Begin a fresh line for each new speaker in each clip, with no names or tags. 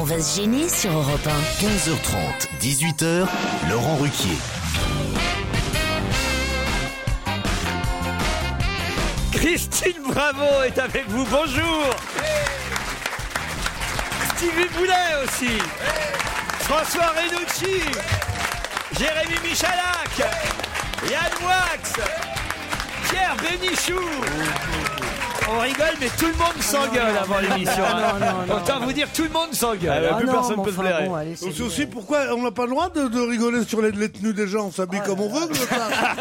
On va se gêner sur Europe 1.
15h30, 18h, Laurent Ruquier.
Christine Bravo est avec vous, bonjour Stevie Boulet aussi François Renucci Jérémy Michalak Yann Wax Pierre Bénichou On rigole, mais tout le monde s'engueule avant l'émission.
Ah non,
hein.
non, non.
Autant vous dire, tout le monde s'engueule.
Ah,
plus
non,
personne
mais
peut se
enfin,
blairer.
bon, allez, c'est
Donc c'est aussi pourquoi on n'a pas le droit de, de rigoler sur les, les tenues des gens, on s'habille
Oh
comme on veut. le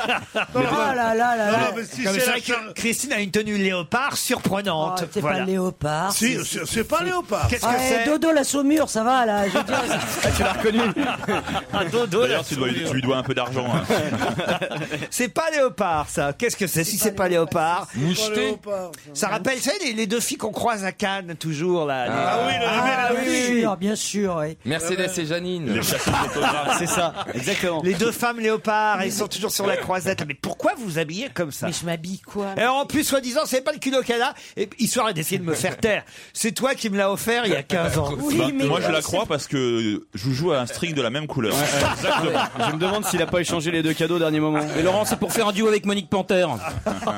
gars. Non, non,
Ah là là là
non,
là.
non, mais si
Non, mais
c'est
c'est
la
vrai
cha-
que Christine a une tenue léopard
Ah,
surprenante.
c'est
Voilà.
pas léopard.
Si, c'est- c'est pas léopard.
Qu'est-ce que
Ah, et
c'est
Dodo la saumure, ça va là. je veux dire,
Ah, Un dodo, là.
D'ailleurs, tu, dois- tu lui dois un peu d'argent. hein.
C'est pas léopard, ça. Qu'est-ce que c'est si c'est pas léopard
C'est pas léopard.
Ça rappelle, vous savez, les, les deux filles qu'on croise à Cannes, toujours, là. les-
Ah oui, le-
ah,
le-
bien sûr, bien sûr. oui.
Mercedes et Janine.
Les châssis photographes.
C'est ça, exactement.
Les deux femmes léopards, elles sont toujours sur la croisette. Mais pourquoi vous vous habillez comme ça
Mais je m'habille quoi
Et alors, en plus, soi-disant, c'est pas le culot qu'elle a, et, histoire d'essayer de me faire taire. C'est toi qui me l'as offert il y a 15 ans.
Oui,
Bah,
mais
moi, je la
c'est-
crois parce que Joujou a un string de la même couleur. Exactement.
Je me demande s'il a pas échangé les deux cadeaux au dernier moment. Et Laurent, c'est pour faire un duo avec Monique Panther.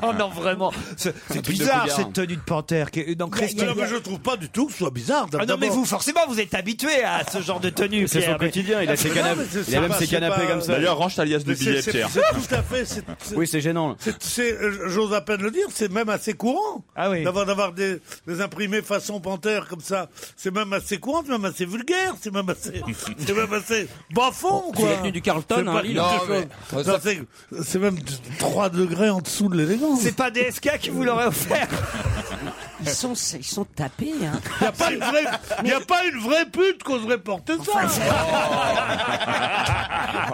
Oh non, vraiment. C'est c'est
truc de
bizarre,
cougar.
cette tenue de panthère. qui est- Non,
Mais non,
Christine.
mais je trouve pas du tout que ce soit bizarre.
Ah non,
d'abord.
mais vous, forcément, vous êtes habitué à ce genre de tenue.
C'est son
Pierre, mais-
quotidien, il a ses
non,
canapés,
Ah, mais c'est-
il a même
c'est
ses
pas-
canapés
c'est
comme
pas-
ça.
D'ailleurs, range ta liasse de
Mais
billets,
c'est c'est-
Pierre.
c'est tout à fait. c'est- c'est-
Oui, c'est gênant. là.
c'est- c'est- euh, J'ose à peine le dire, c'est même assez courant
Ah oui.
d'avoir d'avoir des, des imprimés façon panthère comme ça. C'est même assez courant, c'est même assez vulgaire, c'est même assez, c'est même assez bas fond quoi.
la tenue du Carlton,
C'est
hein,
pas
Lille.
quelque
Non,
chose- Non,
mais- ça-
c'est- C'est même 3 degrés en dessous de l'élégance.
C'est pas DSK qui vous l'aurait offert.
Ils sont, ils sont tapés. Hein.
Il n'y a, pas une vraie- y a pas une vraie pute qu'on devrait porter ça.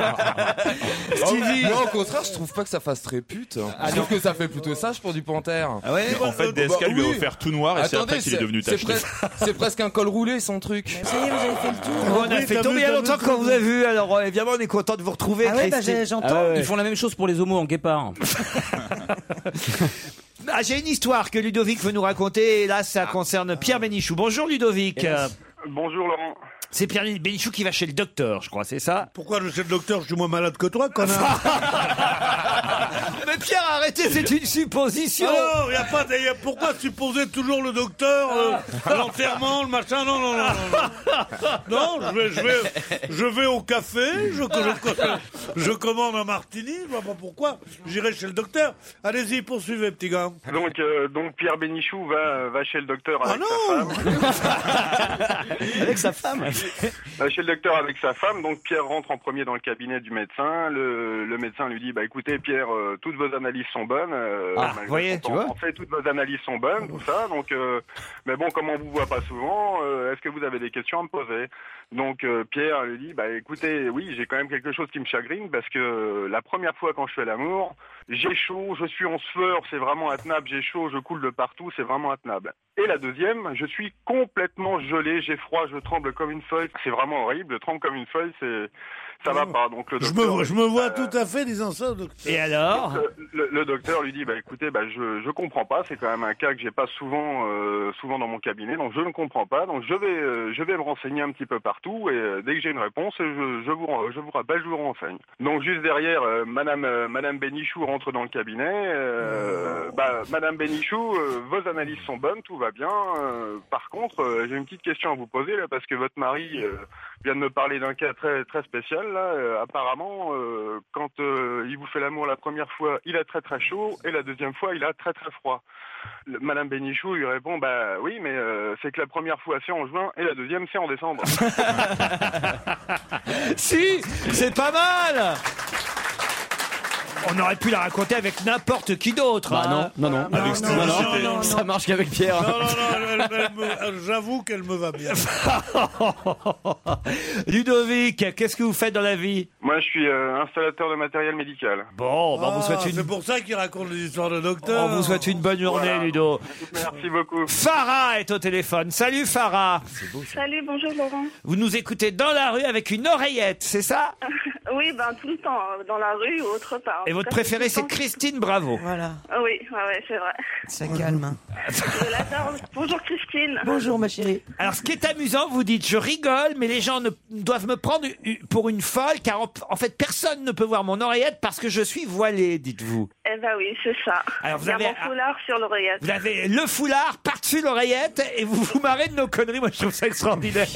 Moi, au contraire, je trouve pas que ça fasse très pute.
Ah
je trouve que ça fait plutôt sage pour du panthère. Bah,
En fait, DSK lui a
oui.
offert tout noir et c'est après qu'il est devenu
c'est
tacheté.
pres- c'est presque un col roulé son truc.
Ça y est, vous avez fait le tour.
On a
Oui,
fait
t'as
tomber
vu,
il y a
t'as
longtemps
vu,
qu'on
t'as
vous
vu.
a vu. Alors euh, évidemment, on est content de vous retrouver.
Ah ouais, bah,
Christine.
j'ai- j'entends.
Ils font la même chose pour les homos en guépard.
Ah, j'ai une histoire que Ludovic veut nous raconter. Et là, ça
Ah.
concerne Pierre Bénichou. Bonjour Ludovic. Euh,
Bonjour Laurent.
C'est Pierre Bénichou qui va chez le docteur, je crois, c'est ça
Pourquoi je sais le docteur, je suis moins malade que toi, connard
Mais Pierre, arrêtez, c'est une supposition.
Alors, Ah y a pas de- y a- pourquoi supposer toujours le docteur,
Ah.
euh, l'enterrement, le machin Non, non, non, non, non. Non, je vais, je vais, je vais au café, je, je- je commande un martini, je vois pas pourquoi, j'irai chez le docteur. Allez-y, poursuivez, petit gars.
Donc, euh, donc Pierre Bénichou va, Euh, va chez le docteur
Ah
Oh
avec sa
non
femme.
Avec sa femme.
Va chez le docteur avec sa femme. Donc Pierre rentre en premier dans le cabinet du médecin. Le, le médecin lui dit bah écoutez Pierre, euh, toutes vos analyses sont bonnes. euh,
Ah,
malgré
vous voyez,
son
tu
temps
vois.
En fait, toutes vos analyses sont bonnes, tout ça. Donc, euh, mais bon, comme on vous voit pas souvent, euh, est-ce que vous avez des questions à me poser Donc euh, Pierre lui dit bah écoutez, oui, j'ai quand même quelque chose qui me chagrine parce que euh, la première fois quand je fais l'amour, j'ai chaud, je suis en sueur, c'est vraiment intenable. J'ai chaud, je coule de partout, c'est vraiment intenable. Et la deuxième, je suis complètement gelé, j'ai froid, je tremble comme une feuille, c'est vraiment horrible. Je tremble comme une feuille, c'est ça va pas. Donc le
Mmh. Je
docteur,
me, je me vois tout à fait disant ça au docteur.
Et alors
euh, le, le docteur lui dit bah écoutez bah je je comprends pas c'est quand même un cas que j'ai pas souvent euh, souvent dans mon cabinet donc je ne comprends pas donc je vais euh, je vais me renseigner un petit peu partout et euh, dès que j'ai une réponse je, je vous ren- je vous rappelle je vous renseigne donc juste derrière euh, madame euh, madame Bénichou rentre dans le cabinet euh, bah madame Bénichou euh, vos analyses sont bonnes tout va bien euh, par contre euh, j'ai une petite question à vous poser là parce que votre mari euh, vient de me parler d'un cas très très spécial là. Euh, apparemment, euh, quand euh, il vous fait l'amour la première fois, il a très très chaud et la deuxième fois, il a très très froid. Le- Madame Bénichou lui répond bah oui, mais euh, c'est que la première fois c'est en juin et la deuxième c'est en décembre.
Si, c'est pas mal On aurait pu la raconter avec n'importe qui d'autre.
Bah
hein.
non, non, non. Avec Steve, non, non, c'était- ça marche qu'avec Pierre.
Non, non, non, elle- elle me- j'avoue qu'elle me va bien.
Ludovic, qu'est-ce que vous faites dans la vie
Moi, je suis euh, installateur de matériel médical.
Bon, bah, on vous souhaite
Ah,
une...
C'est pour ça qu'il raconte les histoires de
on
docteur.
vous souhaite une bonne journée,
Voilà.
Ludo.
Merci beaucoup.
Farah est au téléphone. Salut Farah.
Salut, bonjour Laurent.
Vous nous écoutez dans la rue avec une oreillette, c'est ça
Oui, ben tout le temps, euh, dans la rue ou autre part. En
Et
tout
votre
cas,
préférée,
tout
c'est
le temps.
Christine Bravo.
Voilà,
Ah Oui, ouais, ouais, c'est vrai.
ça calme.
Je l'adore. Bonjour Christine.
Bonjour ma chérie.
Alors, ce qui est amusant, vous dites, je rigole, mais les gens ne doivent me prendre u- pour une folle, car en, en fait, personne ne peut voir mon oreillette parce que je suis voilée, dites-vous.
Eh ben oui, c'est ça.
Alors, vous
Il y a
avez-
mon foulard sur l'oreillette.
Vous avez le foulard par-dessus l'oreillette et vous vous marrez de nos conneries. Moi, je trouve ça extraordinaire.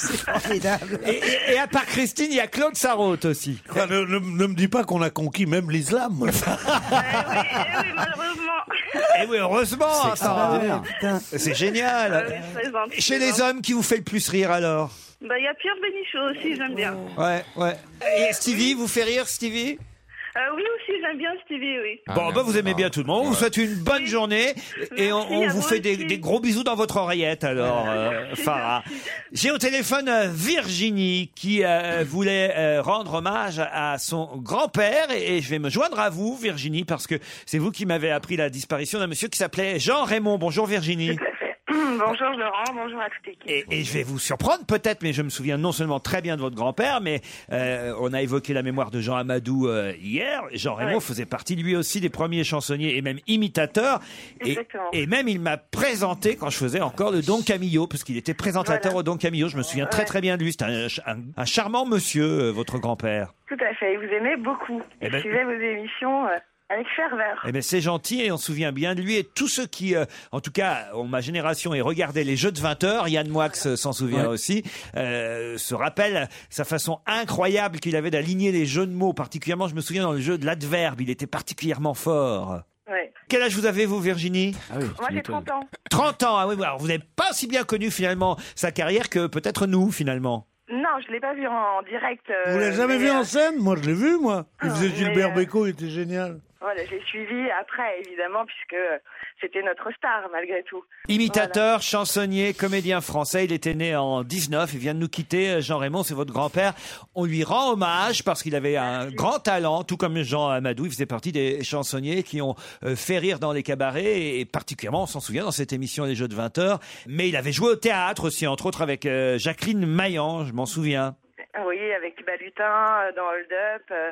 Formidable.
Et, et- et à part Christine, il y a Claude Sarraute aussi.
Quoi, ne, ne- ne me dis pas qu'on a conquis même l'islam.
Eh oui, eh oui, malheureusement.
Et oui, heureusement, hein, Sarah. c'est
Ah oui,
génial.
très gentil,
euh, Chez les
hein.
hommes, qui vous fait le plus rire alors
Ben, il y a Pierre Bénichot aussi, j'aime bien.
Ouais, ouais. Et Stevie, vous fait rire Stevie
Euh, oui, aussi, j'aime bien Stevie, oui.
Ah,
Bon, bah, vous aimez bien tout le monde. On vous souhaite une bonne journée. Et on,
Merci,
on
à
vous
vous
fait des,
aussi.
des gros bisous dans votre oreillette, alors, euh, Farah. J'ai au téléphone euh, Virginie qui euh, voulait euh, rendre hommage à son grand-père. Et, et je vais me joindre à vous, Virginie, parce que c'est vous qui m'avez appris la disparition d'un monsieur qui s'appelait Jean Raymond. Bonjour, Virginie.
bonjour Laurent, bonjour à toute l'équipe.
Et, et je vais vous surprendre peut-être, mais je me souviens non seulement très bien de votre grand-père, mais euh, on a évoqué la mémoire de Jean Amadou euh, hier. Jean Raymond
Ouais.
faisait partie lui aussi des premiers chansonniers et même imitateurs. Et,
Exactement.
et même il m'a présenté quand je faisais encore le Don Camillo, parce qu'il était présentateur
Voilà.
au Don Camillo. Je me souviens très
Ouais.
très bien de lui. C'était un, ch- un- un charmant monsieur, euh, votre grand-père.
Tout à fait, il vous aimez beaucoup.
Eh
Je
ben-
suivais vos émissions euh, avec ferveur.
Eh bien, c'est gentil et on se souvient bien de lui et tous ceux qui, euh, en tout cas, ont ma génération et regardaient les jeux de 20 heures, Yann Moix euh, s'en souvient aussi, euh, se rappelle sa façon incroyable qu'il avait d'aligner les jeux de mots. Particulièrement, je me souviens dans le jeu de l'adverbe, il était particulièrement fort.
Ouais.
Quel âge vous avez, vous, Virginie
Moi, j'ai 30 ans.
30 ans, ah oui, alors vous n'avez pas si bien connu finalement sa carrière que peut-être nous, finalement.
Non, je ne l'ai pas vu en, en direct. euh,
Vous l'avez jamais
mais,
vu
euh,
en scène Moi, je l'ai vu, moi. Il
Ah,
faisait
mais,
Gilbert
euh,
Bécaud, il était génial.
Voilà, je l'ai suivi après, évidemment, puisque euh, c'était notre star, malgré tout.
Imitateur, chansonnier, comédien français, il était né en 19, il vient de nous quitter, euh, Jean Raymond, c'est votre grand-père. On lui rend hommage parce qu'il avait un grand talent, tout comme Jean Amadou, il faisait partie des chansonniers qui ont euh, fait rire dans les cabarets, et particulièrement, on s'en souvient, dans cette émission Les Jeux de 20 heures. Mais il avait joué au théâtre aussi, entre autres avec euh, Jacqueline Maillan, je m'en souviens.
Voilà. Oui, avec Balutin, euh, dans Hold Up, euh,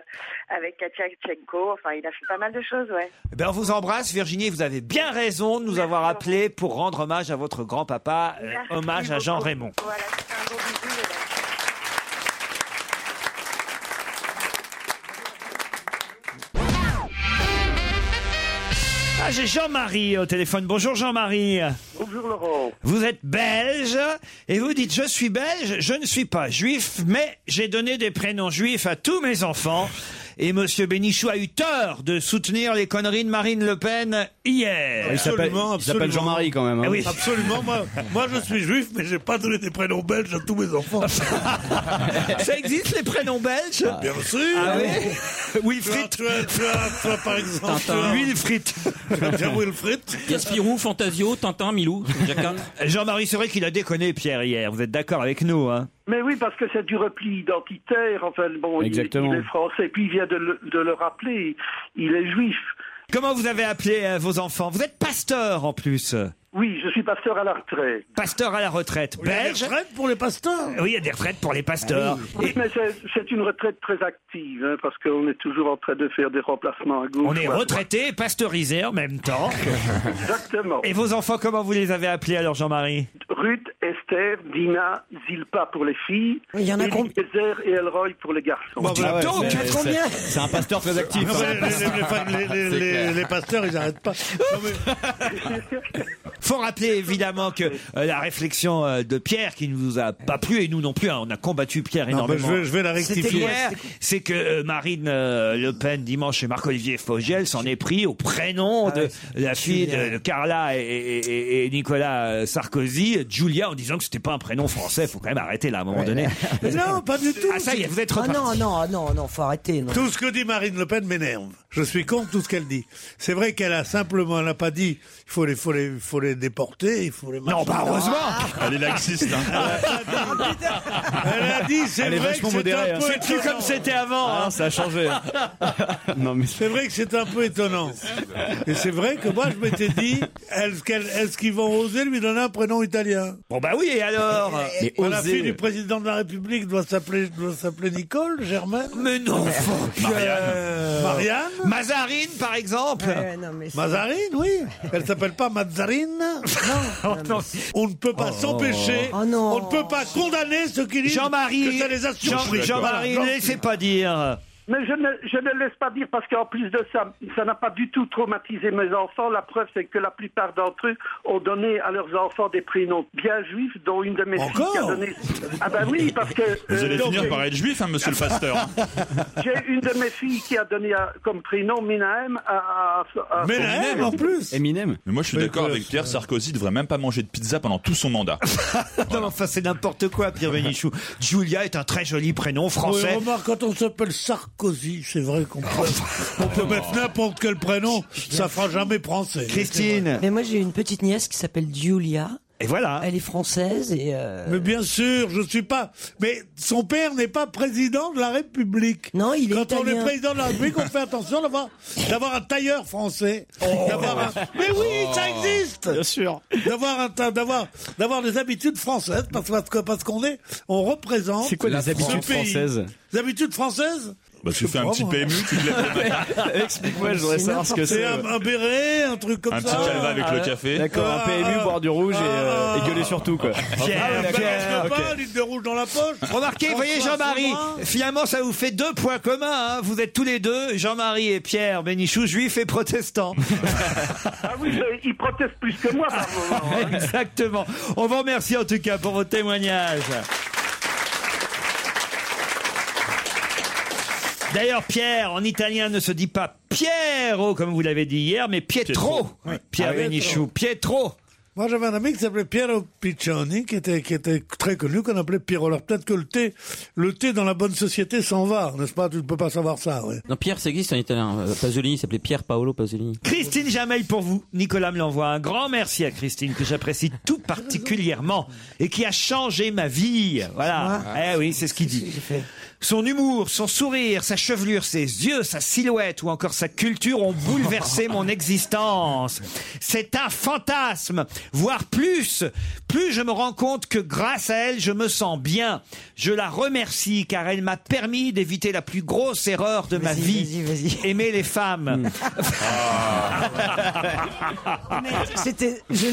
avec Katia Tchenko. Enfin, il a fait pas mal de choses, ouais.
Eh Ben, on vous embrasse, Virginie, vous avez bien raison de nous avoir appelés pour rendre hommage à votre grand-papa, euh,
Merci
hommage à Jean
beaucoup.
Raymond.
Voilà, c'est un gros bisou. mesdames.
Ah, j'ai Jean-Marie au téléphone. Bonjour Jean-Marie.
Bonjour Laurent.
Vous êtes belge et vous dites je suis belge, je ne suis pas juif, mais j'ai donné des prénoms juifs à tous mes enfants. Et Monsieur Bénichou a eu tort de soutenir les conneries de Marine Le Pen hier.
Oui,
Il s'appelle
Absolument,
il s'appelle
absolument.
Jean-Marie quand même. hein.
Ah oui.
Absolument, moi, moi, je suis juif, mais j'ai pas donné des prénoms belges à tous mes enfants.
Ça existe les prénoms belges
Bien sûr Tu as,
Wilfried.
tu as- tu as- tu as, par exemple, euh, tu as-
Wilfried.
tu as Wilfried.
Il y a Spirou, Fantasio, Tintin, Milou. Il y a quatre.
Jean-Marie, c'est vrai qu'il a déconné Pierre hier. Vous êtes d'accord avec nous hein
Mais oui, parce que c'est du repli identitaire. Enfin, bon, il-
Exactement.
Il, est français. Puis il vient de le, de le rappeler. Il est juif.
Comment vous avez appelé euh, vos enfants Vous êtes pasteur en plus.
Oui, je suis pasteur à la retraite.
Pasteur à la retraite
Il y a des
belge.
retraites pour les pasteurs. Ah
Oui, il y a des retraites pour les pasteurs.
Ah Oui, mais c'est- c'est une retraite très active, hein, parce qu'on est toujours en train de faire des remplacements à gauche.
On est
ou à
retraité et pasteurisé en même temps.
droite. Exactement.
Et vos enfants, comment vous les avez appelés alors, Jean-Marie
Ruth, Esther, Dina, Zilpa pour les filles.
Oui, il y en a
Élie,
combien
Gezer et Elroy pour les garçons.
Bon, bah,
Donc,
c'est- c'est-
combien
C'est un pasteur très
Ah,
actif.
hein.
Non, mais les, les- les- les- les- les pasteurs, ils n'arrêtent pas. Non, mais-
Faut rappeler évidemment que euh, la réflexion euh, de Pierre qui ne vous a pas plu et nous non plus, hein, on a combattu Pierre
Non, mais
énormément.
je vais- je vais la rectifier.
C'était Pierre, c'est que euh, Marine euh, Le Pen dimanche et Marc-Olivier Fogiel s'en est pris au prénom
Ah
de la fille de, de Carla et, et- et- et Nicolas euh, Sarkozy, Julia, en disant que c'était pas un prénom français. Faut quand même arrêter là à un moment donné.
Non, pas du tout.
Ah, ça y est, vous êtes
Ah
reparti.
non, non, non, non, faut arrêter. Non.
Tout ce que dit Marine Le Pen m'énerve. Je suis contre tout ce qu'elle dit. C'est vrai qu'elle a simplement, elle n'a pas dit, il faut les, faut les, faut les déporter, il faut les.
Non, bah, heureusement.
Elle est laxiste. hein.
Elle a dit, c'est
Elle est
vrai que
vachement
c'est
modérée, hein.
un peu
C'est plus
étonnant.
comme c'était avant, Ah, hein. ça a changé.
C'est vrai que c'est un peu étonnant. Et c'est vrai que moi, je m'étais dit, est-ce qu'elle- est-ce qu'ils vont oser lui donner un prénom italien
Bon bah oui, et alors Mais
Bah, La
oser.
fille du président de la République doit s'appeler doit s'appeler Nicole, Germaine
Mais non
Marianne Marianne
Mazarine, par exemple
Ouais, non, mais c'est-
Mazarine, oui Elle s'appelle pas Mazarine Non, On ne peut pas s'empêcher,
Oh non.
on ne peut pas condamner ceux qui disent que
Jean-Marie,
ça les a surpris.
Jean- Jean-Marie,
Voilà.
laissez pas dire.
Mais je ne, je ne laisse pas dire parce qu'en plus de ça, ça n'a pas du tout traumatisé mes enfants. La preuve, c'est que la plupart d'entre eux ont donné à leurs enfants des prénoms bien juifs, dont une de mes filles qui a
Encore
donné. Ah ben oui, parce que.
Vous
euh,
allez
donc,
finir par être juif, hein, monsieur le pasteur.
J'ai une de mes filles qui a donné à- comme prénom Minahem à. à, à-
plus Eminem Mais moi je suis d'accord avec Pierre, Sarkozy devrait même pas manger de pizza pendant tout son mandat.
Non, mais enfin, c'est n'importe quoi, Pierre Benichou. Julia est un très joli prénom français.
Oui, remarque, quand on s'appelle Sarkozy, c'est vrai qu'on peut, on peut mettre n'importe quel prénom, ça fera jamais français.
Mais moi, j'ai une petite nièce qui s'appelle Julia.
Et voilà.
Elle est française et. euh,
Mais bien sûr, je suis pas. Mais son père n'est pas président de la République. Non, il
est
Quand on
italien.
est président de la République, on fait attention d'avoir d'avoir un tailleur français.
Oh.
D'avoir un- Mais oui, ça existe. Bien sûr. D'avoir un ta- d'avoir d'avoir des habitudes françaises parce que parce que- parce qu'on est on représente.
C'est quoi les
ce
habitudes
pays.
françaises
Les habitudes françaises.
Bah, tu fais un petit
hein.
PMU, tu te lèves.
Explique-moi, je voudrais savoir ce que c'est.
Un, un béret, un truc comme
Un
ça. Ah
petit calva avec le café.
D'accord, un
Ah.
PMU, boire du rouge et, euh, et gueuler sur tout, quoi.
Ah,
Ah,
balance
d'accord,
le
ok.
pain, litre de rouge dans la poche.
Remarquez, vous voyez
François,
Jean-Marie,
François.
finalement ça vous fait deux points communs. hein. Vous êtes tous les deux, Jean-Marie et Pierre Bénichou, juif et protestant.
Ah oui, mais ils protestent plus que moi par moment. hein.
Exactement. On vous remercie en tout cas pour vos témoignages. D'ailleurs, Pierre, en italien, ne se dit pas Piero, comme vous l'avez dit hier, mais Pietro.
Pietro, ouais.
Pierre
Ah,
Benichou, Pietro.
Moi, j'avais un ami qui s'appelait Piero Piccioni, qui était, qui était très connu, qu'on appelait Piero. Alors, peut-être que le thé, le thé dans la bonne société s'en va, n'est-ce pas? Tu ne peux pas savoir ça, ouais.
Non, Pierre, ça existe en italien. Euh, Pasolini il s'appelait Pierre Paolo Pasolini.
Christine Jamel pour vous. Nicolas me l'envoie. Un grand merci à Christine que j'apprécie tout particulièrement et qui a changé ma vie. Voilà. eh oui, c'est ce qu'il dit. Son humour, son sourire, sa chevelure, ses yeux, sa silhouette ou encore sa culture ont bouleversé mon existence. C'est un fantasme, voire plus. Plus je me rends compte que grâce à elle, je me sens bien. Je la remercie car elle m'a permis d'éviter la plus grosse erreur de ma vie. Aimer les femmes.
Ah.
C'était, je,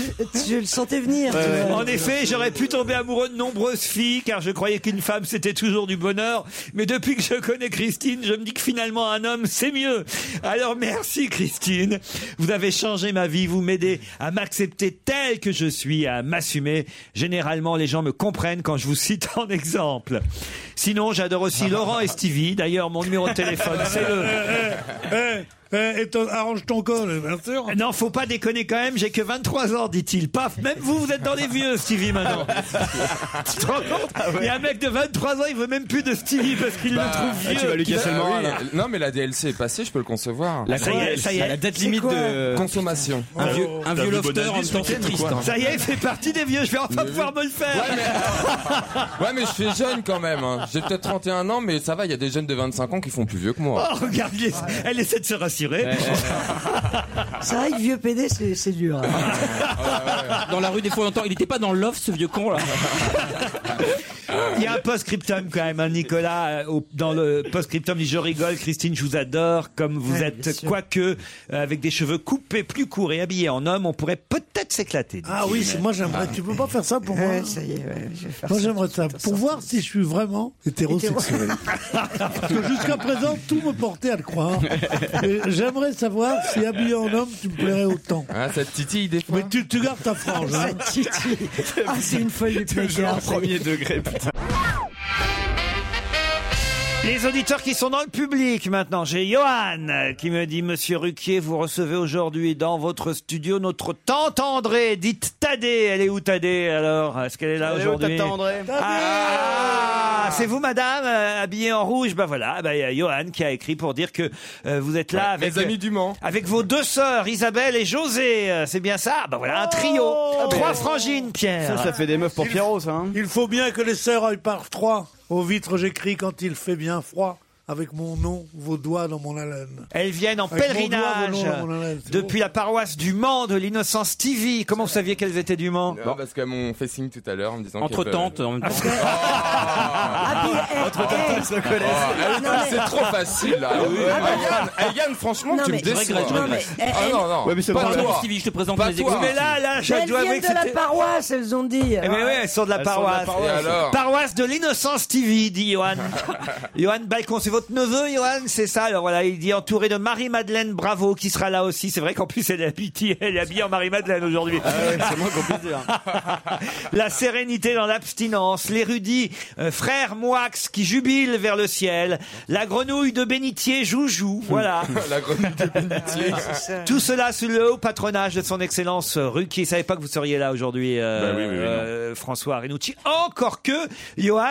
je le sentais venir. tu
Ah. Ouais, ouais.
vois.
En effet, j'aurais pu tomber amoureux de nombreuses filles, car je croyais qu'une femme c'était toujours du bonheur. Mais depuis que je connais Christine, je me dis que finalement un homme c'est mieux. Alors merci Christine, vous avez changé ma vie, vous m'aidez à m'accepter tel que je suis, à m'assumer. Généralement, les gens me comprennent quand je vous cite en exemple. Sinon, j'adore aussi Laurent et Stevie. D'ailleurs, mon numéro de téléphone, c'est le.
Eh, eh, et ton- arrange ton col, bien sûr.
Eh, Non, faut pas déconner quand même, j'ai que 23 ans, dit-il. Paf, même vous, vous êtes dans les vieux, Stevie, maintenant. tu te rends compte Il y a un mec de 23 ans, il veut même plus de Stevie parce qu'il
Bah,
le trouve
ah,
vieux.
tu vas lui casser le
Ah oui.
moral. Non, mais la DLC est passée, je peux le concevoir.
La Ça y est, quoi ça y est.
La date limite de-
consommation.
Un vieux- un vieux lofter, en même temps, c'est triste, hein.
Ça y est, il fait partie des vieux, je vais enfin pouvoir me le faire.
Ouais, mais je suis jeune quand même. hein. J'ai peut-être 31 ans, mais ça va, il y a des jeunes de 25 ans qui font plus vieux que moi.
Oh, regarde, il est- elle essaie de se rassurer.
C'est vrai que vieux PD, c'est, c'est dur. hein.
Ah
Dans la rue, des fois, on entend. Il était pas dans l'off, ce vieux con, là.
Il y a un post-scriptum quand même, hein, Nicolas. euh, au- Dans le post-scriptum, il dit, je rigole, Christine, je vous adore, comme vous
Ouais, bien
êtes,
sûr.
quoique, euh, avec des cheveux coupés plus courts et habillés en homme, on pourrait peut-être s'éclater.
Ah oui, c'est- moi, j'aimerais, tu peux pas faire ça pour moi. hein?
Ouais, ça y est, ouais, je vais faire
Moi,
ça.
j'aimerais ça pour voir si je suis vraiment hétérosexuel.
Euh,
Parce que jusqu'à présent, tout me portait à le croire. Et J'aimerais savoir si habillé en homme, homme, tu me plairais autant.
Ah, ça te titille des fois.
Mais tu, tu gardes ta frange. hein.
Ça titille. Ah, c'est une folie de
Toujours
placard,
en premier
degré, putain. Les auditeurs qui sont dans le public maintenant, j'ai Johan euh, qui me dit Monsieur Ruquier, vous recevez aujourd'hui dans votre studio notre tante André, dite Tadé. Elle est où Tadé alors Est-ce qu'elle est là
Elle est où,
aujourd'hui
tante André
Ah, c'est vous madame euh, habillée en rouge. Ben voilà, ben, il y a Johan qui a écrit pour dire que euh, vous êtes là
Ouais,
avec
mes amis du Mans.
Avec vos deux sœurs, Isabelle et José, Euh, c'est bien ça Ben voilà, un trio, trois
mais-
frangines, Pierre.
des meufs pour Pierrot, ça.
hein.
il faut bien que les sœurs aillent par trois. Aux vitres, j'écris quand il fait bien froid. Avec mon nom, vos doigts dans mon haleine.
Elles viennent en
Avec mon doigt,
pèlerinage
mon nom, mon nom, mon nom, c'est
depuis la paroisse du Mans de l'innocence TV. Comment vous saviez qu'elles étaient du Mans
Non, parce qu'elles m'ont fait signe tout à l'heure en me disant
Entre
qu'elles
tantes,
veulent-
en même temps.
Ah, c'est- Oh.
Entre tantes, elles se connaissent.
Oh, elle-
Non, mais-
C'est trop facile là.
Ah oui.
Ayane,
Ah bah-
Ayane, franchement,
Non,
tu
mais-
me déçois.
Je regrette, je regrette.
Ah
Elle-
non, non.
Ouais, mais c'est
pas
pas grave.
toi.
Stevie, je te présente
Pas
mes
toi.
excuses. Mais là, là, je
Mais elles
dois avouer
viennent
que
de la
c'était-
paroisse, elles ont dit.
Eh ben oui, elles sont de la paroisse. Paroisse de l'innocence TV, dit Johan. Johan Balcon, c'est votre neveu, Johan, c'est ça. Alors voilà, il dit entouré de Marie-Madeleine Bravo qui sera là aussi. C'est vrai qu'en plus, elle est habillée, elle est habillée en Marie-Madeleine aujourd'hui.
Ah
la sérénité dans l'abstinence, l'érudit euh, frère Moix qui jubile vers le ciel, la grenouille de bénitier Joujou, voilà.
La grenouille de bénitier.
Tout cela sous le haut patronage de son excellence euh, Ruquier. Il savait pas que vous seriez là aujourd'hui, euh,
Bah oui, oui, oui, non.
euh, François Renucci. Encore que Johan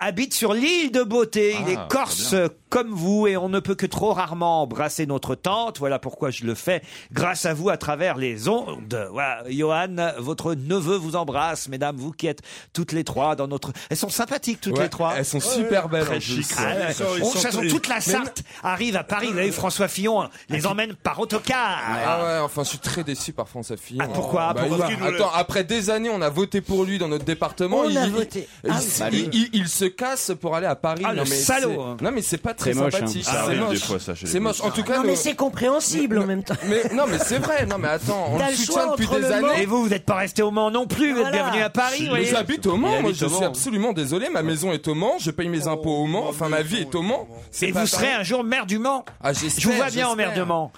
habite sur l'île de Beauté. Il
Ah,
est corse euh, comme vous et on ne peut que trop rarement embrasser notre tante. Voilà pourquoi je le fais grâce à vous à travers les ondes. Voilà, Johan, votre neveu vous embrasse, mesdames, vous qui êtes toutes les trois dans notre. Elles sont sympathiques toutes
Ouais,
les trois.
elles sont super belles, Très en plus. chic, ouais.
Ah,
Elles sont-
on-
elles sont
ça, sont
très-
toute la
Mais
Sarthe arrive à Paris. Vous avez vu, François Fillon hein, les emmène par autocar.
Ah Euh, ouais, enfin je suis très déçu par François Fillon.
Ah, pourquoi
Bah,
Pourquoi
il-
Parce qu'il nous
Attends, après des années, on a voté pour lui dans notre département.
On
il,
a
il-
voté.
Il,
Ah,
il-
bah, lui.
il- il se casse pour aller à Paris.
Ah,
non,
le
mais
salaud,
c'est-
hein.
Non mais c'est pas très
Très moche,
sympathique.
hein. Ça
C'est
arrive
moche.
des fois, ça, chez les
C'est moche. En tout cas,
Ah, non, mais
le-
c'est compréhensible en même temps.
Mais non, mais c'est vrai. Non, mais attends, on
T'as
le
le
soutient
choix
depuis
entre
des
le Mans-
années.
Et vous, vous n'êtes pas resté au Mans non plus. Vous êtes
Voilà.
bienvenu à Paris. vous
Mais
voyez.
J'habite au Mans,
Il
moi
habite
je
au
suis
Mans.
absolument désolé, ma maison est au Mans, je paye mes impôts au Mans, enfin ma vie est au Mans.
Et vous serez un jour maire du Mans
Ah, j'espère,
Je vous vois bien en
j'espère.
maire
Ah
de Mans.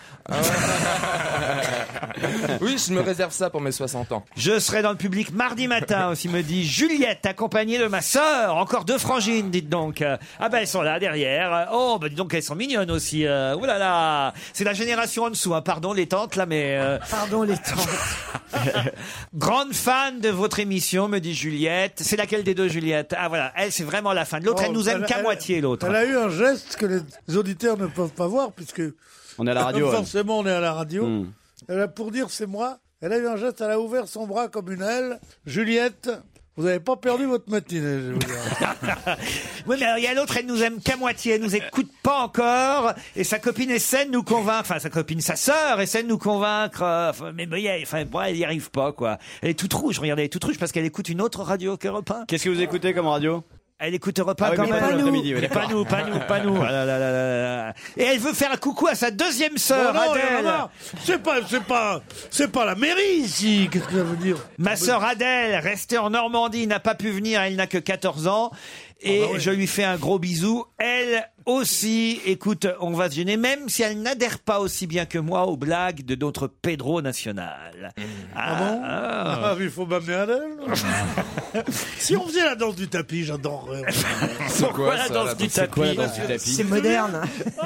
Oui, je me réserve ça pour mes 60 ans.
Je serai dans le public mardi matin aussi, me dit Juliette, accompagnée de ma sœur. Encore deux frangines, dites donc. Euh, Ah ben, elles sont là, derrière. Oh, ben, dis donc, elles sont mignonnes aussi. Euh, Ouh là là C'est la génération en dessous, hein. pardon les tantes, là, mais... euh.
Pardon les tantes.
Grande fan de votre émission, me dit Juliette. C'est laquelle des deux, Juliette Ah voilà, elle, c'est vraiment la fan. L'autre, elle nous aime qu'à moitié, l'autre.
Oh, Elle a eu un geste que les auditeurs ne peuvent pas voir, puisque.
On est à la radio,
Comme
elle.
Forcément, on est à la radio.
Hmm.
Elle a, pour dire c'est moi, elle a eu un geste, elle a ouvert son bras comme une aile. Juliette, vous n'avez pas perdu votre matinée, je vais vous dire.
Oui, mais alors, il y a l'autre, elle nous aime qu'à moitié, elle nous écoute pas encore, et sa copine essaie de nous convaincre, enfin, sa copine, sa sœur essaie de nous convaincre, euh, enfin, mais, mais, enfin, bon, elle y arrive pas, quoi. Elle est toute rouge, regardez, elle est toute rouge parce qu'elle écoute une autre radio qu'Europe 1.
Qu'est-ce que vous écoutez comme radio
Elle écoute Europe 1
Ah oui,
quand
mais
même.
pas nous. L'après-midi, oui,
Mais pas
d'accord.
nous, pas nous, pas nous. Ah là là là là là. Et elle veut faire un coucou à sa deuxième sœur,
Oh non, il y en a
Adèle.
marre. C'est pas, c'est pas, c'est pas la mairie ici. Qu'est-ce que ça veut dire
Ma sœur Adèle, restée en Normandie, n'a pas pu venir, elle n'a que 14
Ah
ans. Et
bah
je lui fais un gros bisou. Elle aussi, écoute, on va se gêner, même si elle n'adhère pas aussi bien que moi aux blagues de notre Pedro National.
Ah bon
ah.
Ah, mais il faut m'amener Adèle. si on faisait la danse du tapis, j'adorerais.
C'est quoi, Pourquoi la ça, danse la du danse- c'est tapis quoi, la danse du tapis C'est moderne.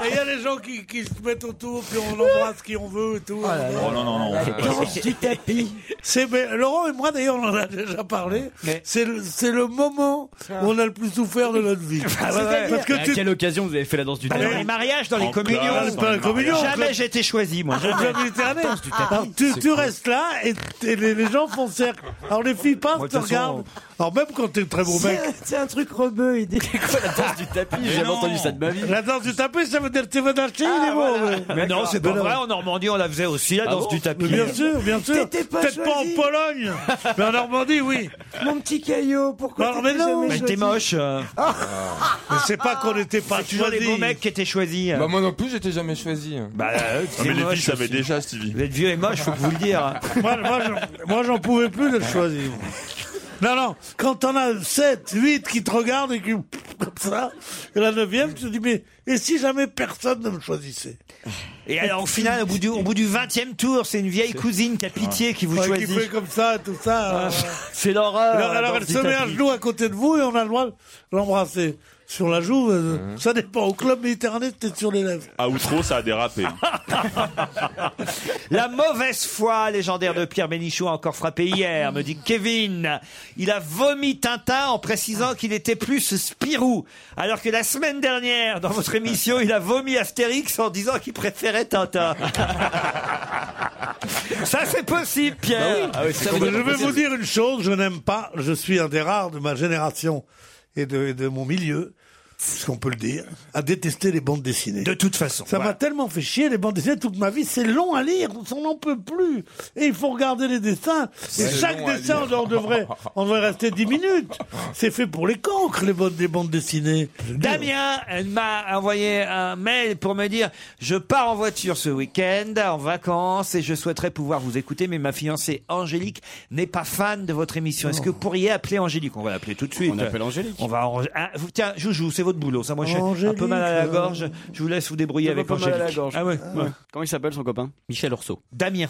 Et Il y a les gens qui, qui se mettent autour, puis on embrasse qui on veut et tout.
Oh non, non, non.
Euh,
on fait pas ça.
danse du tapis. C'est, mais Laurent et moi, d'ailleurs, on en a déjà parlé. C'est, le, c'est le moment où on a le plus souffert de notre vie.
Ah,
Parce
à
que tu
quelle occasion vous avez fait la danse du
Bah,
tapis
dans les
mariages, Ah, dans
les communions. Dans les communions, Ah,
Jamais
quoi.
j'ai été choisi, moi.
Je
Jamais.
viens de l'éterner.
Danse du tapis.
Alors, Ah, tu,
C'est
tu
cool.
restes là et, et les, les gens font cercle. Alors les filles passent,
Moi, de
te
toute façon,
regardent. Alors même quand t'es très beau
C'est
mec.
un- C'est un truc rebeu, il dit.
la danse du tapis
Mais
J'ai jamais
non.
entendu ça de ma vie.
La danse du tapis, ça veut dire que tu vas d'acheter, il est bon.
Ah, Mais non, c'est pas vrai. En Normandie, on la faisait aussi, la
Bah Ah
danse
bon
du tapis.
Mais bien sûr, bien sûr.
T'étais pas
Peut-être pas en
choisi.
Pologne, mais en Normandie, oui.
Mon petit caillot, pourquoi
Alors, mais
t'étais
non.
jamais
Mais
choisi
t'es moche. euh.
Ah.
Mais c'est pas qu'on n'était pas
C'est toujours les
choisi.
beaux mecs qui étaient choisis.
Bah moi non plus, j'étais jamais choisi.
Bah, euh,
Ah,
c'est
mais les
moche
filles savaient
aussi.
déjà, Stevie.
Vous êtes vieux et moche, faut que vous le dire.
Moi, moi, j'en- moi, j'en pouvais plus de le choisir. Non, non, quand t'en as 7, 8 qui te regardent et qui, comme ça, et la neuvième, tu te dis, mais, et si jamais personne ne me choisissait?
Et alors, au final, au bout du, au bout du 20e tour, c'est une vieille cousine qui a pitié qui vous
Ouais, qui
choisit.
fait comme ça, tout ça. euh.
C'est l'horreur.
Alors, alors
dans
elle
ce
se met à
tapis.
genoux à côté de vous et on a le droit de l'embrasser. Sur la joue, euh,
Mmh.
ça dépend. Au club méditerranéen, c'était sur les lèvres.
À Outreau, ça a dérapé. hein.
La mauvaise foi légendaire de Pierre Bénichou a encore frappé hier, me dit Kevin. Il a vomi Tintin en précisant qu'il était plus Spirou. Alors que la semaine dernière, dans votre émission, il a vomi Astérix en disant qu'il préférait Tintin. Ça, c'est possible,
Ah Bah
Pierre.
Mais je vais vous dire une chose, je n'aime pas, je suis un des rares de ma génération et de, et de mon milieu, ce qu'on peut le dire, à détester les bandes dessinées. De
toute façon.
Ça m'a tellement fait chier, les bandes dessinées, toute ma vie, c'est long à lire, on n'en peut plus. Et il faut regarder les dessins. Et
C'est
chaque
long à
dessin, on
lire.
en devrait, on devrait rester 10 minutes. C'est fait pour les cancres, les bandes, les bandes dessinées.
Damien elle m'a envoyé un mail pour me dire je pars en voiture ce week-end en vacances et je souhaiterais pouvoir vous écouter mais ma fiancée Angélique n'est pas fan de votre émission. Est-ce que vous pourriez appeler Angélique On va l'appeler tout de suite.
Oh. On appelle Angélique.
On va enre- Ah, vous- tiens Joujou c'est votre boulot ça moi j'ai un peu
Angélique,
mal à la
euh,
gorge. Je vous laisse vous débrouiller
T'as pas
avec
mal à
Angélique.
la gorge.
Ah ouais,
Ah ouais. Comment il s'appelle son copain
Michel Orso.
Damien.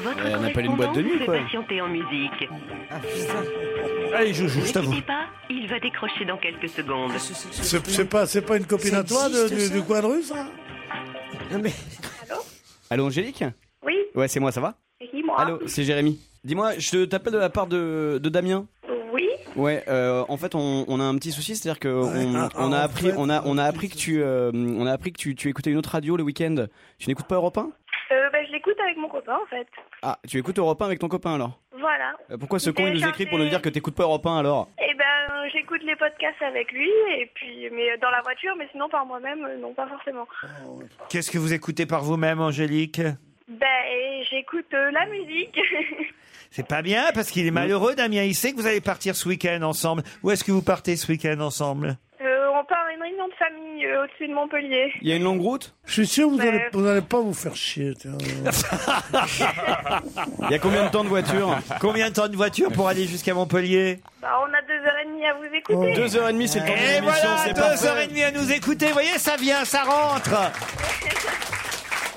Ouais, on appelle une boîte de nuit,
correspondant
quoi.
fait patienter en musique.
Ah,
Allez, Joujou, je t'avoue.
N'hésitez pas, il va décrocher dans quelques secondes.
C'est c'est pas, c'est pas une copine
Ça
à toi de-
existe,
du,
ça
du coin de rue, ça
Allô, Angélique
Oui,
Ouais, c'est moi, ça va
c'est qui moi
Allô, c'est Jérémy. Dis-moi, je te- t'appelle de la part de, de Damien.
Oui,
Ouais, euh, en fait, on, on a un petit souci, c'est-à-dire que on,
ah,
on a
en
appris,
fait,
on a, on a appris que tu, euh, on a appris que tu, tu écoutais une autre radio le week-end. Tu n'écoutes pas Europe 1
euh, bah, je l'écoute avec mon copain en fait.
Ah, tu écoutes Europe 1 avec ton copain alors
Voilà.
Euh, Pourquoi ce
Il
con il nous
télécharge
écrit pour nous dire que t'écoutes pas Europe 1 alors
Eh ben, j'écoute les podcasts avec lui, et puis, mais euh, dans la voiture, mais sinon par moi-même, euh, non, pas forcément.
Ah,
Qu'est-ce que vous écoutez par vous-même Angélique
Ben, et j'écoute euh, la musique.
C'est pas bien parce qu'il est malheureux Damien. Il sait que vous allez partir ce week-end ensemble. Où est-ce que vous partez ce week-end ensemble
Euh, on part à une réunion de famille euh, au-dessus de Montpellier.
Il y a une longue route
Je suis sûr que vous
Ouais.
n'allez vous allez pas vous faire chier. tiens.
Il y a combien de temps de voiture
Combien de temps de voiture pour aller jusqu'à Montpellier
Bah, on a deux heures et demie à vous écouter.
Oh, Deux heures et demie, c'est le temps de
Et
l'émission,
voilà,
c'est
deux
parfait.
heures et demie à nous écouter. Vous voyez, ça vient, ça rentre.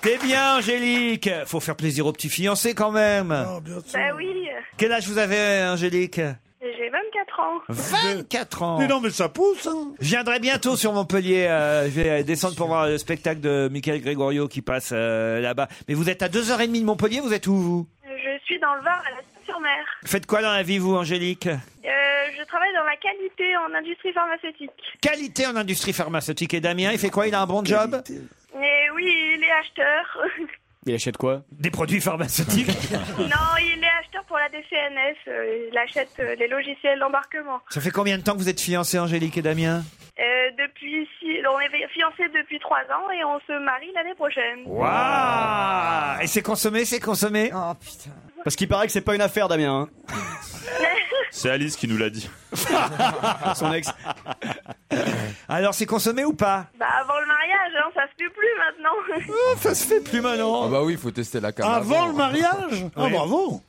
T'es bien, Angélique. Faut faire plaisir aux petits fiancés quand même.
Oh,
Bah oui,
Quel âge vous avez, Angélique
j'ai 24 ans.
24 ans.
Mais non, mais ça pousse. hein.
Je viendrai bientôt sur Montpellier. euh, je vais descendre pour voir le spectacle de Michael Gregorio qui passe euh, là-bas. Mais vous êtes à deux heures et demie de Montpellier. Vous êtes où vous
Euh, Je suis dans le Var, à la Seine-sur-Mer.
Faites quoi dans la vie, vous, Angélique
Euh, je travaille dans la qualité en industrie pharmaceutique.
Qualité en industrie pharmaceutique. Et Damien, il fait quoi Il a un bon job
Et oui, il est acheteur.
Il achète quoi
Des produits pharmaceutiques.
Non, il est acheteur pour la DCNS. euh, Il achète euh, les logiciels d'embarquement.
Ça fait combien de temps que vous êtes fiancés, Angélique et Damien
Euh, depuis six- on est fiancés depuis trois ans et on se marie l'année prochaine.
Waouh Ah, Et c'est consommé, c'est consommé
Oh putain. Parce qu'il paraît que c'est pas une affaire, Damien. hein.
C'est Alice qui nous l'a dit.
Son ex.
Alors, c'est consommé ou pas
Bah avant le mariage, hein, ça se fait plus maintenant.
Oh, Ça se fait plus maintenant.
Ah bah oui, il faut tester la caméra.
Avant le mariage Ah,
Oui.
bravo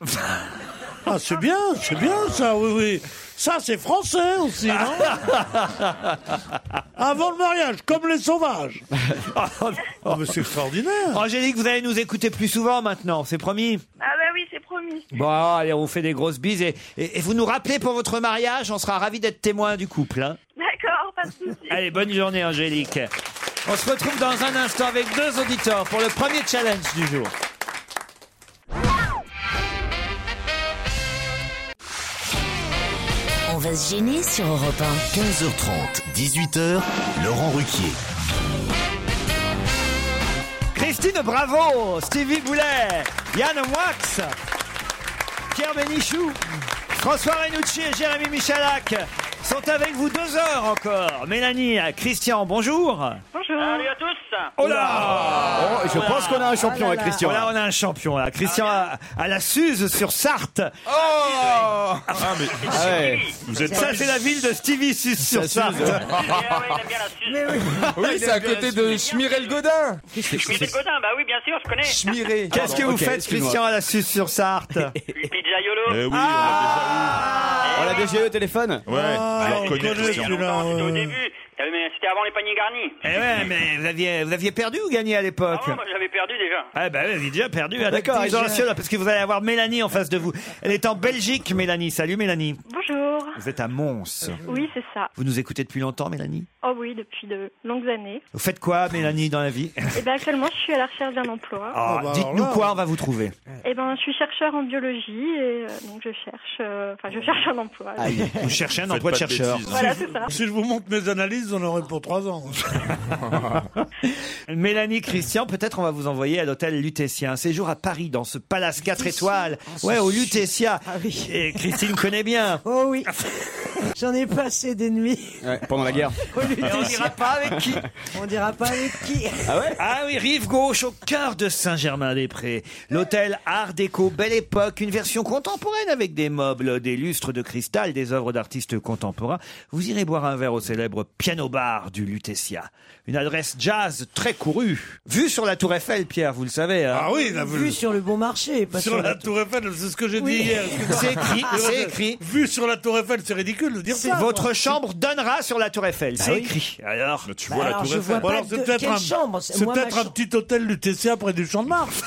Ah, c'est bien, c'est bien ça, oui, oui. Ça, c'est français aussi, non Avant le mariage, comme les sauvages.
oh, mais c'est extraordinaire Angélique, vous allez nous écouter plus souvent maintenant, c'est promis
ah bah oui, c'est promis.
Bon, allez, on vous fait des grosses bises et, et- et vous nous rappelez pour votre mariage, on sera ravis d'être témoins du couple. hein.
D'accord, pas de souci.
Allez, bonne journée Angélique. On se retrouve dans un instant avec deux auditeurs pour le premier challenge du jour.
On va se gêner sur Europe 1.
15h30, 18h, Laurent Ruquier.
Christine Bravo, Stevie Boulet, Yann Wax, Pierre Bénichou, François Renucci et Jérémy Michalak sont avec vous deux heures encore. Mélanie, Christian, bonjour.
Bonjour. Salut à tous.
Oh là
Oh, je pense qu'on a un champion, là, Christian.
Oh là, on a un champion là. Christian à, à la Suze sur Sarthe.
Oh
Ah ouais.
Vous êtes
ça
pas-
c'est la ville de Stevie Suze sur
Suze.
Sarthe.
Oui, c'est à côté de Schmirel Godin.
Schmirel Godin, bah oui, bien sûr, je connais.
Schmirel.
Qu'est-ce que vous faites Christian à la Suze sur Sarthe
Pizzaiolo.
Euh,
oui,
On l'a déjà eu au téléphone
Oh,
Ouais, je le reconnais, Christian.
C'était au début. Euh, Mais c'était avant les paniers garnis.
Eh ouais, mais vous aviez, vous aviez perdu ou gagné à l'époque
Ah, moi, j'avais perdu déjà.
Ah bah oui, vous avez déjà perdu, ah,
Ouais,
d'accord, ils ont
déjà.
un ciel, parce que vous allez avoir Mélanie en face de vous. Elle est en Belgique, Mélanie. Salut Mélanie.
Bonjour.
Vous êtes à Mons.
Oui, c'est ça.
Vous nous écoutez depuis longtemps, Mélanie
Oh oui, depuis de longues années.
Vous faites quoi, Mélanie, dans la vie
Et bien actuellement, je suis à la recherche d'un emploi.
Ah, Dites-nous quoi, on va vous trouver.
Et ben, je suis chercheur en biologie et euh, donc je cherche, euh,
Oh.
enfin, je cherche un emploi.
Vous cherchez un emploi de hein. chercheur.
Voilà, c'est ça.
Si je vous montre mes analyses, on aurait pour trois ans.
Mélanie, Christian, peut-être on va vous envoyer à l'hôtel Lutétien. Un séjour à Paris, dans ce palace 4 étoiles.
Ah,
Ouais,
c'est
au
chic.
Lutetia. Et Christine connaît bien.
Oh oui. J'en ai passé des nuits.
pendant la guerre.
Et on dira pas avec qui.
On dira pas avec qui.
Ah ouais Ah oui, rive gauche, au cœur de Saint-Germain-des-Prés. L'hôtel Art Déco, belle époque, une version contemporaine avec des meubles, des lustres de cristal, des œuvres d'artistes contemporains. Vous irez boire un verre au célèbre piano bar du Lutetia. Une adresse jazz très courue. Vue sur la tour Eiffel, Pierre, vous le savez. hein.
Ah oui, la
Vu sur le bon marché. Pas
Sur la Tour Eiffel, c'est ce que j'ai
Oui.
dit hier.
C'est écrit,
Mais
c'est
moi,
écrit.
Vu sur la Tour Eiffel, c'est ridicule de dire ça.
Votre chambre donnera sur la tour Eiffel.
Bah
c'est
oui.
écrit. Alors,
tu
Bah alors, je vois pas Alors, c'est de- peut-être quelle un- chambre, c'est- c'est moi, ma peut-être un chambre. petit hôtel du TCA près du Champ de Mars.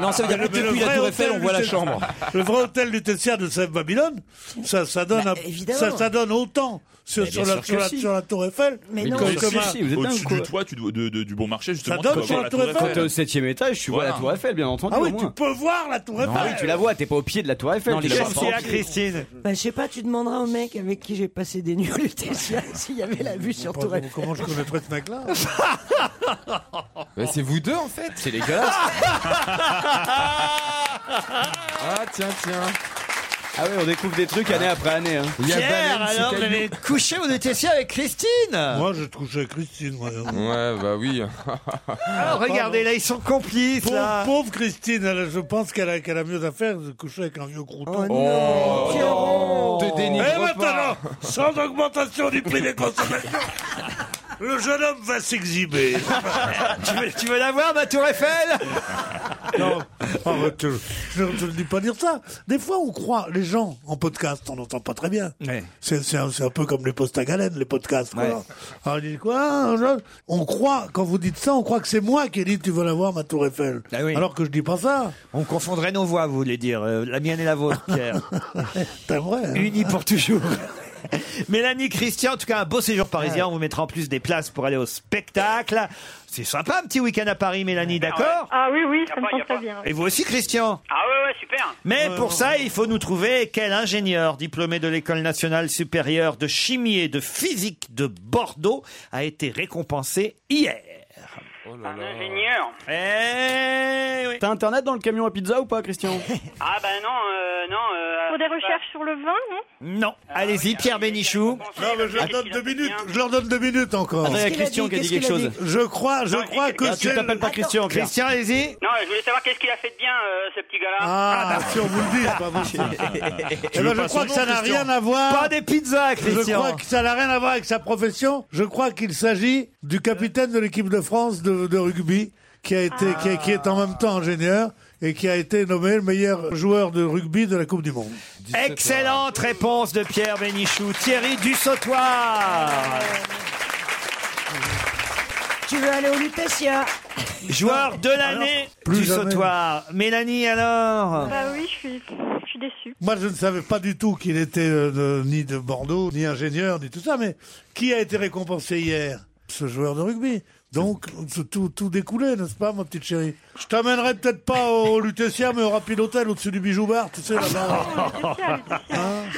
Non, ça veut dire que
Mais le
depuis la
vrai
Tour
hôtel
Eiffel, on
du
voit la
Tessa-
chambre.
Le vrai hôtel du Tessia de Sèvres Babylone, ça, ça, donne,
Bah,
un-
évidemment.
ça, ça donne autant sur,
Mais bien
sur la,
sûr
sur,
que
la,
si.
sur la Tour Eiffel.
Mais
que-
Comme
que
Thomas,
ma-
Au-dessus du toit tu dois- de- de- du bon marché, justement.
Ça donne
tu peux
sur
voir
la Tour Eiffel.
Quand t'es au 7 étage, tu vois
Voilà.
la Tour Eiffel, bien entendu.
Ah
au
oui, tu
moins.
peux voir la Tour
Ah oui,
Eiffel.
tu la vois, t'es pas au pied de la Tour Eiffel.
Non,
tu
les
la
gens
vois
sont
pas.
au pied.
Christine
Bah, je sais pas, tu demanderas au mec avec qui j'ai passé des nuits au Lutetia s'il y avait la vue sur Tour Eiffel.
Comment je connaîtrais ce mec-là
Bah, c'est vous deux en fait. C'est dégueulasse. ah tiens tiens.
Ah oui, on découvre des trucs année après année. hein.
Pierre, alors, vous avez couché au Lutetia avec Christine
Moi, Ah, je te couchais avec Christine. moi.
Ouais bah oui.
Ah, regardez, là, ils sont complices,
Pauvre,
là.
pauvre Christine, elle- je pense qu'elle a, qu'elle a mieux à faire de coucher avec un vieux crouton.
Oh, Te
Et
dénigre
maintenant,
pas.
sans augmentation du prix des consommations, le jeune homme va s'exhiber.
tu, veux, tu veux la voir, ma tour Eiffel
Non, arrête, je- je ne dis pas dire ça. Des fois, on croit, les gens, en podcast, on n'entend pas très bien. C'est c'est un, c'est un peu comme les postes à galène, les podcasts. quoi.
Ouais.
Alors, on dit quoi je- On croit, quand vous dites ça, on croit que c'est moi qui ai dit tu veux la voir, ma tour Eiffel.
Ah oui.
Alors que je dis pas ça.
On confondrait nos voix, vous voulez dire. euh, la mienne et la vôtre, Pierre.
T'as vrai. hein.
Unis pour toujours. Mélanie, Christian, en tout cas, un beau séjour parisien. On vous mettra en plus des places pour aller au spectacle. C'est sympa, un petit week-end à Paris, Mélanie, d'accord
Ah oui, oui, ça me
pas, y
tente
a
très
pas.
Ah
bien.
Et vous aussi, Christian
Ah ouais, ouais, super.
Mais
Euh.
pour ça, il faut nous trouver quel ingénieur diplômé de l'École nationale supérieure de chimie et de physique de Bordeaux a été récompensé hier.
Un ingénieur.
Eh oui.
T'as internet dans le camion à pizza ou pas, Christian
Ah bah non, euh, non. euh,
Pour des
c'est pas-
recherches sur le vin, non
Non. Allez-y, Pierre Bénichou.
Ah, Non, mais je leur donne deux minutes. Je leur donne deux minutes encore.
Attends, il y a Christian qui a dit quelque chose.
Je crois, je
Non,
crois
il-
que
Ah, tu
c'est.
t'appelles pas Christian, Pierre.
Christian, allez-y.
Non, je voulais savoir qu'est-ce qu'il a fait de bien, euh, ce petit gars-là.
Ah, si on vous le dit, c'est pas possible. Eh ben, je crois que ça n'a rien à
Pas
voir.
des pizzas,
Je crois
Christian.
que ça n'a rien à voir avec sa profession. Je crois qu'il s'agit du capitaine de l'équipe de France de, de rugby, qui a été, qui, est- qui est en même temps ingénieur et qui a été nommé le meilleur joueur de rugby de la Coupe du Monde.
Excellente réponse de Pierre Bénichou. Thierry Dussautoir.
Tu veux aller au Lutetia
Joueur de l'année
plus
du
jamais.
sautoir. Mélanie, alors
Bah oui, je suis, je suis déçue.
Moi, je ne savais pas du tout qu'il était euh, de- ni de Bordeaux, ni ingénieur, ni tout ça, mais qui a été récompensé hier Ce joueur de rugby. Donc, ce- tout, tout découlait, n'est-ce pas, ma petite chérie Je t'amènerai peut-être pas au Lutetia, mais au Rapide Hôtel, au-dessus du Bijou Bar, tu
Ah,
Ah
sais, là-bas.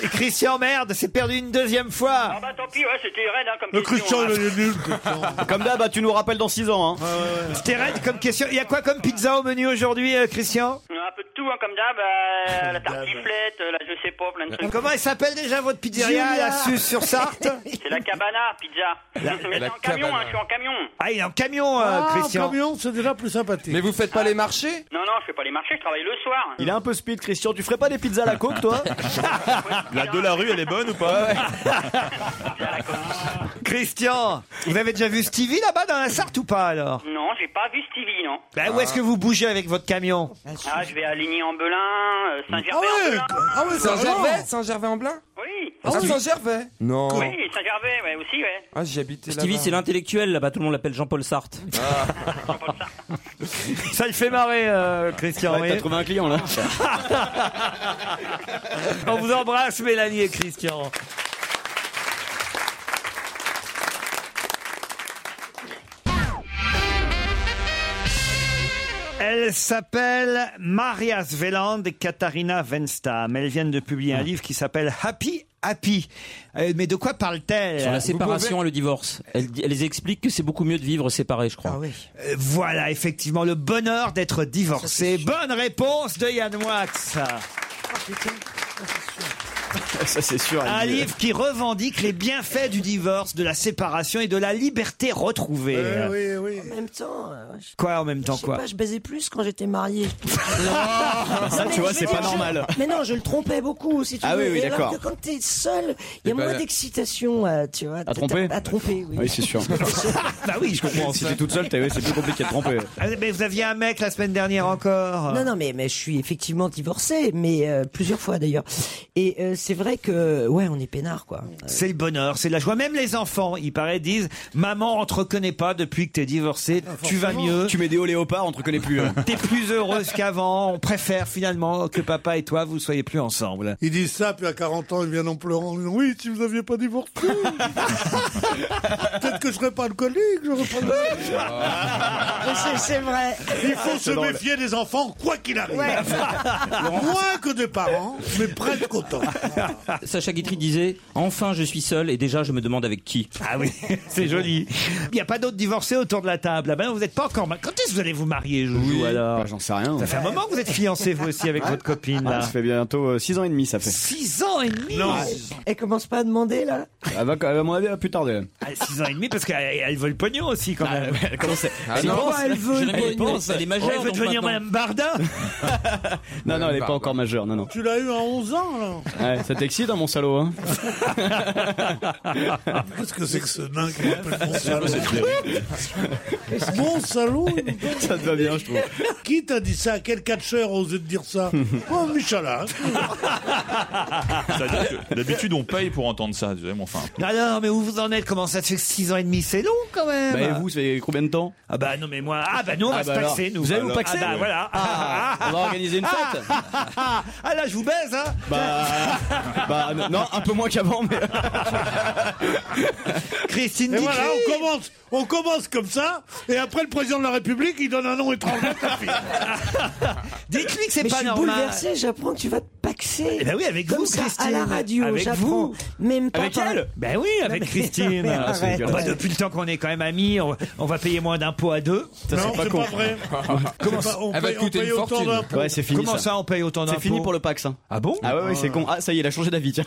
Et Christian, merde, c'est perdu une deuxième fois.
Ah bah tant pis, ouais, c'était raide hein, comme
Le
question.
Christian,
hein.
il est nul, Christian.
Comme d'hab, bah, tu nous rappelles dans 6 ans. hein.
C'était raide comme question. Il y a quoi comme pizza au menu aujourd'hui, euh, Christian
On a un peu de tout, hein, comme d'hab. euh, la tartiflette, euh, la je sais pas, plein de trucs.
Comment elle s'appelle déjà votre pizzeria à la Suze sur Sarthe
C'est la cabana, pizza. Mais
la
c'est en camion,
cabana.
hein, je suis en camion.
Ah, il est en camion, euh,
Ah, en
Christian.
camion, c'est déjà plus sympathique.
Mais vous faites
Ah.
pas les marchés
Non, non, je fais pas les marchés, je travaille le soir.
Il est un peu speed, Christian. Tu ferais pas des pizzas à la coque, toi
La de la rue, elle est bonne ou pas
Christian, vous avez déjà vu Stevie là-bas dans la Sarthe ou pas alors
Non, j'ai pas vu Stevie, non.
Ben, Où est-ce
Ah.
que vous bougez avec votre camion
Ah, je vais à Ligny-en-Belin, euh, Saint-Gervais-en-Belin.
Ah ouais,
Saint-Gervais Saint-Gervais en Blain
Oui.
Ah, Saint-Gervais Non.
Oui, Saint-Gervais, ouais, aussi, ouais.
Ah, j'y habitais
Stevie,
là-bas.
c'est l'intellectuel là-bas, tout le monde l'appelle Jean-Paul Sartre.
Ah.
Ça le fait marrer, euh, Christian.
Ouais, t'as trouvé
un client là. On vous embrasse, Mélanie et Christian. Elle s'appelle Maria Sveland et Katharina Wenstam. Elles viennent de publier
Ah.
un livre qui s'appelle Happy Happy. Euh, Mais de quoi parle-t-elle
Sur la
Vous
séparation
pouvez-
et le divorce. Elle, dit- elle les explique que c'est beaucoup mieux de vivre séparés, je crois.
Ah
Euh, Voilà, effectivement, le bonheur d'être divorcé. Bonne réponse de Yann Moix.
Ça, c'est sûr.
Un
elle dit-
livre qui revendique les bienfaits du divorce, de la séparation et de la liberté retrouvée.
En même temps, euh, je
Quoi en même temps
Euh, je sais
quoi
pas, je baisais plus quand j'étais mariée.
Ça,
Non, mais
tu vois,
je-
c'est pas
je-
normal.
Mais non, je le trompais beaucoup, si tu
Ah
veux.
oui, oui,
Et alors
d'accord.
que quand t'es seul, il y
Eh
a moins
ben,
d'excitation, euh, tu vois.
À tromper
À tromper, oui.
Oui, c'est sûr.
bah oui, je comprends.
Si t'es toute seule, t'es- ouais, c'est plus compliqué de tromper.
Ah, Mais vous aviez un mec la semaine dernière encore.
Non, non, mais, mais je suis effectivement divorcée, mais euh, plusieurs fois d'ailleurs. Et euh, c'est vrai que, ouais, on est peinard, quoi.
C'est le bonheur, c'est la joie. Même les enfants, il paraît, disent Maman, on te reconnaît pas depuis que t'es divorcée,
Ah,
tu vas mieux.
Tu mets des hauts léopards, on te reconnaît plus. hein.
T'es plus heureuse qu'avant, on préfère finalement que papa et toi vous soyez plus ensemble.
Ils disent ça, puis à 40 ans, ils viennent en pleurant. Ils disent, Oui, si vous n'aviez pas divorcé. Peut-être que je serais pas alcoolique, je
Mais
Ah,
c'est- c'est vrai.
Il faut se
C'est drôle.
méfier des enfants, quoi qu'il arrive.
Ouais.
Moins que des parents, mais presque autant.
Sacha Guitry disait Enfin, je suis seul et déjà, je me demande avec qui.
Ah oui, c'est joli. Il n'y a pas d'autres divorcés autour de la table. Ah ben, vous n'êtes pas encore. mar- Quand est-ce que vous allez vous marier, Joujou, alors
Bah, J'en sais rien.
Ça fait un moment que vous êtes fiancé, vous aussi, avec votre copine.
Ah,
Là.
ça fait bientôt 6 ans et demi, ça fait.
Six ans et demi
Non.
Elle commence pas à demander, là.
Elle va, Ah, bah, à mon avis, elle va plus tarder.
Ah, Six ans et demi, parce qu'elle elle veut le pognon aussi, quand
Bah,
même.
Ah,
Elle
non.
pense,
Elle veut
elle
le pognon,
pense.
elle est majeure,
Elle veut
donc,
devenir
maintenant.
Madame Bardin.
Non, non, elle est pas encore majeure, non, non.
Tu l'as eu à 11 ans, alors
Ouais, ça t'excite, hein, mon salaud, hein
Qu'est-ce que c'est que ce nain qui m'appelle mon
Ah, c'est
salaud
terrible.
Mon salaud il me parle.
Ça te va bien, je trouve.
Qui t'a dit ça Quel catcheur a osé te dire ça Oh, Michalak
C'est-à-dire que d'habitude, on paye pour entendre ça. tu sais, mais enfin.
Alors, mais où vous en êtes Comment ça se fait que six ans et demi C'est long, quand même.
Bah, et vous, ça fait combien de temps
Ah, bah non, mais moi. Ah, bah nous, on
Ah,
va se
bah alors.
taxer, nous.
Vous allez vous
Ah,
taxer
bah voilà.
Ah, on va organiser une fête
Ah, ah, ah, ah, là, je vous baise, hein
Bah. Bah, n- non, un peu moins qu'avant, mais.
Christine
Et
Dicry.
voilà, on commence, on commence comme ça, et après le président de la République, il donne un nom étranger à ta fille.
Dites-lui que c'est
Mais
pas
je suis
normal.
bouleversée, j'apprends que tu vas te paxer.
Eh ben oui, avec
Comme
vous,
ça,
Christine.
À la radio,
Avec
j'apprends.
vous.
Même pas par-
Ben oui, avec
mais-
Christine.
mais Ah, c'est arrête.
Bah, depuis le temps qu'on est quand même amis, on, on va payer moins d'impôts à deux.
Ça,
Non, c'est pas vrai.
Comment
C'est
ça
pas-
Ah
on
bah,
paye- on paye autant d'impôts.
Ouais, c'est fini.
Comment ça, on paye autant d'impôts
C'est fini pour le Pax. Hein.
Ah bon
Ah ouais, ouais, c'est con. Ah, ça y est, il a changé d'avis, tiens.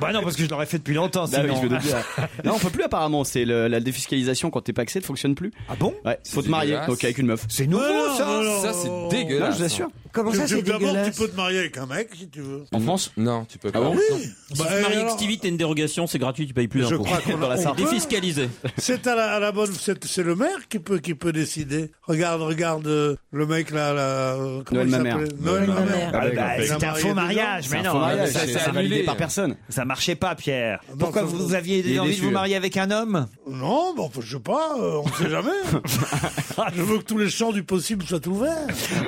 Bah non, parce que je l'aurais fait depuis longtemps.
Bah oui,
sinon.
je me doute bien. Là, on peut plus apparemment. C'est le- la défiscalisation quand t'es paxé, ne fonctionne plus.
Ah bon
Ouais, faut te marier.
dégueulasse.
Donc avec une meuf.
C'est nouveau
Oh Non,
ça
non, non.
Ça, c'est
Non,
dégueulasse.
je vous assure.
Comment
Tu-
ça,
tu-
c'est
D'abord, tu
dégueulasse
peux te marier avec un mec, si tu veux.
En France
Non, tu peux pas.
Ah bon
Si
Bah, et
tu te
euh,
maries avec
alors
Stevie, t'as une dérogation, c'est gratuit, tu payes plus
Je
d'impôts.
crois qu'on a-
Dans la
on
Sarthe.
peut-
Défiscalisé.
C'est à la, à la bonne, c'est c'est le maire qui peut, qui peut décider. Regarde, regarde euh, le mec là, là euh, comment
Noël
il
Mamère.
s'appelait Noël
Mamère.
Mamère.
Ah,
Ah, d'accord.
bah,
Il a
C'est un
marié
faux
deux
mariage,
gens.
mais
C'est un
non. hein,
faux mariage,
ça-
c'est-
c'est
c'est
validé
annulé.
par personne.
Ça marchait pas, Pierre.
Non,
Pourquoi
ça-
vous, vous aviez
Ah, Il est
envie
déçu, hein.
de vous
là.
marier avec un homme
Non, bon, je sais pas, euh, on sait jamais. je veux que tous les champs du possible soient ouverts.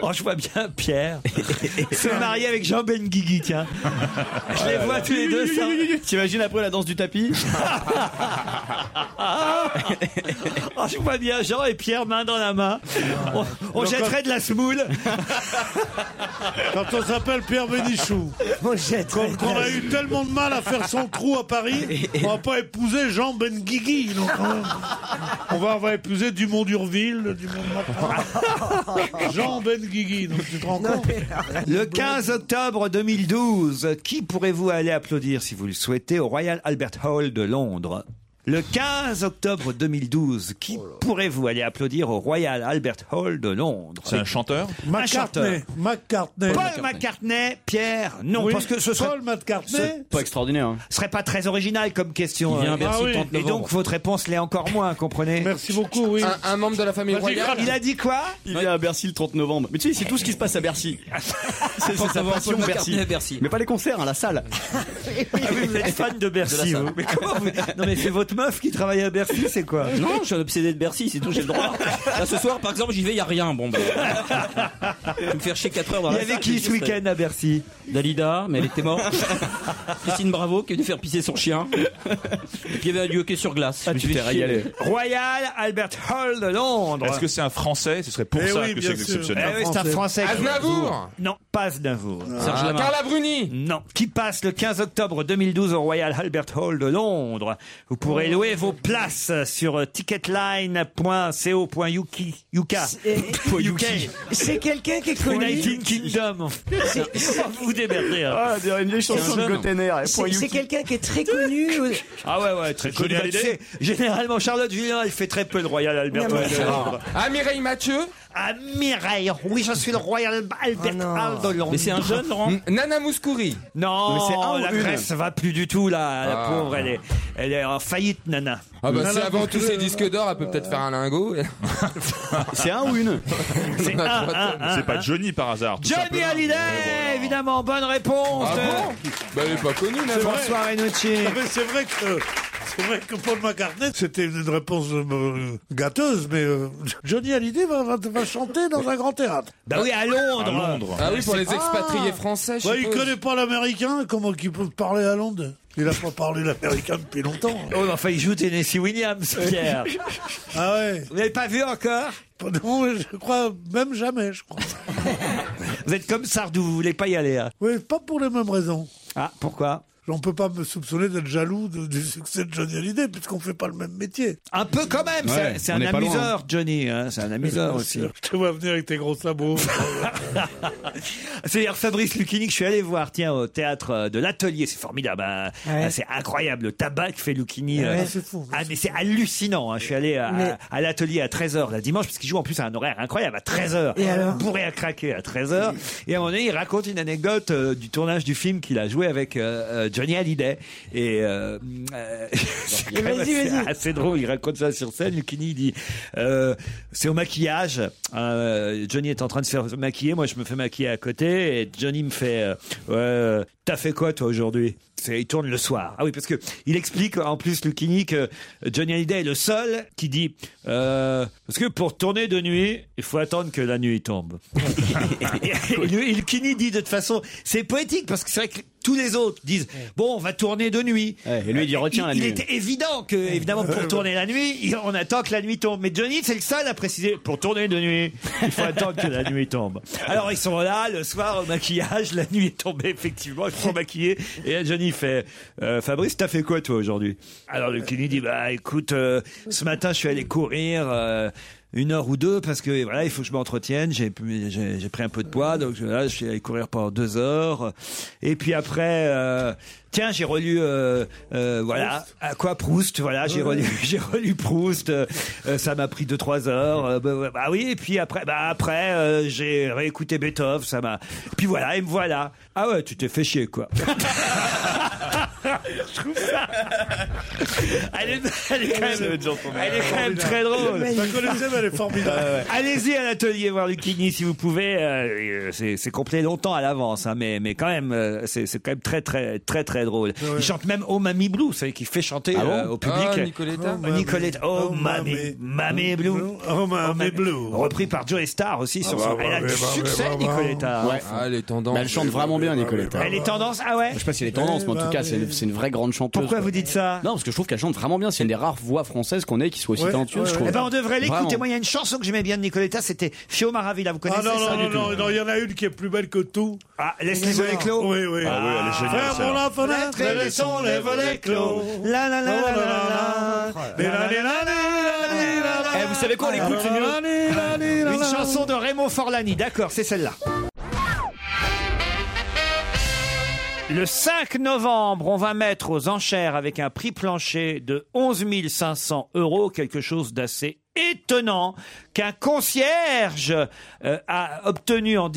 Oh, je vois bien Pierre se marier avec Jean Benguigui, tiens. Ah, Je les vois tous les deux. ça.
T'imagines après la danse du tapis
Oh, je vois bien Jean et Pierre main dans la main. On, on jetterait de la semoule.
Quand on s'appelle Pierre Bénichou,
On jette.
qu'on qu'on a eu tellement de mal à faire son trou à Paris, on va pas épouser Jean Benguigui. non, quand même. On va, on va épouser Dumont d'Urville, Dumont de Matran. Jean Benguigui, donc tu te rends compte
Le 15 octobre 2012, qui pourrez-vous aller applaudir si vous le souhaitez au Royal Albert Hall de Londres Le 15 octobre 2012, qui pourrez-vous aller applaudir au Royal Albert Hall de Londres
C'est un chanteur
Un chanteur.
McCartney.
Paul McCartney, Pierre, non,
Oui,
parce que ce serait...
Paul McCartney
ce-
Pas extraordinaire. hein.
serait pas très original comme question.
Il vient à
Euh,
Bercy le 30
Et
novembre.
donc votre réponse l'est encore moins, comprenez
Merci beaucoup, oui.
Un, un membre de la famille royale.
Il a dit quoi
Il est à Bercy le 30 novembre. Mais tu sais, c'est tout ce qui se passe à Bercy. C'est c'est sa
savoir
passion,
Paul McCartney
Bercy.
à Bercy.
Mais pas les concerts, hein, la salle.
Ah oui, vous êtes fan de Bercy,
De la
vous.
salle.
Mais comment vous- Non, mais c'est votre meuf qui travaille à Bercy, c'est quoi
Non, je suis un obsédé de Bercy, c'est tout, j'ai le droit. Là, ce soir, par exemple, j'y vais, y a rien. Bon, bah. Je vais me faire chier 4 heures dans
Il y
la
avait
salle,
qui
mais
ce
je serai-
week-end à Bercy
Dalida, mais elle était morte. Christine Bravo qui est venue faire pisser son chien. Et puis il y avait un hockey sur
Ah,
glace. je me suis fait régaler.
Royal Albert Hall de Londres.
Est-ce que c'est un français Ce serait pour
Eh
ça
oui,
que
bien
c'est
sûr.
exceptionnel.
Eh oui, c'est un français.
Aznavour
Non, pas Aznavour.
Serge Ah, Lama. Carla Bruni
Non, qui passe le 15 octobre 2012 au Royal Albert Hall de Londres. Vous pourrez louer vos places sur ticketline.co.uk. UK.
C'est quelqu'un qui est connu.
United Kingdom. vous démerdez. hein.
Ah, une vieille
C'est un
chanson de
jeune.
Gotenner.
C'est c'est quelqu'un qui est très connu. aux-
Ah ouais, ouais, très connu.
Johnny
Bah, tu
Hallyday.
sais, Généralement, Charlotte Julien, elle fait très peu le Royal Albert
Non,
Hall
mais-
de Londres.
Ah, Mireille Mathieu
Ah, Mireille, oui, je suis le Royal
Ah,
Albert Hall de Londres.
Mais c'est un jeune, Laurent
N- Nana Mouskouri.
Non,
Mais c'est un ou
la
une
Grèce va plus du tout là, la
Ah.
pauvre, elle est, elle est en faillite, nana.
Ah bah
Nana
si avant tous
Mouskouri,
ces disques d'or, elle peut peut-être faire un lingot. Bah,
C'est un ou une
C'est un, un, un,
C'est pas
un.
Johnny par hasard. tout
Johnny
simplement.
Hallyday, évidemment, bonne réponse.
Ah
de
bon Bah elle est pas connue, Nana.
François Renucci.
Ah, mais c'est vrai que. C'est vrai que Paul McCartney, c'était une réponse euh, gâteuse, mais euh, Johnny Hallyday va, va, va chanter dans un grand théâtre.
Bah oui, à Londres.
À Londres.
Ah oui, pour les expatriés français, je
Ouais, il
suppose.
connaît pas l'américain, comment qu'il peut parler à Londres Il a pas parlé l'américain depuis longtemps.
Oh, mais enfin, il joue Tennessee Williams, Pierre.
Ah ouais
Vous n'avez pas vu encore
Pas de- Non, je crois, même jamais, je crois.
Vous êtes comme Sardou, vous voulez pas y aller. hein.
Oui, pas pour les mêmes raisons.
Ah, pourquoi
On peut pas me soupçonner d'être jaloux de- du succès de Johnny Hallyday, puisqu'on fait pas le même métier.
Un peu quand même, c'est-
Ouais,
c'est
on
un
est pas loin.
amuseur, Johnny. hein, c'est un amuseur aussi.
Je te vois venir avec tes gros sabots.
C'est d'ailleurs Fabrice Lucchini que je suis allé voir, tiens, au théâtre euh, de l'Atelier. C'est formidable. hein.
Ouais.
Ah, C'est incroyable. Le tabac que fait Lucchini.
Ouais,
euh,
c'est fou.
Ah, mais c'est hallucinant. hein. Je suis allé à,
Mais-
à l'Atelier à 13h la dimanche, parce qu'il joue en plus à un horaire incroyable, à 13h.
Et alors
Bourré à craquer à 13h. Et à un moment donné, il raconte une anecdote euh, du tournage du film qu'il a joué avec euh, euh, Johnny Hallyday. Et euh, euh, c'est quand même
Vas-y,
assez-
vas-y.
assez drôle, il raconte ça sur scène. Lucchini il dit euh, c'est au maquillage. Euh, Johnny est en train de se faire maquiller, moi je me fais maquiller à côté et Johnny me fait euh, ouais, euh, t'as fait quoi toi aujourd'hui C'est- il tourne le soir. Ah oui, parce que il explique en plus Lucchini que Johnny Hallyday est le seul qui dit euh, parce que pour tourner de nuit, il faut attendre que la nuit tombe. Et lui, il Kini dit de toute façon, c'est poétique parce que c'est vrai que tous les autres disent bon, on va tourner de nuit.
Ouais, et lui, il dit, retiens
il,
la
il
nuit.
était évident que évidemment pour tourner la nuit, il- on attend que la nuit tombe. Mais Johnny, c'est le seul à préciser pour tourner de nuit, il faut attendre que la nuit tombe. Alors ils sont là le soir au maquillage, la nuit est tombée effectivement, ils sont maquillés et là, Johnny fait euh, Fabrice, t'as fait quoi toi aujourd'hui Alors le Kini dit bah écoute, euh, ce matin je suis allé courir. euh, une heure ou deux parce que voilà il faut que je m'entretienne j'ai pu- j'ai j'ai pris un peu de poids donc je- là je suis allé courir pendant deux heures et puis après euh, tiens j'ai relu euh, euh, voilà à quoi Proust voilà j'ai relu j'ai relu Proust euh, euh, ça m'a pris deux trois heures euh, bah, bah, bah oui et puis après bah après euh, j'ai réécouté Beethoven ça m'a puis voilà et me voilà ah ouais tu t'es fait chier quoi Je trouve ça- elle est, elle est quand même, elle est quand même très drôle.
La connaissais, mais elle est formidable.
Allez-y à l'atelier voir Lucchini si vous pouvez. Euh, euh, c'est c'est complet longtemps à l'avance, hein, mais, mais quand même, euh, c'est c'est quand même très, très, très, très drôle. Il chante même Oh Mamie Blue, vous savez, qui fait chanter
Ah bon
euh, au public.
Ah, Nicoletta.
Oh, Nicoletta. Oh, Mamie, Mamie Blue.
Oh, Mamie Blue.
Repris par Joe Star aussi sur
bah,
son.
bah,
Elle a
bah,
du
bah,
succès,
bah, bah.
Nicoletta.
Ouais.
Ah, les tendances.
Mais elle chante vraiment bien, Nicoletta.
Elle est tendance. Ah ouais
Je sais pas si elle est tendance, mais en tout cas, c'est une, c'est une vraie grande chanteuse.
Pourquoi
quoi.
vous dites ça
Non, parce que je trouve qu'elle chante vraiment bien. C'est une des rares voix françaises qu'on ait qui soit aussi
Ouais,
talentueuse,
ouais,
je
ouais.
trouve.
Eh ben, on devrait l'écouter.
Vraiment.
Moi, il y a une chanson que j'aimais bien de Nicoletta, c'était Fio Maravilla. Vous connaissez
Ah non, non,
ça du
non,
tout
non, non, il y en a une qui est plus belle que tout.
Ah, laisse-les voler clos.
Oui, oui.
Ah oui, elle est géniale.
Fermons
celle-là.
la fenêtre et laissons les volets clos.
La la la la la la.
Mais la, la, la, la, la, la, la.
Eh, vous savez quoi, on l'écoute, c'est mieux.
La, la, la, la, la,
Une
la.
chanson de Raymond Forlani, d'accord, c'est celle-là. Le 5 novembre, on va mettre aux enchères avec un prix plancher de 11 500 euros, quelque chose d'assez étonnant qu'un concierge euh, a obtenu en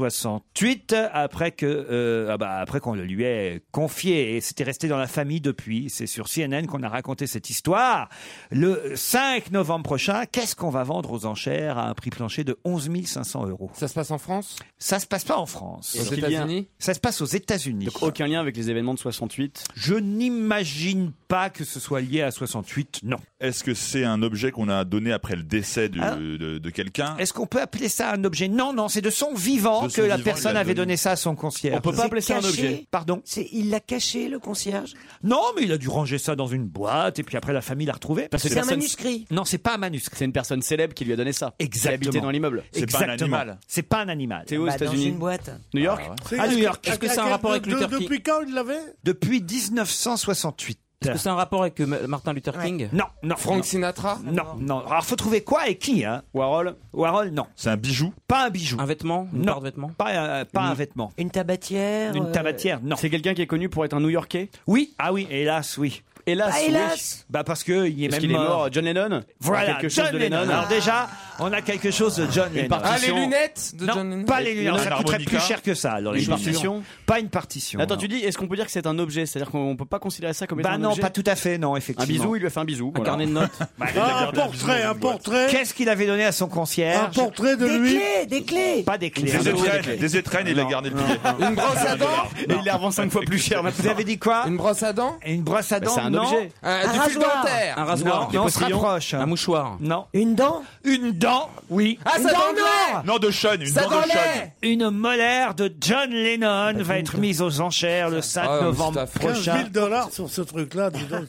1968 après que euh, ah bah, après qu'on le lui ait confié et c'était resté dans la famille depuis c'est sur CNN qu'on a raconté cette histoire le 5 novembre prochain qu'est-ce qu'on va vendre aux enchères à un prix plancher de 11 500 euros ça se passe en France ça se passe pas en France
Aux États-Unis
ça se passe aux États-Unis
Donc aucun lien avec les événements de 68.
je n'imagine pas que ce soit lié à 68 non
Est-ce que c'est un objet qu'on a donné après le décès de,
Ah.
de- de quelqu'un
Est-ce qu'on peut appeler ça un objet Non, non, c'est de son vivant
De
que
son
la
vivant,
personne
il a
avait
donné.
donné ça à son concierge.
On peut pas appeler ça un
Caché
objet.
Pardon
C'est- Il l'a caché, le concierge
Non, mais il a dû ranger ça dans une boîte et puis après la famille l'a retrouvé.
Parce que C'est un personne- manuscrit.
Non, c'est pas un manuscrit.
C'est une personne célèbre qui lui a donné ça.
Exactement.
Qui habitait dans l'immeuble.
Exactement. C'est pas un animal.
C'est où aux
Bah, dans
États-Unis
une boîte.
New York
Ah, À New York. Est-ce que ça a un rapport avec Luther King
Depuis quand il l'avait
Depuis 1968.
Est-ce que c'est un rapport avec euh, Ma- Martin Luther King
Non, non.
Frank
Sinatra Non, non. Alors, faut trouver quoi et qui, hein Warhol Warhol, non.
C'est un bijou
Pas un bijou.
Un vêtement Une
Non.
part de vêtement
Pas, euh, pas un vêtement.
Une tabatière
euh,
Une tabatière, non.
C'est quelqu'un qui est connu pour être un New Yorkais
Oui, ah oui, hélas, oui.
Hélas,
Ah,
oui.
hélas Bah parce que il est
Est-ce
même
qu'il est mort, John Lennon
Voilà,
Quelque
John
chose de
Lennon.
Lennon.
Alors déjà, on a quelque chose de John Lennon.
partition. Ah, les lunettes de
Non,
John Lennon
pas les
Une
lunettes. Ça coûterait
harmonica.
plus cher que ça. Alors, les
Une
lunettes.
partition.
Pas une partition.
Attends,
non.
tu dis, est-ce qu'on peut dire que c'est un objet C'est-à-dire qu'on peut pas considérer ça comme étant
Bah
un
non,
objet
pas tout à fait, non,
Un
effectivement.
bisou, il lui a fait un bisou.
Un carnet de notes.
Bah, il
Ah,
l'a
un
gardé
portrait,
dans une
un
boîte.
Qu'est-ce qu'il avait donné à son concierge
Un portrait de Des lui
clés, des clés.
Pas des clés. hein.
Des étrennes, des étrennes, il a gardé le billet.
Une brosse à dents Mais il la revend 5 fois plus cher maintenant.
Vous avez dit quoi Une brosse à dents Une brosse à
Bah,
dents,
c'est un
non.
objet.
Un-
du fil
rasoir.
dentaire. Un rasoir.
Non,
Des
non, on se
postillons.
rapproche.
Un mouchoir
Non.
Une dent
Une dent, oui.
Ah,
Une
ça
dent
dent de lait
Non, de Sean, une dent de Sean.
Une molaire de John Lennon va être mise aux enchères le 5
Ah, mais
novembre
c'est affreux.
15
prochain.
000 dollars sur ce truc-là, dis donc.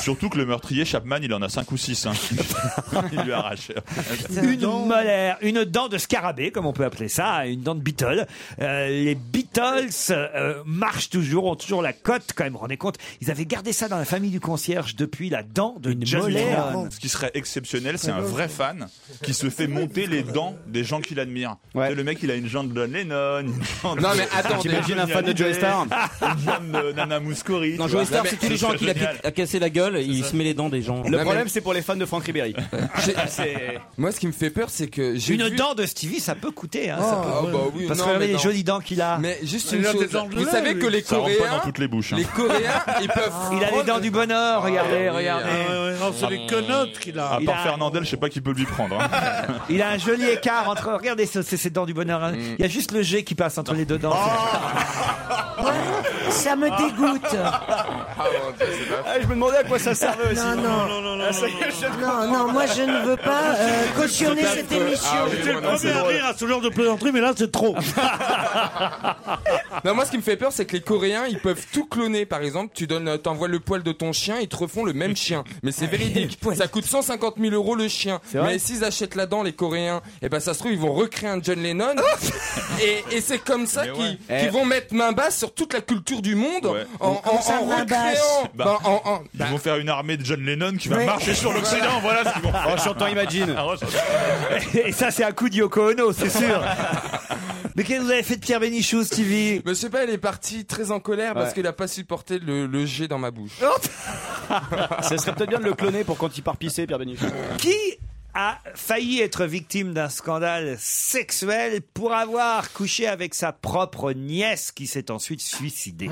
Surtout que le meurtrier Chapman, il en a 5 ou 6. il lui arrache.
Une molaire, une dent de scarabée, comme on peut appeler ça, une dent de beetle. Euh, les Beatles euh, marchent toujours, ont toujours la cote quand même, vous vous rendez compte. Ils avaient gardé ça dans la famille du concierge depuis la dent de John Lennon.
Ce qui serait exceptionnel, c'est un vrai fan qui se fait monter les dents des gens qu'il admire. Tu sais, Le mec, il a une jambe de John Lennon. une jambe
Non, mais
de-
attends, t'imagines un fan de Joey Starr
Une jambe de Euh, Nana Mouskouri.
Non,
tu vois.
Joey Star, c'est tous les gens à qui il a,
génial.
piqué- a cassé la gueule, il se met les dents des gens.
Le problème, c'est pour les fans de Franck Ribéry. Ah, C'est-
Moi, ce qui me fait peur, c'est que j'ai
Une
vu-
dent de Stevie, ça peut coûter. Hein,
Ah,
ça peut-
ah, bah oui,
Parce
non,
que regardez
mais
les
non.
jolies dents qu'il a.
Mais juste une chose, vous savez que les
Ça rentre pas
Coréens,
dans toutes les bouches. hein.
les Coréens, ils peuvent.
Il a les dents du
Ah,
bonheur, regardez,
Ah
regardez.
Non, c'est les quenottes qu'il a.
Ah. À
Il
part
a-
Fernandel, je sais pas qui peut lui prendre. hein.
Il a un joli écart entre. Regardez, ce- c'est ces dents du bonheur. hein.
Mm.
Il y a juste le G qui passe entre les deux dents.
Ah.
Ça me dégoûte.
Ah,
Ah, je me demandais à quoi ça servait aussi.
Non, non.
non, non, Ah, ça y est, je-
Non, non, moi je ne veux pas euh, cautionner cette émission.
Ah, J'étais le
Ah,
premier à rire à ce genre de plaisanterie, mais là, c'est trop.
Non, moi, ce qui me fait peur, c'est que les Coréens, ils peuvent tout cloner. Par exemple, tu donnes, euh, t'envoies le poil de ton chien, ils te refont le même chien. Mais c'est véridique. Ça coûte 150 000 euros le chien.
vrai
Mais s'ils achètent la dent, les Coréens, et ben ça se trouve, ils vont recréer un John Lennon. et et c'est comme ça qu'ils
Eh.
qu'ils vont mettre main basse sur toute la culture du monde en, en,
Comme ça,
en
main basse.
recréant.
Bah,
ben, en- en-
Ils vont faire une armée de John Lennon qui va
Ouais.
marcher sur l'Occident. Voilà Ah, ce qu'ils vont
En
faire.
chantant Imagine.
Et ça, c'est un coup de Yoko Ono, c'est sûr. Mais qu'est-ce que vous avez fait de Pierre Bénichou, Stevie
Mais je sais pas, elle est partie très en colère parce
Ouais.
qu'elle a pas supporté le, le jet dans ma bouche.
Ça serait peut-être bien de le cloner pour quand il part pisser, Pierre Bénichou.
Qui a failli être victime d'un scandale sexuel pour avoir couché avec sa propre nièce qui s'est ensuite suicidée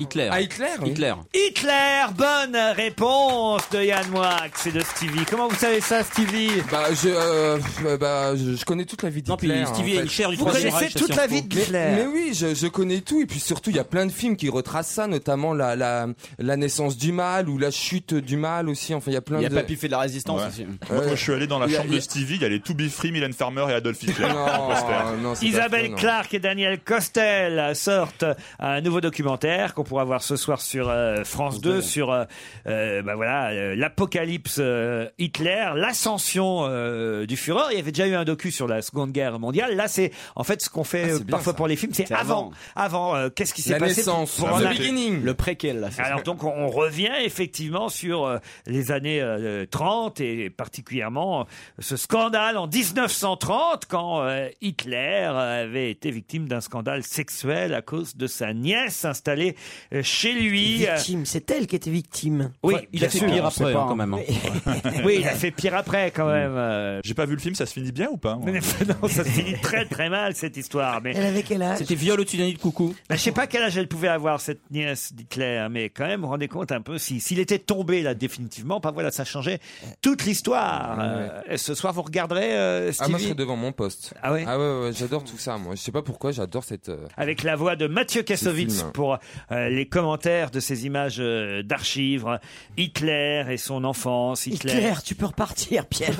Hitler.
Ah, Hitler oui.
Hitler.
Hitler, bonne réponse de Yann Moix et de Stevie. Comment vous savez ça, Stevie
Bah, je, euh, euh, bah, je, je connais toute la vie
Non, puis
d'Hitler. hein,
Stevie
en
a une
fait.
chair du
Vous
Troisième
connaissez
Reich à
toute la
Sciences
vie
Po.
de
Mais,
Hitler.
mais oui, je, je connais tout. Et puis surtout, il y a plein de films qui retracent ça, notamment la, la, la naissance du mal ou la chute du mal aussi. Enfin, il y a plein
Il y a
de.
Papy fait de la résistance
Ouais.
aussi.
Moi, quand je suis allé dans la
Il y a-
chambre
il y
de
a-
Stevie, il y a les To Be Free, Mylène Farmer et Adolf Hitler.
Non, non, c'est pas vrai,
Isabelle
non.
Clark et Daniel Costel sortent un nouveau documentaire qu'on pourra voir ce soir sur euh, France 2 sur euh, euh, bah voilà euh, l'apocalypse euh, Hitler, l'ascension euh, du fureur. Il y avait déjà eu un docu sur la Seconde Guerre mondiale. Là, c'est en fait ce qu'on fait euh,
bien,
parfois
ça.
pour les films, c'est
C'est
avant, avant euh, qu'est-ce qui s'est
La
passé
naissance,
pour
the
en arriver-
beginning.
Le préquel, là. c'est ça.
alors donc on- on revient effectivement sur euh, les années euh, 30 et particulièrement évidemment ce scandale en 1930 quand euh, Hitler avait été victime d'un scandale sexuel à cause de sa nièce installée euh, chez lui.
Victime, c'est elle qui était victime.
Oui,
Enfin,
il
bien
a fait
sûr,
pire
on sait
après,
pas,
hein, quand
hein.
même, hein.
Mais-
Oui, il a fait pire après quand même. euh.
J'ai pas vu le film, ça se finit bien ou pas moi
non, ça se finit très très mal cette histoire. Mais
Elle avait quel âge C'était
viol au tsunami de coucou. Bah, Je sais pas quel âge elle pouvait avoir cette nièce d'Hitler, hein, mais quand même, vous vous rendez compte un peu si s'il était tombé là définitivement, pas voilà, ça changeait toute l'histoire. Euh, et ce soir, vous regarderez euh,
Ah, moi, je
Stevie
serais devant mon poste.
Ah ouais
Ah ouais, ouais, j'adore tout ça, moi. Je sais pas pourquoi, j'adore cette. euh,
avec la voix de Mathieu
Ce
Kassovitz
film.
pour euh, les commentaires de ces images euh, d'archives. Hitler et son enfance. Hitler.
Claire, tu peux repartir, Pierre.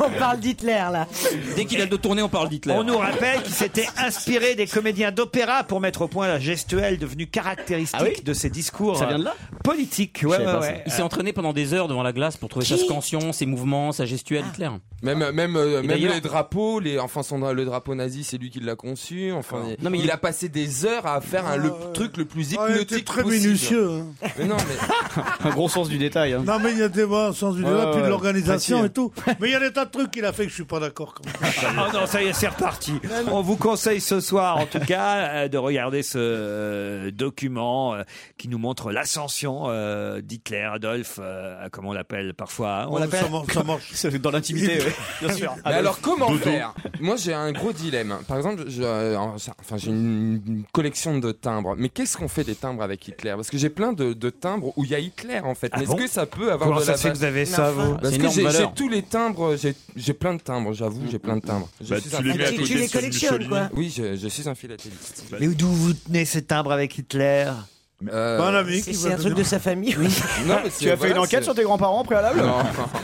on parle d'Hitler, là.
Dès qu'il a le dos tourné, on parle d'Hitler. On nous rappelle qu'il s'était inspiré des comédiens d'opéra pour mettre au point la gestuelle devenue caractéristique
Ah oui
de ses discours
Ça vient de là
euh, politiques.
Je
Ouais,
savais
ouais,
pas ça.
ouais.
Il s'est
Euh,
entraîné pendant des heures devant la glace pour trouver sa
Qui Ah.
scansion, ses mouvements, sa gestuelle, Hitler.
Même, même, euh,
Et
même
d'ailleurs-
les drapeaux, les, enfin son, dra- le drapeau nazi, c'est lui qui l'a conçu. Enfin, il,
Non, mais
il
il-
a passé des heures à faire hein, le truc le
Ouais, il
plus
était
hypnotique
très
possible.
minutieux, hein.
Mais non, mais
Un gros sens du détail. hein.
Non, mais il y a des mots, sens du
Ouais,
débat, puis
ouais,
de l'organisation
précis.
et tout. Mais il y a des tas de trucs qu'il a fait que je suis pas d'accord. quand même.
Ah non, ça y est, c'est reparti. On vous conseille ce soir, en tout cas, euh, de regarder ce euh, document euh, qui nous montre l'ascension euh, d'Hitler, Adolf, euh, comment on l'appelle parfois. hein, On
Oh,
l'appelle
ça mange-
Dans l'intimité, oui. Bien sûr.
Mais alors comment
Ah, Dodo.
faire Moi j'ai un gros dilemme. Par exemple, je- euh, enfin j'ai une, une collection de timbres. Mais qu'est-ce qu'on fait des timbres avec Hitler Parce que j'ai plein de, de timbres où il y a Hitler en fait.
Ah
Mais
bon
est-ce que ça peut avoir
Comment
de
ça
la
se fait que
valeur
vous avez ça, vous C'est
Parce
une
que
énorme
j'ai j'ai
valeur.
tous les timbres. J'ai j'ai plein de timbres. J'avoue, j'ai plein de timbres. Je
Bah,
suis
tu
un
les mets à
philatéliste.
côté Tu les de collectionnes, Mussolini. quoi.
Oui, je, je suis un philatéliste.
Mais d'où vous tenez ces timbres avec Hitler
Euh,
Pas un ami qui
C'est un truc de sa famille, oui.
Non, mais c'est-
Tu as fait
voilà,
une enquête
c'est-
sur tes grands-parents préalable
Non,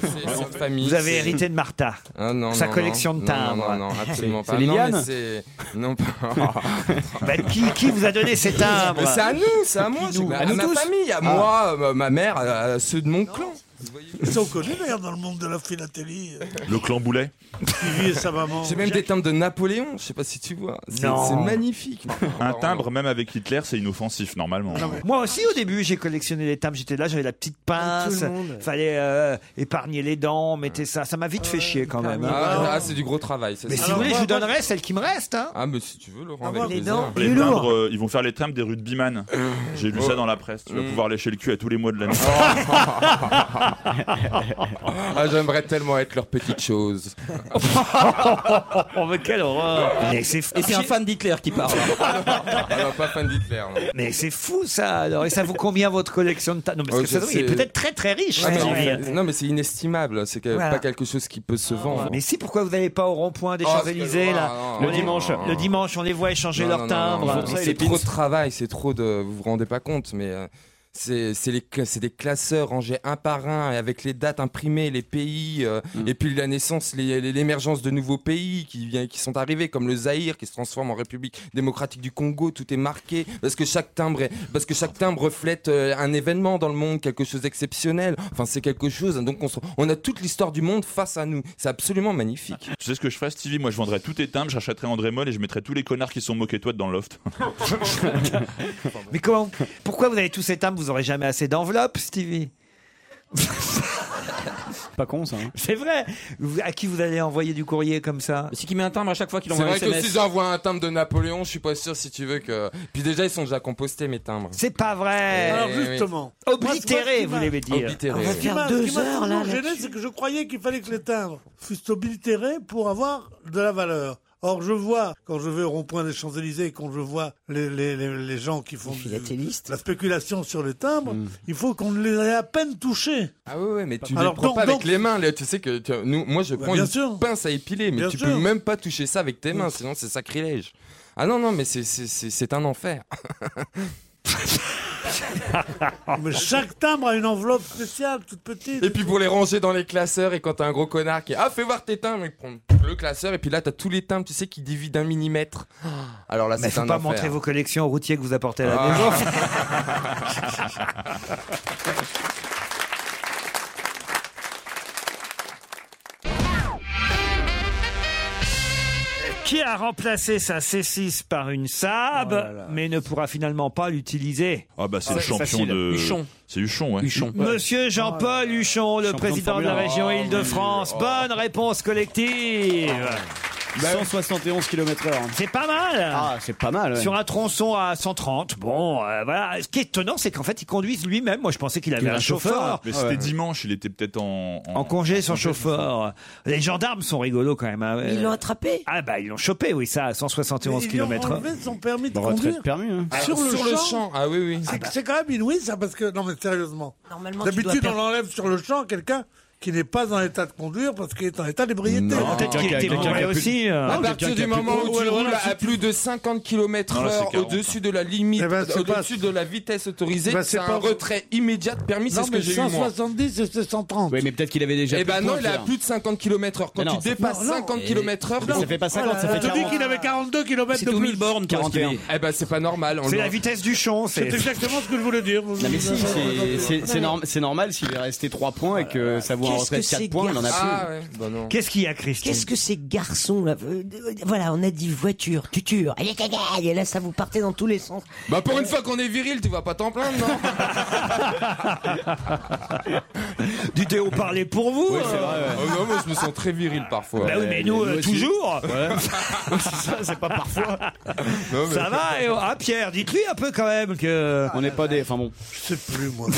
c'est c'est une famille.
Vous avez
c'est-
hérité de Martha.
Ah, non,
sa
non,
collection
non.
de
Non,
timbres. Ah,
Non, non, non, absolument
C'est-
pas.
c'est
Non, mais
Liliane
c'est- Non, pas.
Bah, qui, qui vous a donné ces timbres
Mais C'est à nous, c'est
hein.
à moi, c'est à,
À nous
ma
tous.
famille, à
Ah.
moi, euh, ma mère, à ceux de mon clan.
Ils sont connus d'ailleurs dans le monde de la philatélie. euh,
Le clan Boulet
Stevie et sa maman.
J'ai même des timbres de Napoléon, je sais pas si tu vois. C'est
Non.
c'est magnifique.
Un timbre, même avec Hitler, c'est inoffensif normalement.
Moi aussi, au début, j'ai collectionné les timbres. J'étais là, j'avais la petite pince.
Tout le monde.
Fallait euh, épargner les dents, mettez ça. Ça m'a vite fait chier quand même. hein.
Ah, ah, c'est du gros travail. ça,
Mais
c'est-
si vous voulez, je vous donnerai celle qui me reste. Hein.
Ah, mais si tu veux, Laurent, avec
les
plaisir.
dents.
Les timbres, euh, ils vont faire les timbres des rugbyman. J'ai lu ça dans la presse. Tu vas pouvoir lécher le cul à tous les mois de l'année.
Ah, J'aimerais tellement être leur petite chose.
oh, mais quelle horreur Mais c'est
Et c'est un fan d'Hitler qui parle.
Ah, non, pas fan d'Hitler. non.
Mais c'est fou ça alors Et ça vaut combien votre collection de timbres Non, parce
Oh,
que ça
je
doit- il est
sais.
peut-être très très riche.
Ah, mais
ce
en
type.
fait, non, mais c'est inestimable. hein, C'est que-
Voilà. Ah.
pas quelque chose qui peut se vendre.
Mais si, pourquoi vous n'allez pas au rond-point des
Oh,
Champs-Élysées là
parce que- ah, non,
On
non,
les-
non, non.
Le dimanche, on les voit échanger
Non,
leurs
non, non,
timbres.
non, mais C'est trop de travail, c'est trop de. Vous vous rendez pas compte, mais euh, c'est c'est les cla- c'est des classeurs rangés un par un et avec les dates imprimées, les pays euh, et puis la naissance, les- les- l'émergence de nouveaux pays qui vient- qui sont arrivés comme le Zaïre qui se transforme en République démocratique du Congo. Tout est marqué parce que chaque timbre est- parce que chaque timbre reflète euh, un événement dans le monde, quelque chose d'exceptionnel. Enfin, c'est quelque chose. hein, Donc on, se- on a toute l'histoire du monde face à nous. C'est absolument magnifique.
Tu sais ce que je ferais, Stevie Moi, je vendrais tous tes timbres, j'achèterais André Moll et je mettrais tous les connards qui se sont moqués de toi dans le loft.
Mais comment Pourquoi vous avez tous ces timbres Vous aurez jamais assez d'enveloppes, Stevie
Pas con ça. hein.
C'est vrai. Vous- À qui vous allez envoyer du courrier comme ça
C'est qui met un timbre à chaque fois qu'il
C'est
envoie un
vrai que
SMS.
si j'envoie un timbre de Napoléon, je suis pas sûr si tu veux que. Puis déjà, ils sont déjà compostés mes timbres.
C'est pas vrai.
Eh
Alors
oui.
justement.
Oblitéré, vous voulez dire.
Oblitéré.
Ce qui m'a
deux
Ah, ce qui m'a
heures, là,
toujours gêné, c'est que je croyais qu'il fallait que les timbres fussent oblitérés pour avoir de la valeur. Or, je vois, quand je vais au rond-point des Champs-Élysées, et quand je vois les, les, les, les gens qui font du- la spéculation sur les timbres, il faut qu'on les ait à peine touchés.
Hmm. Ah ouais, ouais, mais tu
Alors,
les prends
donc-
pas
donc-
avec les mains. Là, tu sais que tu- nous, moi, je
Bah,
prends
bien
une
sûr.
pince à épiler, mais
Bien
tu
sûr.
peux même pas toucher ça avec tes mains,
Oui.
sinon c'est sacrilège. Ah non, non, mais c'est- c'est- c'est c'est un enfer.
Mais chaque timbre a une enveloppe spéciale, toute petite.
Et puis pour les ranger dans les classeurs, et quand t'as un gros connard qui est Ah, fais voir tes timbres, ils prennent le classeur, et puis là, t'as tous les timbres, tu sais, qui divisent d'un millimètre. Alors là,
Mais
c'est
faut
un
pas
enfer.
montrer vos collections aux routiers que vous apportez à la
Ah.
maison. qui a remplacé sa C6 par une
Oh
Saab, mais ne pourra finalement pas l'utiliser.
Ah bah c'est le champion de. C'est Huchon, ouais.
Monsieur Jean-Paul Huchon, le
Champion de
président de, la
Formule un.
région
Oh,
Île-de-France.
oui,
Bonne réponse collective.
171 km/h.
C'est pas mal.
Ah, c'est pas mal. ouais.
Sur un tronçon à 130, bon, euh, voilà. Ce qui est étonnant, c'est qu'en fait, il conduise lui-même. Moi, je pensais qu'il avait un chauffeur.
Mais c'était dimanche, il était peut-être Ah en.
En congé sans chauffeur. Les gendarmes sont rigolos quand même. hein.
Ils l'ont attrapé
Ah bah ils l'ont chopé, oui, ça, à 171
Ils lui ont
km
enlevé son permis de
Bon, hein. retraite
conduire.
permis, hein.
sur,
Ah,
le,
sur
champ.
le champ. Ah oui, oui.
C'est
Ah bah.
c'est quand même inouï ça parce que non mais sérieusement.
Normalement, tu dois
D'habitude on
perdre-
enlève sur le champ quelqu'un qui n'est pas en état de conduire parce qu'il est en état d'ébriété.
Non. Peut-être qu'il était bourré aussi, euh. À partir du moment où tu roules à plus de 50
Non, là, c'est
km/h
40,
au-dessus de la limite,
Eh ben, c'est pas-
au-dessus de la vitesse autorisée,
Bah, c'est
c'est un
pas-
retrait immédiat de permis. C'est
Non,
ce que
mais
j'ai eu moi.
170 et c'est 130.
Oui, mais peut-être qu'il avait déjà.
Eh
plus
ben
de
non,
points,
il a
Pierre.
plus de 50 km/h. Quand
Mais non,
tu
ça-
dépasses
non, non.
50
Et-
km/h,
Mais ça fait pas 50, ça fait
Je te dis
40.
qu'il avait 42 km de plus.
Eh ben c'est pas normal.
C'est la vitesse du champ.
C'est exactement ce que je voulais dire.
Non mais si, c'est- c'est- c'est norm- c'est normal s'il est resté 3 points et que ça vaut un
Qu'est-ce
retrait de
que c'est
4 points, il en a plus.
garçon Ah ouais.
Bah Qu'est-ce qu'il y a, Christine
Qu'est-ce que ces garçons là euh, euh, Voilà, on a dit voiture, tuture, allez gaga, et là ça vous partait dans tous les sens.
Bah pour une fois qu'on est viril, tu vas pas t'en plaindre, non
Du thé, on parlait pour vous.
c'est vrai.
Ah,
ouais. Oh non, moi je me sens très viril parfois.
Bah oui, mais nous, euh, toujours.
c'est pas parfois.
Ça va, et- ah Pierre, dites-lui un peu quand même que.
On n'est pas des. Enfin bon.
Je sais plus moi.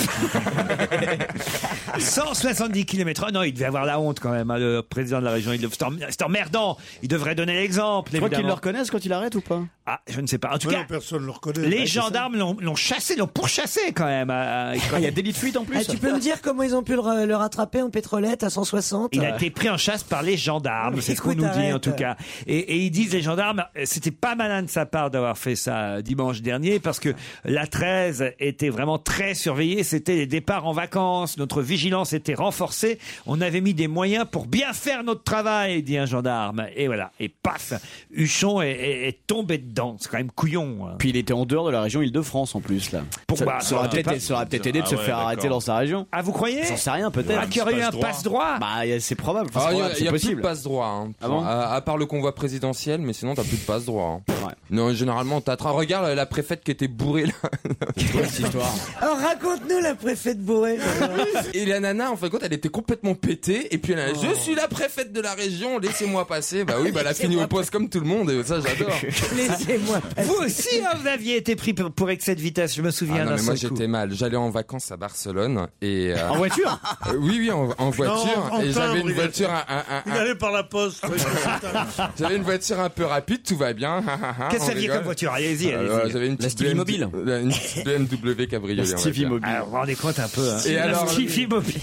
170 km Ah Non, il devait avoir la honte quand même, hein, le président de la région. Il devait- C'est emmerdant. c'est emmerdant. Il devrait donner l'exemple.
Tu crois qu'ils le
évidemment.
reconnaissent quand il arrête ou pas
Ah, je ne sais pas. En tout
Mais
cas,
non,
personne le reconnaît.
Les gendarmes l'ont l'ont chassé, l'ont pourchassé quand même. Ah,
il y a délit de fuite en
Ah, tu peux me dire comment ils ont pu le, ra- le rattraper en pétrolette à 160
Il a été pris en chasse par les gendarmes, c'est ce qu'on
Écoute,
nous dit en
arrête.
tout cas. Et, et ils disent les gendarmes, euh, c'était pas malin de sa part d'avoir fait ça euh, dimanche dernier parce que la 13 était vraiment très surveillée, c'était les départs en vacances, notre vigilance était renforcée, on avait mis des moyens pour bien faire notre travail, dit un gendarme. Et voilà, et paf, Huchon est, est- est tombé dedans, c'est quand même couillon. hein.
Puis il était en dehors de la région Île-de-France en plus là.
Pourquoi
Ça- Ça aurait
Alors,
peut-être
pas-
ça aurait peut-être aidé de
Ah
se
ouais,
faire arrêter
d'accord.
dans sa région.
Ah vous croyez
J'en sais rien peut-être.
Ah, qu'il y aurait eu un passe-droit
Bah y a- c'est probable. Enfin,
Ah,
c'est
il y a-
probable,
il y
c'est
a plus
possible.
de passe droit. hein.
Ah bon
à, à part le convoi présidentiel, mais sinon t'as plus de passe droit. Non, généralement t'attrapes. Regarde la préfète qui était bourrée là. Cette histoire.
Alors Ah, raconte-nous la préfète Bourré.
Et la nana, en fin de compte, elle était complètement pétée. Et puis elle a,
Oh.
je suis la préfète de la région, laissez-moi passer. Bah oui, bah elle a fini au poste comme tout le monde. Et ça, j'adore. Ah
Laissez-moi
Vous aussi, hein, vous aviez été pris pour, pour excès de vitesse, je me
Ah
souviens
non,
d'un
mais moi
seul coup.
j'étais mal. J'allais en vacances à Barcelone et euh,
En voiture
Euh, Oui oui en, en voiture
Non, en
et
timbre,
j'avais une
il
voiture
allait-
un- un-
Il
un-
allait par la poste.
j'avais une voiture un peu rapide tout va bien.
Qu'est-ce que
Ah, On
vous aviez
rigole.
comme voiture Allez-y,
Euh,
allez-y.
voilà, J'avais une petite
Stevie
BMW,
Mobile.
Une petite BMW cabriolet. on va dire.
Alors, vous vous rendez compte un peu. hein.
Et
La
alors-
Stevie Mobile.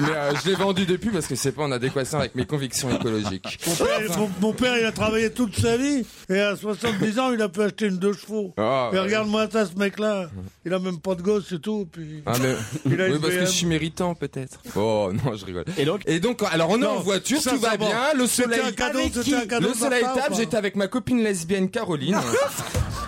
Mais euh, je l'ai vendu depuis parce que c'est pas en adéquation avec mes convictions écologiques.
Mon père, mon- mon père, il a travaillé toute sa vie et à 70 ans, il a pu acheter une deux chevaux.
Ah,
et
ouais.
regarde-moi ça, ce mec-là. Il a même pas de gosse et tout. Puis...
Ah, mais-
Il a
Oui,
une
parce que
BM.
je suis méritant peut-être. Oh non, je rigole.
Et donc,
alors on est
Non,
en voiture, tout va
sincèrement,
bien, le
c'était
soleil
un cadeau,
Avec
c'était
qui
un cadeau
le
de
soleil
papa ou
tape,
pas
j'étais avec ma copine lesbienne Caroline.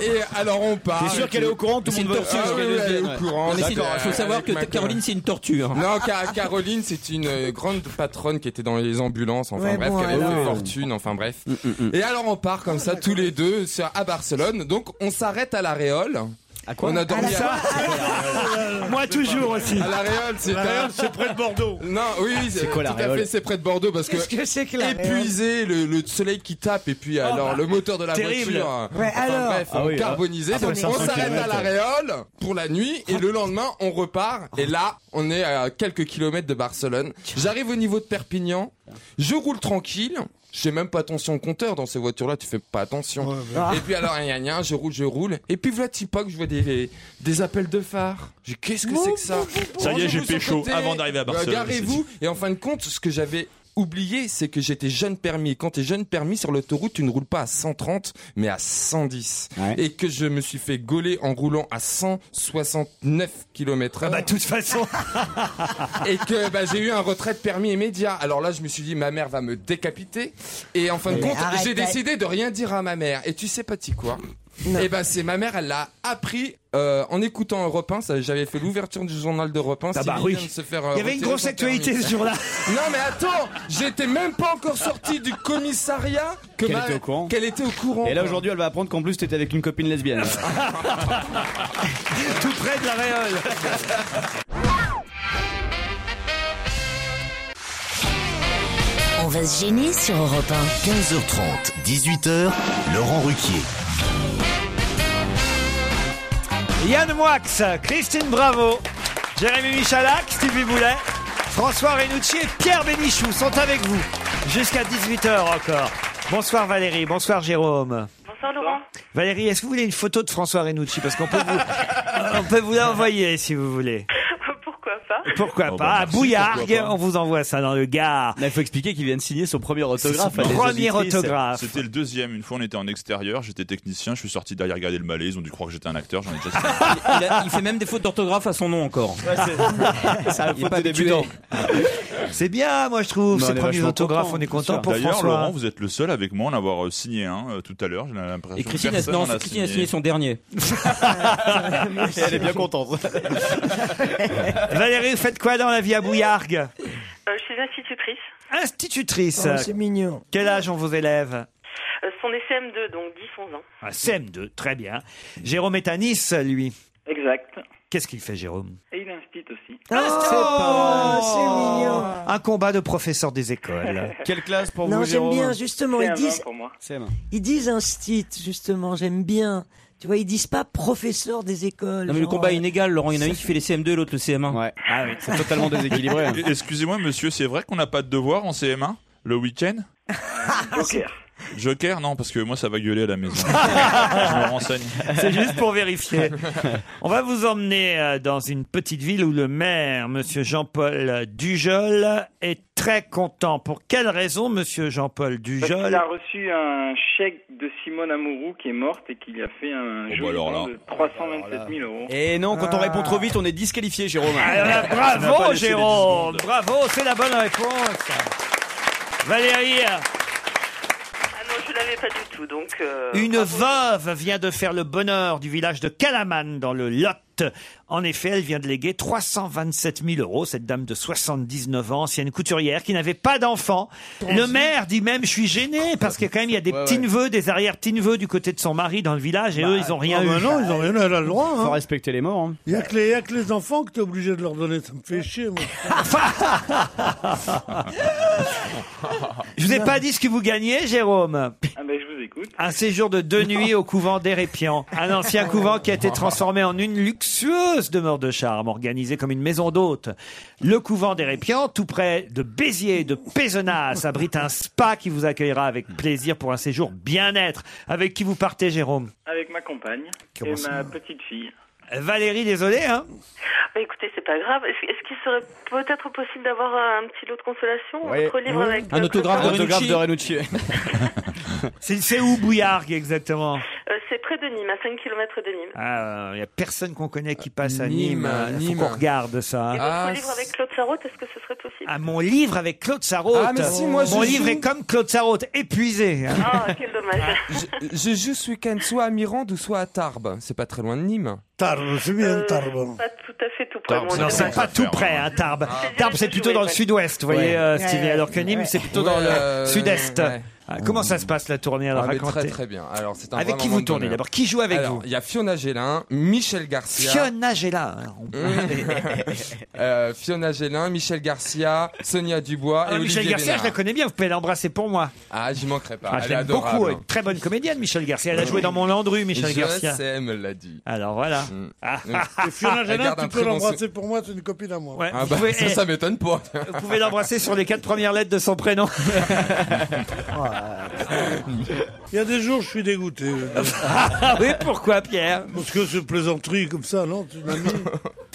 Et alors on part.
T'es sûr qu'elle est au courant Tout le
C'est
monde
une
va-
tortue,
Ah,
oui,
oui,
oui, elle est
oui,
au
oui.
courant.
Mais sinon,
J'étais
faut savoir
avec
que
ma
Caroline,
copine.
c'est une tortue, hein.
Non, Ca- Caroline, c'est une euh, grande patronne qui était dans les ambulances. Enfin
Ouais,
bref,
bon,
qui avait fait
alors.
fortune. Enfin bref.
Mm,
Et alors on part comme ça tous les deux sur- à Barcelone. Donc on s'arrête à la Réole. À
quoi
On a
À
dormi
la-
Moi toujours aussi.
À la Réole, c'est
La
à-
Réole, c'est près de Bordeaux.
Non, oui, oui,
C'est quoi, la
tout à
Réole
fait, c'est près de Bordeaux parce que,
Qu'est-ce que c'est que la Réole
épuisé, le, le soleil qui tape et puis alors le moteur de la
Oh, terrible.
voiture, hein.
Ouais,
enfin,
alors.
bref,
Ah oui, ah,
carbonisé.
ah,
Donc,
ouais,
on
500
s'arrête à la
kilomètres.
Réole pour la nuit et le lendemain on repart et là on est à quelques kilomètres de Barcelone. J'arrive au niveau de Perpignan, je roule tranquille. Je fais même pas attention au compteur dans ces voitures-là, tu fais pas attention. Et puis alors, gna, gna, je roule, je roule. Et puis voilà, pas que je vois des, des appels de phare. Je dis, Qu'est-ce que c'est que ça
Ça y est, j'ai
Rangez-vous sur le
pécho
côté,
avant d'arriver à Barcelone.
euh, Garez-vous. Et en fin de compte, ce que j'avais oublié, c'est que j'étais jeune permis. Et quand t'es jeune permis sur l'autoroute, tu ne roules pas à 130, mais à 110. Et que je me suis fait gauler en roulant à 169 km h
Ah
bah, de toute façon.
et que, bah, j'ai eu un retrait de permis immédiat. Alors là, je me suis dit, ma mère va me décapiter. Et en fin de
Mais
compte,
arrête,
j'ai
t'as-
décidé de rien dire à ma mère. Et tu sais pas, tu quoi? Et ben c'est ma mère, elle l'a appris euh, en écoutant Europe 1. ça, J'avais fait l'ouverture du journal d'Europe 1.
Ah bah
Sylvie
oui.
vient de se faire, euh,
Il y avait une
retirer
grosse
son permis.
actualité ce jour-là.
non mais attends, j'étais même pas encore sorti du commissariat que
Qu'elle
ma-
était au courant.
Qu'elle était au courant.
Et là
quoi.
aujourd'hui, elle va apprendre qu'en plus, t'étais avec une copine lesbienne.
Ah, Tout près de la réole.
On va se gêner sur Europe 1.
15h30, 18h, Laurent Ruquier.
Yann Moix, Christine Bravo, Jérémy Michalak, Stevie Boulet, François Renucci et Pierre Bénichou sont avec vous jusqu'à 18h encore. Bonsoir Valérie, bonsoir Jérôme.
Bonsoir Laurent.
Valérie, est-ce que vous voulez une photo de François Renucci Parce qu'on peut vous, on peut vous l'envoyer si vous voulez. Pourquoi pas Pourquoi
Oh,
pas
bah,
À
merci,
Bouillargues,
pourquoi pas.
on vous envoie ça dans le Gard.
Il faut expliquer qu'il vient de signer son premier autographe. à des auditrices.
C'était le deuxième. Une fois, on était en extérieur, j'étais technicien, je suis sorti derrière regarder le malaise, ils ont dû croire que j'étais un acteur, j'en ai déjà signé.
Il, a- il fait même des fautes d'orthographe à son nom encore.
Ça,
Il est pas habitué.
C'est bien, moi je trouve,
Non,
ces
on est
premiers
vachement
autographes,
contents,
on est
c'est sûr.
content pour
D'ailleurs,
François.
Laurent, vous êtes le seul avec moi à en avoir euh, signé un euh, tout à l'heure. J'ai l'impression
Et
que
Christine, a,
personne
non,
en a
Christine a signé son dernier.
Elle est bien contente.
Valérie, vous faites quoi dans la vie à Bouillargues
Euh, je suis institutrice.
Institutrice.
Oh, c'est
mignon. Quel âge ont vos élèves
Euh, ce sont des CM2, donc 10-11 ans.
Un CM2, très bien. Jérôme est à Nice, lui.
Exact.
Qu'est-ce qu'il fait, Jérôme
Et il instite aussi.
Ah,
Oh,
Un combat de professeurs des écoles.
Quelle classe pour
Non,
vous,
j'aime
Jérôme
bien, justement,
C'est
ils
un
disent,
vin pour
moi.
ils disent instit, justement, j'aime bien. Tu vois, ils disent pas professeur des écoles.
Non, mais le
genre,
combat est
euh,
inégal, Laurent. Il y en a un qui fait les CM2 l'autre le CM1.
Ouais.
Ah oui, c'est totalement déséquilibré.
Et- Excusez-moi, monsieur, c'est vrai qu'on n'a pas de devoir en CM1 le week-end
Ah,
Joker.
Joker, non, parce que moi, ça va gueuler à la maison. Je me renseigne.
C'est juste pour vérifier. On va vous emmener euh, dans une petite ville où le maire, Monsieur Jean-Paul Dujol, est très content. Pour quelle raison, Monsieur Jean-Paul
Parce qu'il
Dujol
a reçu un chèque de Simone Amourou qui est morte et qu'il a fait un joli
alors
don
là.
de 327 000 euros.
Et non, quand on répond trop vite, on est disqualifié, Jérôme. On n'a pas
Ah. Bravo,
laissé les dix
Jérôme
secondes.
Bravo, c'est la bonne réponse. Valérie,
Ah non, je l'avais pas du tout, donc... euh,
Une
bravo.
veuve vient de faire le bonheur du village de Calaman dans le Lot. En effet, elle vient de léguer 327 000 euros, cette dame de 79 ans, ancienne couturière, qui n'avait pas d'enfant. Le maire dit même, je suis gêné, parce que quand même, il y a des petits-neveux, des arrière-petits-neveux du côté de son mari dans le village, et eux, ils ont rien eu.
Bah, Ah, non, ils ont rien eu, elle a le droit. hein.
Faut respecter les morts. hein.
Il n'y a, que les- y a que les enfants que t'es obligé de leur donner, ça me fait chier. Moi.
Je vous ai pas dit ce que vous gagnez, Jérôme.
Ah ben, je vous écoute.
Un séjour de deux nuits au couvent d'Hérépian, un ancien couvent qui a été transformé en une luxueuse demeure de charme, organisée comme une maison d'hôte. Le couvent d'Hérépian, tout près de Béziers, et de Pézenas, abrite un spa qui vous accueillera avec plaisir pour un séjour bien-être. Avec qui vous partez, Jérôme
Avec ma compagne
Comment
et
ça
ma petite fille.
Valérie, désolé, hein
Bah, écoutez, c'est pas grave. Est-ce est-ce qu'il serait peut-être possible d'avoir euh, un petit lot de consolation
Ouais.
Votre livre
Mmh.
Ouais.
avec...
Mmh. Un
euh,
autographe de
préférence
Renucci.
C'est c'est où Bouillargues exactement Ah,
Euh, C'est près de Nîmes, à 5 km de Nîmes.
Il n'y a personne qu'on connaît qui passe à Nîmes.
Nîmes,
Il
Nîmes.
faut qu'on regarde ça.
Et votre
Ah,
livre avec Claude Sarraute, est-ce que ce serait possible
Ah, mon livre avec Claude Sarraute.
Ah, mais si, moi,
mon
je
livre
joue.
est comme Claude Sarraute, épuisé. hein.
Ah, quel dommage.
Je joue ce week-end soit à Mirande ou soit à Tarbes. C'est pas très loin de Nîmes.
Tarbes, c'est bien
Tarbes.
Euh, Pas tout à fait tout près. Ah.
Tarbes,
mais on
non,
est
c'est
bien.
Pas tout près, hein,
Ah,
Tarbes. Tarbes, c'est plutôt dans le sud-ouest, vous voyez,
Ouais.
euh, Stevie,
Ouais.
alors que Nîmes, c'est plutôt dans
Ouais,
le
euh,
sud-est.
ouais.
Ah, Comment ça se passe la tournée alors
Ah, mais
racontez.
très très bien. Alors, c'est un
Avec
vrai
qui
moment
vous
de
tournez
bonheur.
d'abord Qui joue avec
Alors,
vous
Il y a Fiona Gélin, Michel Garcia.
Fiona
Ah,
Gélin.
Euh, Fiona Gélin, Michel Garcia, Sonia Dubois et
Ah, Michel
Olivier
Garcia, je la
Bénard.
connais bien, vous pouvez l'embrasser pour moi.
Ah, j'y manquerai pas.
Ah, je
Elle est
l'aime beaucoup,
adorable. hein.
ouais. très bonne comédienne, Michel Garcia. Elle a joué dans Mon Landru, Michel
je
Garcia.
sais, elle me l'a dit. Mm.
Alors voilà. Ah, ah, ah,
Et Fiona
ah,
Gélin,
garde
tu
un
peux
très bon
l'embrasser pour moi, c'est une copine à moi.
Ouais,
Ah
vous
bah,
pouvez-
ça,
eh,
ça m'étonne pas.
Vous pouvez l'embrasser sur les quatre premières lettres de son prénom.
Il y a des jours, je suis dégoûté.
ah oui, pourquoi, Pierre
Parce que c'est plaisanterie comme ça, non Tu m'as mis.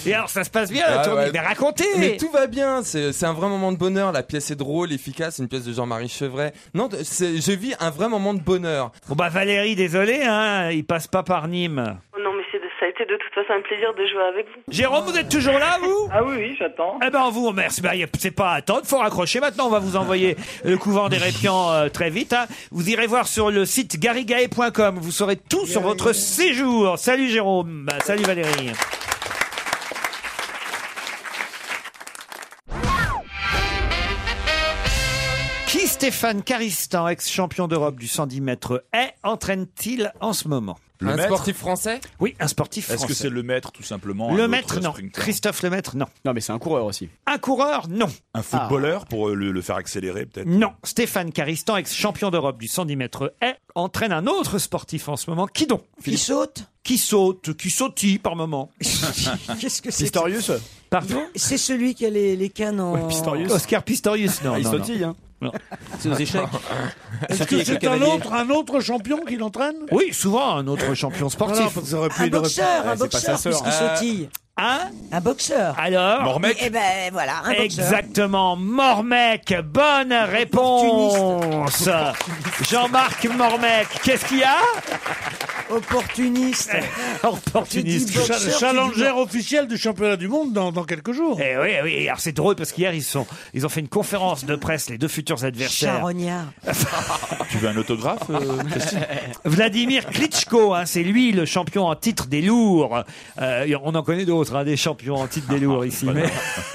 Et alors, ça se passe bien la
Ah,
tournée
ouais.
Mais racontez
Mais tout va bien, c'est c'est un vrai moment de bonheur. La pièce est drôle, efficace, une pièce de Jean-Marie Chevret. Non, de- c'est- je vis un vrai moment de bonheur.
Bon bah Valérie, désolé, hein, il passe pas par Nîmes.
Oh Non, mais c'est de- ça a été de toute façon un plaisir de jouer avec vous.
Jérôme, vous êtes toujours là, vous
Ah oui, oui, j'attends.
Eh ben, on vous remercie. Ben, y a- c'est pas à attendre, faut raccrocher maintenant. On va vous envoyer le couvent des répiants euh, très vite. hein. Vous irez voir sur le site garigae.com. Vous saurez tout sur votre séjour. Salut Jérôme. Salut Valérie. Qui Stéphane Caristan, ex-champion d'Europe du 110 mètres, est entraîne-t-il en ce moment
Le Un maître sportif
français
Oui, un sportif français.
Est-ce que c'est le maître tout simplement
Le
un autre
maître, non.
sprinter
Christophe Lemaître, non.
Non, mais c'est un coureur aussi.
Un coureur, non. Ah.
Un footballeur pour euh, le, le faire accélérer peut-être
Non. Stéphane Caristan, ex-champion d'Europe du 110 mètres haies, entraîne un autre sportif en ce moment. Qui donc Qui saute Qui saute Qui sautille par moment
Qu'est-ce que c'est
Pistorius Pardon
C'est celui qui a les, les cannes en.
Oscar Pistorius, non.
Ah, il
non, non.
sautille, hein.
Non.
C'est aux échecs.
Est-ce que c'est un autre, un autre champion qui l'entraîne
Oui, souvent un autre champion
Non,
sportif.
non, parce que ça aurait pu Un être- boxeur, un Ouais, c'est pas sa boxeur, sœur. Ah. puisqu'il
Euh,
sautille.
Hein
Un boxeur.
Alors
Mormec Eh ben voilà, un boxeur.
Exactement, Mormec, bonne réponse. Jean-Marc Mormec, qu'est-ce qu'il y a
Opportuniste.
Opportuniste.
Cha- Challenger officiel du championnat du monde dans, dans quelques jours.
Eh oui, eh oui. Alors c'est drôle parce qu'hier ils sont, ils ont fait une conférence de presse les deux futurs adversaires.
Charognard.
Tu veux un autographe euh, Christine
Vladimir Klitschko, hein, c'est lui le champion en titre des lourds. Euh, y- on en connaît d'autres, hein, des champions en titre des lourds ici. mais-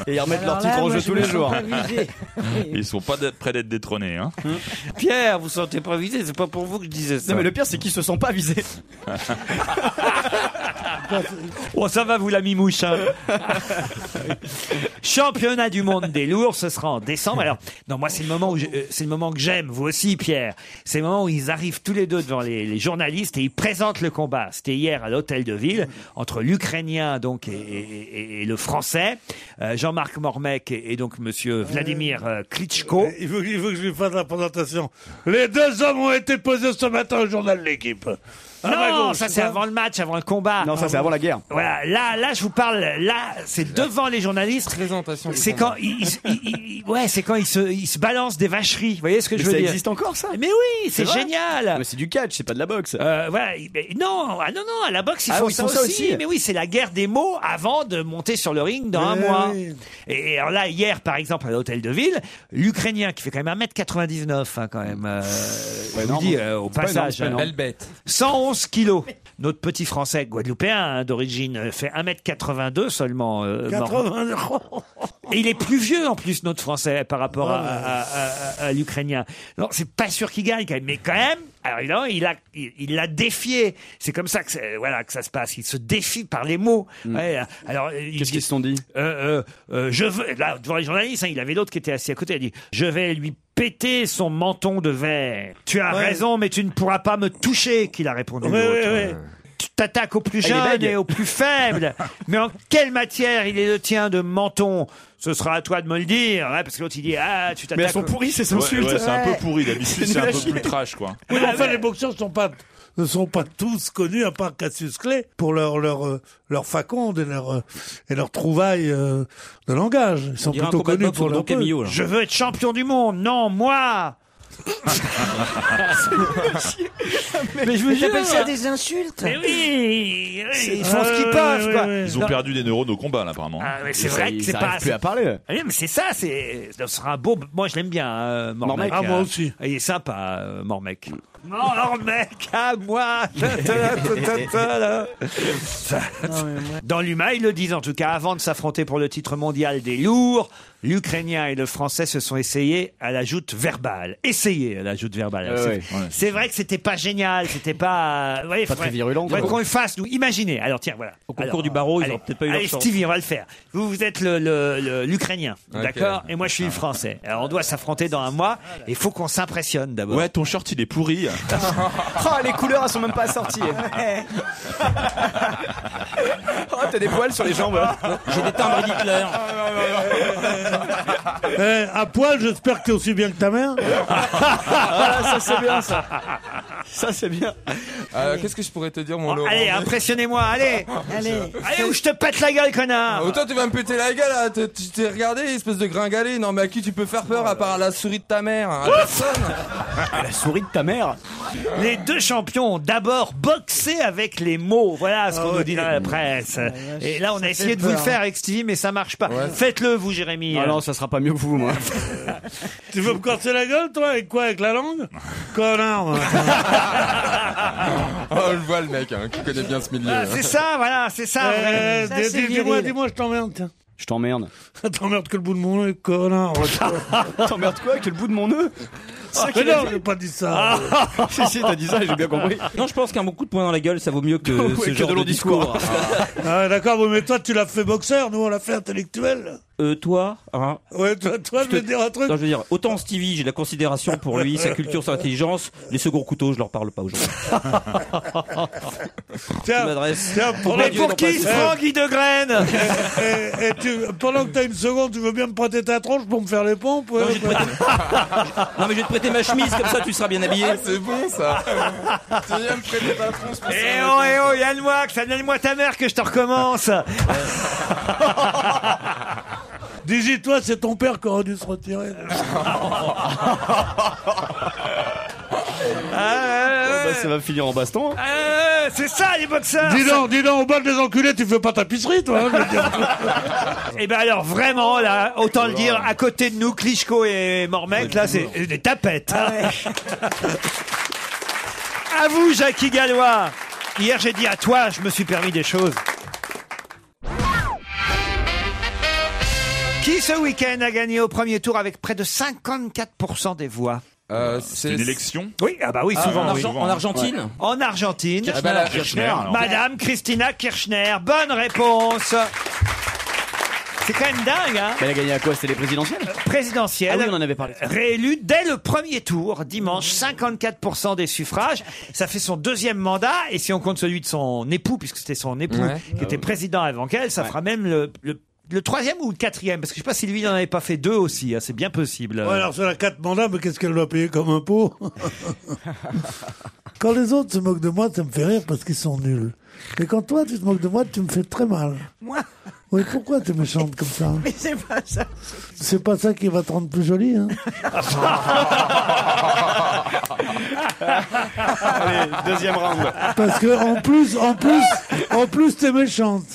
Et ils remettent leur titre en jeu tous les jours.
Ils sont pas d'être- près d'être détrônés. Hein.
Pierre, vous sentez pas visé, c'est pas pour vous que je disais ça.
Non, mais le pire, c'est qu'ils se sont pas visés.
Oh, ça va, vous la mimouche. hein. Championnat du monde des lourds, ce sera en décembre. Alors, non, moi, c'est le moment où j'ai- euh, c'est le moment que j'aime, vous aussi, Pierre. C'est le moment où ils arrivent tous les deux devant les, les journalistes et ils présentent le combat. C'était hier à l'hôtel de ville entre l'Ukrainien donc et, et- et- et le Français, Euh, Jean-Marc Mormec et, et donc Monsieur Vladimir euh, Klitschko.
Il faut, il faut que je lui fasse la présentation. Les deux hommes ont été posés ce matin au journal de l'équipe. À ma
Non,
gauche,
ça c'est
hein.
avant le match, avant le combat.
Non, ça, c'est avant la guerre.
Voilà, là, là, je vous parle, là, c'est devant les journalistes. Présentation. C'est quand, ils, ils- ils- ils- ouais, c'est quand ils se, ils se balancent des vacheries. Vous voyez ce que
Mais
je veux
ça
dire
existe encore, ça
Mais oui, c'est
vrai
génial.
Mais c'est du catch, c'est pas de la boxe.
Euh, voilà, il- mais non, ah non, non, à la boxe ils
Ah
font
oui, ils
ça,
font ça
aussi,
aussi.
Mais oui, c'est la guerre des mots avant de monter sur le ring dans un
Mais
mois.
oui.
Et, et alors là, hier, par exemple, à l'hôtel de ville, l'Ukrainien qui fait quand même 1m99 hein, quand même, euh, je vous
énorme.
dis, euh, au
C'est pas énorme,
passage,
c'est pas énorme. Belle
bête. 111 kilos. Notre petit Français guadeloupéen hein, d'origine euh, fait 1m82 seulement. euh, mort.
80 euros.
Et il est plus vieux en plus, notre Français, par rapport à, à- à- à- à l'Ukrainien. Non, c'est pas sûr qu'il gagne quand même, mais quand même. Alors il a, il a, il il l'a défié. C'est comme ça que, c'est- voilà, que ça se passe. Il se défie par les mots. Ouais, alors qu'est-ce qu'ils
Hmm. se sont dit
euh, euh, euh, Je veux là devant les journalistes. hein, il avait l'autre qui était assis à côté. Il a dit je vais lui péter son menton de verre. Tu as
Ouais.
raison, mais tu ne pourras pas me toucher. Qu'il a répondu.
Oui,
l'autre.
oui, oui.
Tu t'attaques au plus
Et les
jeune
bagues.
et au plus faible. Mais en quelle matière il est le tien de menton Ce sera à toi de me le dire. hein, parce que l'autre il dit Ah, tu t'attaques.
elles sont pourries, ces
Ouais,
insultes.
ouais, c'est un peu
Ouais.
pourri d'habitude,
C'est
c'est un
nul à
peu
chier.
plus trash quoi.
Oui, mais enfin, les boxeurs ne sont pas, ne sont pas tous connus, à part Cassius Clay, pour leur, leur, euh, leur faconde et leur, euh, et leur trouvaille euh, de langage. Ils sont
Il y a un
plutôt
combat de
connus
boxe
pour
au
leur.
Don Camillo, là. Je veux être champion du monde. Non, moi
Mais
je vous jure.
J'appelle ça des insultes.
Mais oui
C'est-
Ils font ce qu'ils peuvent, quoi.
Ils ont
Non.
perdu des neurones au combat là apparemment.
Ah, mais c'est vrai que c'est pas. c'est- Ah oui, mais c'est ça, c'est. Ce sera un beau. Moi, je l'aime bien, hein, Mormec.
Mormec. Ah, moi
hein.
aussi.
Il est sympa, euh, Mormec. Mormec, à moi Ta-ta-ta-ta-ta-ta. Dans l'humain, ils le disent en tout cas, avant de s'affronter pour le titre mondial des lourds, l'Ukrainien et le Français se sont essayés à la joute verbale. Essayés à la joute verbale.
Ah Ouais,
C'est-
ouais. Ouais.
C'est vrai que c'était pas génial, c'était pas. Vous voyez,
Pas
faudrait-
très virulent,
faudrait
quoi.
qu'on le fasse, nous. Imaginez. Alors tiens, voilà.
Au concours
Alors,
du barreau, ils
allez,
auraient peut-être pas eu leur
Allez,
chance.
Stevie, on va le faire. Vous, vous êtes le- le- le- l'Ukrainien,
Ok.
d'accord Et moi, je suis le Français. Alors on doit s'affronter dans un mois. Il faut qu'on s'impressionne d'abord.
Ouais, ton short il est pourri.
Oh, les couleurs, elles sont même pas assorties. oh, t'as des poils sur les jambes. hein. J'ai des timbres d'Hitler.
Eh,
Ah,
à poil, j'espère que t'es aussi bien que ta mère.
Ah, ça, c'est bien, ça. Ça, c'est bien.
euh, Qu'est-ce que je pourrais te dire, mon Laurent
Oh, Allez, impressionnez-moi, allez
Allez.
Allez, ou je te pète la gueule, connard
Autant Oh, tu vas me péter la gueule, là. T'es- tu t'es regardé, espèce de gringalet. Non, mais à qui tu peux faire peur à part à la souris de ta mère hein, à personne.
Oh la souris de ta mère Les deux champions ont d'abord boxé avec les mots. Voilà ce qu'on nous dit dans la presse. Et là, on a essayé de vous le
peur,
faire, avec Stevie, mais ça marche pas. Faites-le, vous,
Ah
Jérémy.
Ah
Non, non, ça sera pas mieux que vous, moi.
Tu veux me corser la gueule, toi Avec quoi Avec la langue Connard, moi.
Oh, je vois le mec hein, qui connaît bien ce milieu.
Ah, c'est ça, voilà, c'est ça.
Euh,
Ça,
dis-
c'est
dis- dis-moi,
viril.
dis-moi, je t'emmerde, tiens.
Je t'emmerde.
T'emmerdes que le bout de mon nez, connard.
T'emmerdes quoi Que le bout de mon nœud
Ah,
ça qu'il
mais
a
non,
dit.
j'ai pas dit ça.
Ah. Si, si, t'as dit ça, j'ai bien compris.
Non, je pense qu'un bon coup de poing dans la gueule, ça vaut mieux que
Ouais,
Ah, ce
que
genre
de
de,
longs
discours.
discours.
Ah, D'accord, bon, mais toi, tu l'as fait boxeur, nous, on l'a fait intellectuel.
Euh, toi, hein,
Ouais, toi, toi je
te-
vais te dire un truc.
non, je veux dire, autant Stevie, j'ai de la considération pour lui, sa culture, son intelligence. Les seconds couteaux, je leur parle pas aujourd'hui.
Tiens, tiens, pendant-
Mais pour qui, Franck
Guy de Graine
Eh, eh, tu- Pendant que t'as une seconde, tu veux bien me prêter ta tronche pour me faire les pompes ouais, ouais.
Non, mais je vais te prêter ma chemise, comme ça tu seras bien habillé.
Ah,
c'est bon ça. tu viens me prêter ta tronche pour
Eh oh, eh oh, Yann Moix, donne-moi ta mère que je te recommence.
Dis-y, toi, c'est ton père qui aurait dû se retirer. ah,
bah, ça va finir en baston. hein.
Ah,
Euh, c'est ça, les boxeurs
dis donc, dis donc, au bal des enculés, tu fais pas ta pisserie, toi. hein, je veux dire.
Et ben alors, vraiment, là, autant le dire, à côté de nous, Klitschko et Mormec, là, c'est des tapettes. hein. à vous, Jackie Gallois. Hier, j'ai dit à toi, je me suis permis des choses. Qui ce week-end a gagné au premier tour avec près de 54% des voix
C'est
Euh, une élection
Oui, ah bah oui,
Ah,
souvent.
en
oui.
Argen- en Argentine Ouais.
En Argentine.
Kirchner. Ah bah là, Kirchner, alors.
Madame Christina Kirchner. Bonne réponse. C'est quand même dingue, hein
Elle a gagné à quoi C'était les présidentielles
Présidentielle.
Ah oui, on en avait parlé.
Réélue dès le premier tour, dimanche, 54% des suffrages. Ça fait son deuxième mandat, et si on compte celui de son époux, puisque c'était son époux
Ouais.
qui était président avant qu'elle, ça fera même le, le- le troisième ou le quatrième, parce que je sais pas si lui il en avait pas fait deux aussi, hein, c'est bien possible.
Ouais, alors, c'est la 4 mandats, mais qu'est-ce qu'elle doit payer comme impôt Quand les autres se moquent de moi, ça me fait rire parce qu'ils sont nuls. Mais quand toi, tu te moques de moi, tu me fais très mal.
Moi
Oui, pourquoi tu me chantes comme ça hein
Mais c'est pas ça.
C'est pas ça qui va te rendre plus jolie, hein
Allez, deuxième round.
Parce que en plus, en plus, en plus, t'es méchante.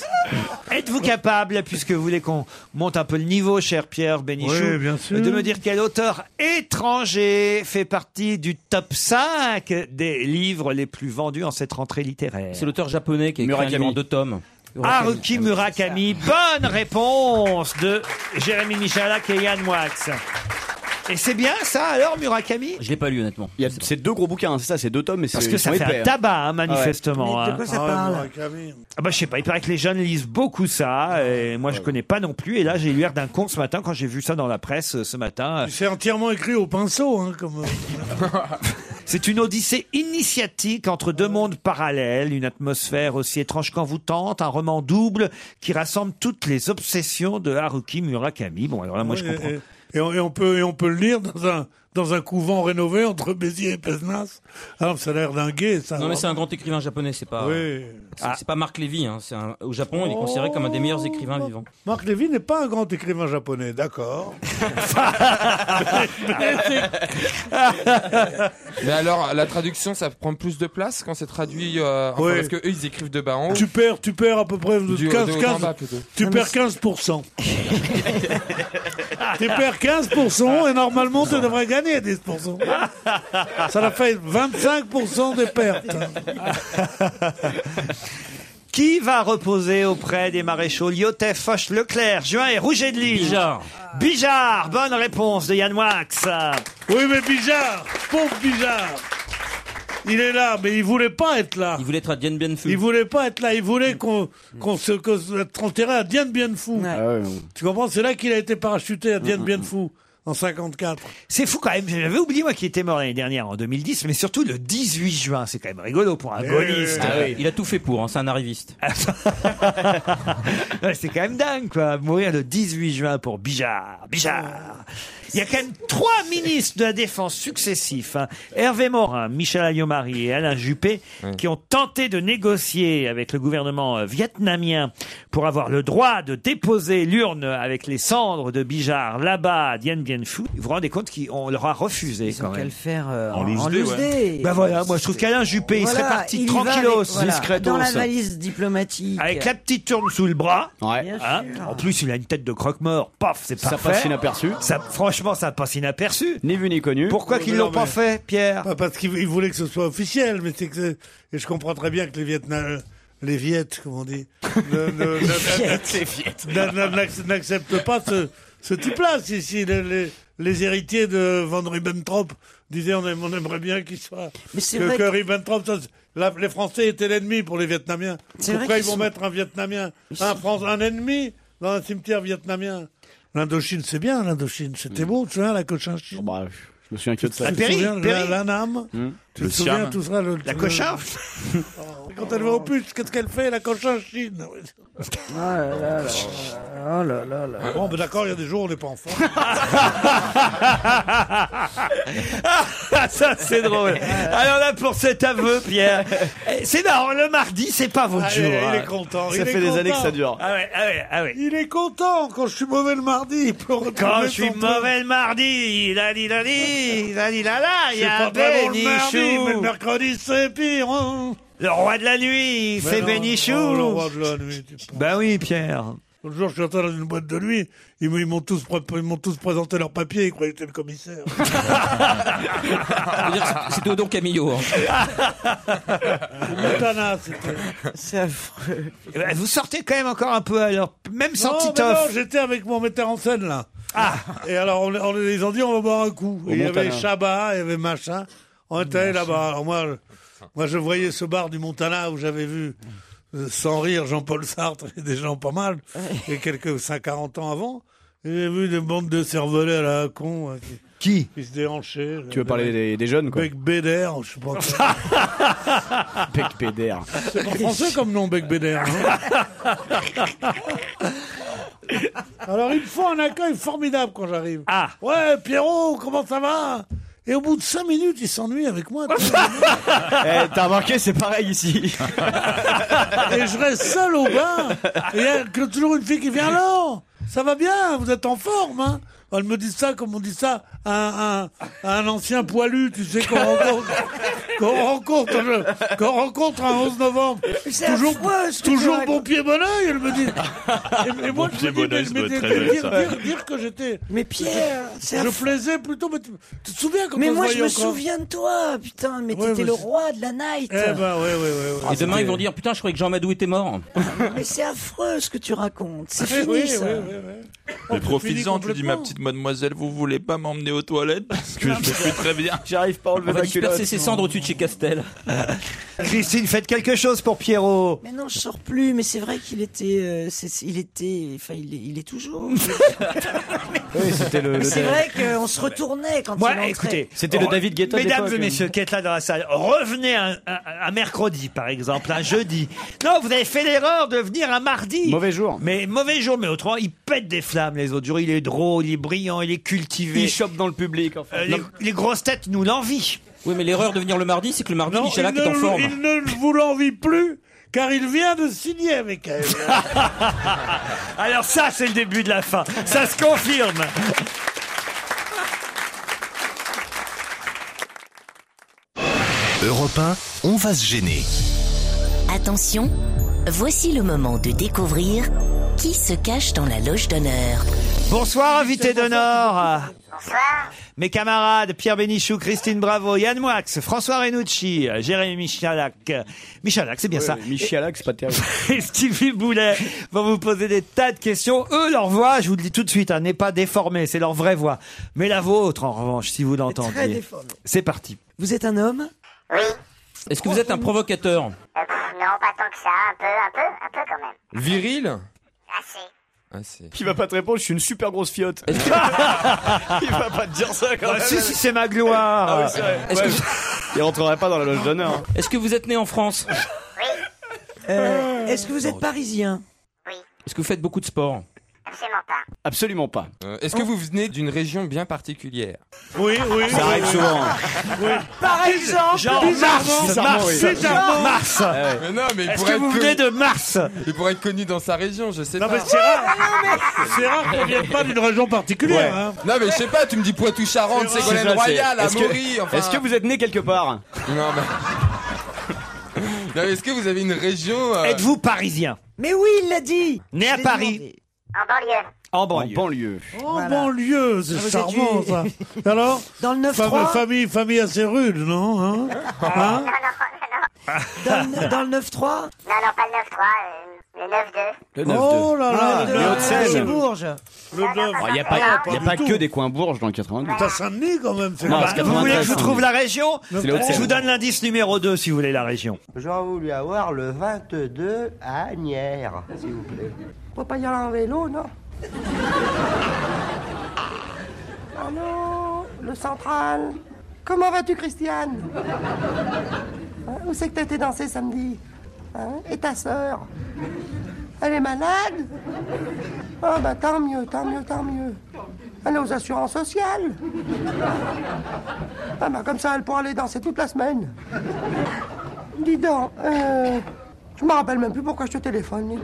Êtes-vous capable, puisque vous voulez qu'on monte un peu le niveau, cher Pierre Bénichou,
Oui, bien sûr.
de me dire quel auteur étranger fait partie du top 5 des livres les plus vendus en cette rentrée littéraire
C'est l'auteur japonais qui a écrit
Murakami.
un livre en deux tomes.
Haruki Murakami, bonne réponse de Jérémy Michalak et Yann Moix. Et c'est bien ça alors Murakami
Je l'ai pas lu, honnêtement.
Il y a- C'est deux gros bouquins, hein, c'est ça, c'est deux tomes, mais c'est
Parce que ça
ils
fait
sont épais,
un
hein.
tabac hein,
Ah ouais.
manifestement. hein.
Camille.
Ah bah je sais pas, il paraît que les jeunes lisent beaucoup ça et moi je connais pas non plus et là j'ai eu l'air d'un con ce matin quand j'ai vu ça dans la presse euh, ce matin.
C'est entièrement écrit au pinceau, hein, comme.
C'est une odyssée initiatique entre deux mondes parallèles, une atmosphère aussi étrange qu'envoûtante, un roman double qui rassemble toutes les obsessions de Haruki Murakami. Bon alors là moi je
Ouais,
comprends.
et- Et, on, et on peut, et on peut le lire dans un, dans un couvent rénové entre Béziers et Pézenas. Alors, ça a l'air dingué, ça.
Non mais c'est un grand écrivain japonais, c'est pas.
Oui.
C'est c'est pas Marc Lévy. hein, c'est un- Au Japon, il est considéré comme un des meilleurs écrivains vivants.
Marc Lévy n'est pas un grand écrivain japonais, d'accord.
Mais alors, la traduction, ça prend plus de place quand c'est traduit. euh, enfin,
Oui.
Parce que eux, ils écrivent de bas en haut.
tu perds, tu perds à peu près de
Du-
15,
de haut en
15
bas, plutôt.
tu
Non, mais
perds
c'est-
15%. tu perds 15% et normalement tu devrais gagner 10%. Ça l'a fait 25% des pertes.
Qui va reposer auprès des maréchaux Lyotet, Foch, Leclerc, Juin et Rouget de Lille
Bijard.
Bijard, bonne réponse de Yann Moix.
Oui, mais Bijard, pauvre Bijard. Il est là, mais il voulait pas être là.
Il voulait être à Dien Bien Phu.
Il voulait pas être là, il voulait qu'on qu'on se qu'on soit enterré à Dien Bien Phu. Tu comprends C'est là qu'il a été parachuté à Dien Bien Phu en 54.
C'est fou quand même, j'avais oublié moi qu'il était mort l'année dernière en 2010, mais surtout le 18 juin, c'est quand même rigolo pour
Eh
un gaulliste.
Ah oui, Il a tout fait pour, hein, c'est un arriviste.
Ouais, c'est quand même dingue quoi, mourir le 18 juin pour Bijard. Bijard Il y a quand même trois ministres de la Défense successifs, hein. Hervé Morin, Michel Ayomari et Alain Juppé, qui ont tenté de négocier avec le gouvernement euh, vietnamien pour avoir le droit de déposer l'urne avec les cendres de Bijar là-bas à Dien Bien Phu. Vous vous rendez compte qu'on leur a refusé quand
qu'à
même.
le faire euh, en,
loose
en
day,
loose
ouais.
day.
Bah voilà, moi je trouve qu'Alain Juppé, il serait
Voilà,
parti
il y va avec-
tranquillos,
voilà, dans la valise diplomatique.
Avec la petite tourne sous le bras.
Bien
hein.
sûr.
En plus, il a une tête de croque-mort. Paf, c'est
Ça
parfait.
passe inaperçu.
Ça, franchement, ça passe inaperçu.
Ni vu ni connu.
Pourquoi qu'ils l'ont pas fait, Pierre
Parce qu'ils ils voulaient que ce soit officiel, mais c'est que c'est- et je comprends très bien que les Vietnam, les Viettes, comme on dit, ne- ne-
Viettes, les Viettes.
ne-
Ben,
ne- n'ac- n'acceptent pas ce, ce type-là. Si, si les, les- les héritiers de Van Ribbentrop disaient on, aime- on aimerait bien qu'il soit
Mais c'est
que,
vrai
que
que-
Ribbentrop, ça, la- les Français étaient l'ennemi pour les Vietnamiens.
C'est vrai
Pourquoi ils
qu'ils
vont
sont-
mettre un Vietnamien, un, Fran- un ennemi dans un cimetière vietnamien L'Indochine, c'est bien, l'Indochine, c'était beau, tu vois, la Cochinchine.
Mm. Oh, bah,
Ah,
Je me souviens que de ça.
Tu te souviens, la- la Nam
Hmm.
Tu te souviens tout ça le,
La
le-
cocharde
Oh, Quand elle va au pute, qu'est-ce qu'elle fait, la cochinchine
Oh là là là. Oh là là là.
Ah.
Bon, ben d'accord, il y a des jours où on n'est pas en forme.
Ah, ça, c'est drôle. Alors là, pour cet aveu, Pierre, eh, c'est marrant, le mardi, c'est pas votre
Ah,
jour.
il est
hein.
content, Ça il est fait des content. années que ça dure.
Ah ouais, ah ouais, ah ouais.
Il est content quand je suis mauvais le mardi. Il peut retrouver
Quand je suis
son
mauvais le mardi, la di la di, la di la la,
C'est
il y a
pas vraiment le mardi,
Bénichou.
mais le mercredi, c'est pire. hein.
Le roi de la nuit,
Mais
c'est
non,
Bénichou.
oh, le roi de la nuit.
Ben oui, Pierre.
L'autre jour, je suis entré dans une boîte de nuit. Ils m- ils m'ont tous, pré- ils m'ont tous présenté leurs papiers. Ils croyaient que j'étais le commissaire. Ah.
Ça veut dire que c'est- C'était donc Camillo. hein.
Une tana, c'était.
C'est affreux.
Eh, Vous sortez quand même encore un peu à l'heure, même sans
Non, mais
Titoff.
non, j'étais avec mon metteur en scène, là. Et alors, on, on, ils ont dit, on va boire un coup.
Au
Et il y avait
Montana.
Chabat, il y avait machin. On était allés là-bas. Alors, moi, je- moi, je voyais ce bar du Montana où j'avais vu, euh, sans rire, Jean-Paul Sartre et des gens pas mal, et quelques 50 ans avant. Et J'ai vu des bandes de cervelets à la con. hein,
qui,
qui se déhanchaient.
Tu veux parler des, des jeunes, quoi.
Bec Béder, je sais pas.
Bec Béder.
C'est pas français comme nom, Bec Béder. hein. Alors, il me faut un accueil formidable quand j'arrive.
Ah
Ouais, Pierrot, comment ça va Et au bout de 5 minutes, il s'ennuie avec moi. tu vois.
Eh, T'as remarqué, c'est pareil ici.
et je reste seul au bain. Et il y a que- toujours une fille qui vient alors. Ça va bien, vous êtes en forme, hein Elle me dit ça comme on dit ça à un, à un ancien poilu, tu sais, qu'on rencontre, qu'on rencontre, le- qu'on rencontre un 11 novembre.
C'est
Toujours,
affreux, ce que tu
toujours
racontes.
bon pied, bon oeil, elle me dit. Et, et moi,
Bon
je
pied,
me dis,
bon
mais-
oeil, ça
mais
doit être
dire-
très vrai,
dire,
ça.
dire- dire que j'étais...
Mais Pierre, c'est
Je
affreux.
plaisais plutôt, mais tu, tu te souviens comment
Mais
on
moi,
se
je me
voyait encore
souviens de toi, putain. Mais
Ouais, mais
t'étais le
c'est-
roi de la night.
Eh ben, ouais, ouais, ouais. ouais.
Et demain, ils vont dire Putain, je croyais que Jean Madou était mort.
Mais c'est affreux ce que tu racontes. C'est
Eh
fini
oui,
ça.
ouais, ouais, ouais.
Mais
finis
profites-en, tu dis ma
complètement.
petite mademoiselle, vous voulez pas m'emmener aux toilettes Parce que je me suis très bien.
J'arrive pas à enlever
On va
ma
disperser
culotte.
ses cendres au-dessus de chez Castel.
Christine, faites quelque chose pour Pierrot.
Mais non, je sors plus. Mais c'est vrai qu'il était, euh, c'est- c'est- il était, enfin, il est, il est toujours.
Oui, c'était le.
Mais
le-
c'est vrai qu'on se retournait quand
Moi,
il entrait.
écoutez,
C'était
Oh,
le David Guetta de
Oh, Mesdames et
l'époque.
messieurs qui êtes là dans la salle, revenez un, un- un mercredi, par exemple, un jeudi. Non, vous avez fait l'erreur de venir un mardi.
Mauvais jour.
Mais mauvais jour, mais autrement, il pète des flammes les autres jours. Il est drôle, il est brillant, il est cultivé.
Il chope dans le public, enfin.
Euh, les, les grosses têtes nous l'envient.
Oui, mais l'erreur de venir le mardi, c'est que le mardi,
Non, il
Michalak est en
ne,
forme.
il ne vous l'envie plus, car il vient de signer avec elle.
Alors ça, c'est le début de la fin. Ça se confirme.
Europe 1, on va se gêner.
Attention, voici le moment de découvrir qui se cache dans la loge d'honneur.
Bonsoir, invité d'honneur. Mes camarades Pierre Bénichou, Christine Bravo, Yann Moix, François Renucci, Jérémy Michalak. Michalak, c'est bien ça.
Michialak, c'est pas terrible.
et Stevie Boulet vont vous poser des tas de questions. Eux, leur voix, je vous le dis tout de suite, hein, n'est pas déformée, c'est leur vraie voix. Mais la vôtre, en revanche, si vous
Très
l'entendiez.
déformé.
C'est parti.
Vous êtes un homme
Est-ce que vous êtes un provocateur
Ah, Non, pas tant que ça, un peu, un peu, un peu quand même.
Viril
Assez.
Ah, c'est.
Qui va pas te répondre, je suis une super grosse fiotte. Il va pas te dire ça quand
Ah,
même.
si, si, c'est ma gloire.
Ah oui, c'est vrai.
Est-ce
Ouais,
que-
Il rentrerait pas dans la loge d'honneur.
Est-ce que vous êtes né en France
Euh, Est-ce que vous êtes parisien
Est-ce que vous faites beaucoup de sport
Absolument pas.
Absolument pas.
Euh, Est-ce que vous venez d'une région bien particulière
Oui, oui.
Ça arrive
oui.
souvent.
Oui.
Par exemple,
Genre
bizarrement,
Mars, Mars,
bizarrement, oui.
bizarrement.
Mars.
Ah ouais.
Mais non, mais
Est-ce
pour
que
être
vous venez de Mars
Il pourrait être connu dans sa région, je sais
Non,
pas.
mais c'est rare. C'est rare qu'on vienne pas d'une région particulière.
Ouais.
hein.
Non, mais je sais pas, tu me dis Poitou-Charentes,
C'est
Ségolène
ça, c'est-
Royal,
Est-ce que-
Amaury, enfin.
Est-ce que vous êtes né quelque part
Non, mais. Non, mais Est-ce que vous avez une région euh,
Êtes-vous parisien
Mais oui, il l'a dit.
Né à Paris
En banlieue.
En banlieue.
En banlieue, c'est
Ah, vous êtes
charmant
du-
ça. Et Alors
Dans le Ah, 9-3
Fam- famille, famille assez rude, non hein Hein
Dans le, dans le 9-3
Non, non, pas le 9-3, euh, le 9-2.
Oh là là,
Ah,
le
de-
Hauts-de-Seine.
C'est Bourges.
Le neuf.
Il n'y a
Ah,
pas, y a
du
pas
tout.
que des coins bourges dans le 92.
T'as Saint-Denis quand même. c'est
Non,
pas-
c'est
Vous voulez que je
93,
vous trouve
oui.
la région
C'est les Hauts-de-Seine.
Je vous donne l'indice numéro 2 si vous voulez la région.
J'aurais voulu avoir le 22 à Agnières, s'il vous plaît. On peut pas y aller en vélo, non Oh non, le central. Comment vas-tu, Christiane Hein, Où c'est que t'as été danser samedi Hein Et ta sœur Elle est malade Oh bah tant mieux, tant mieux, tant mieux. Elle est aux assurances sociales. Ah bah comme ça, elle pourra aller danser toute la semaine. Dis donc, euh, je me rappelle même plus pourquoi je te téléphone.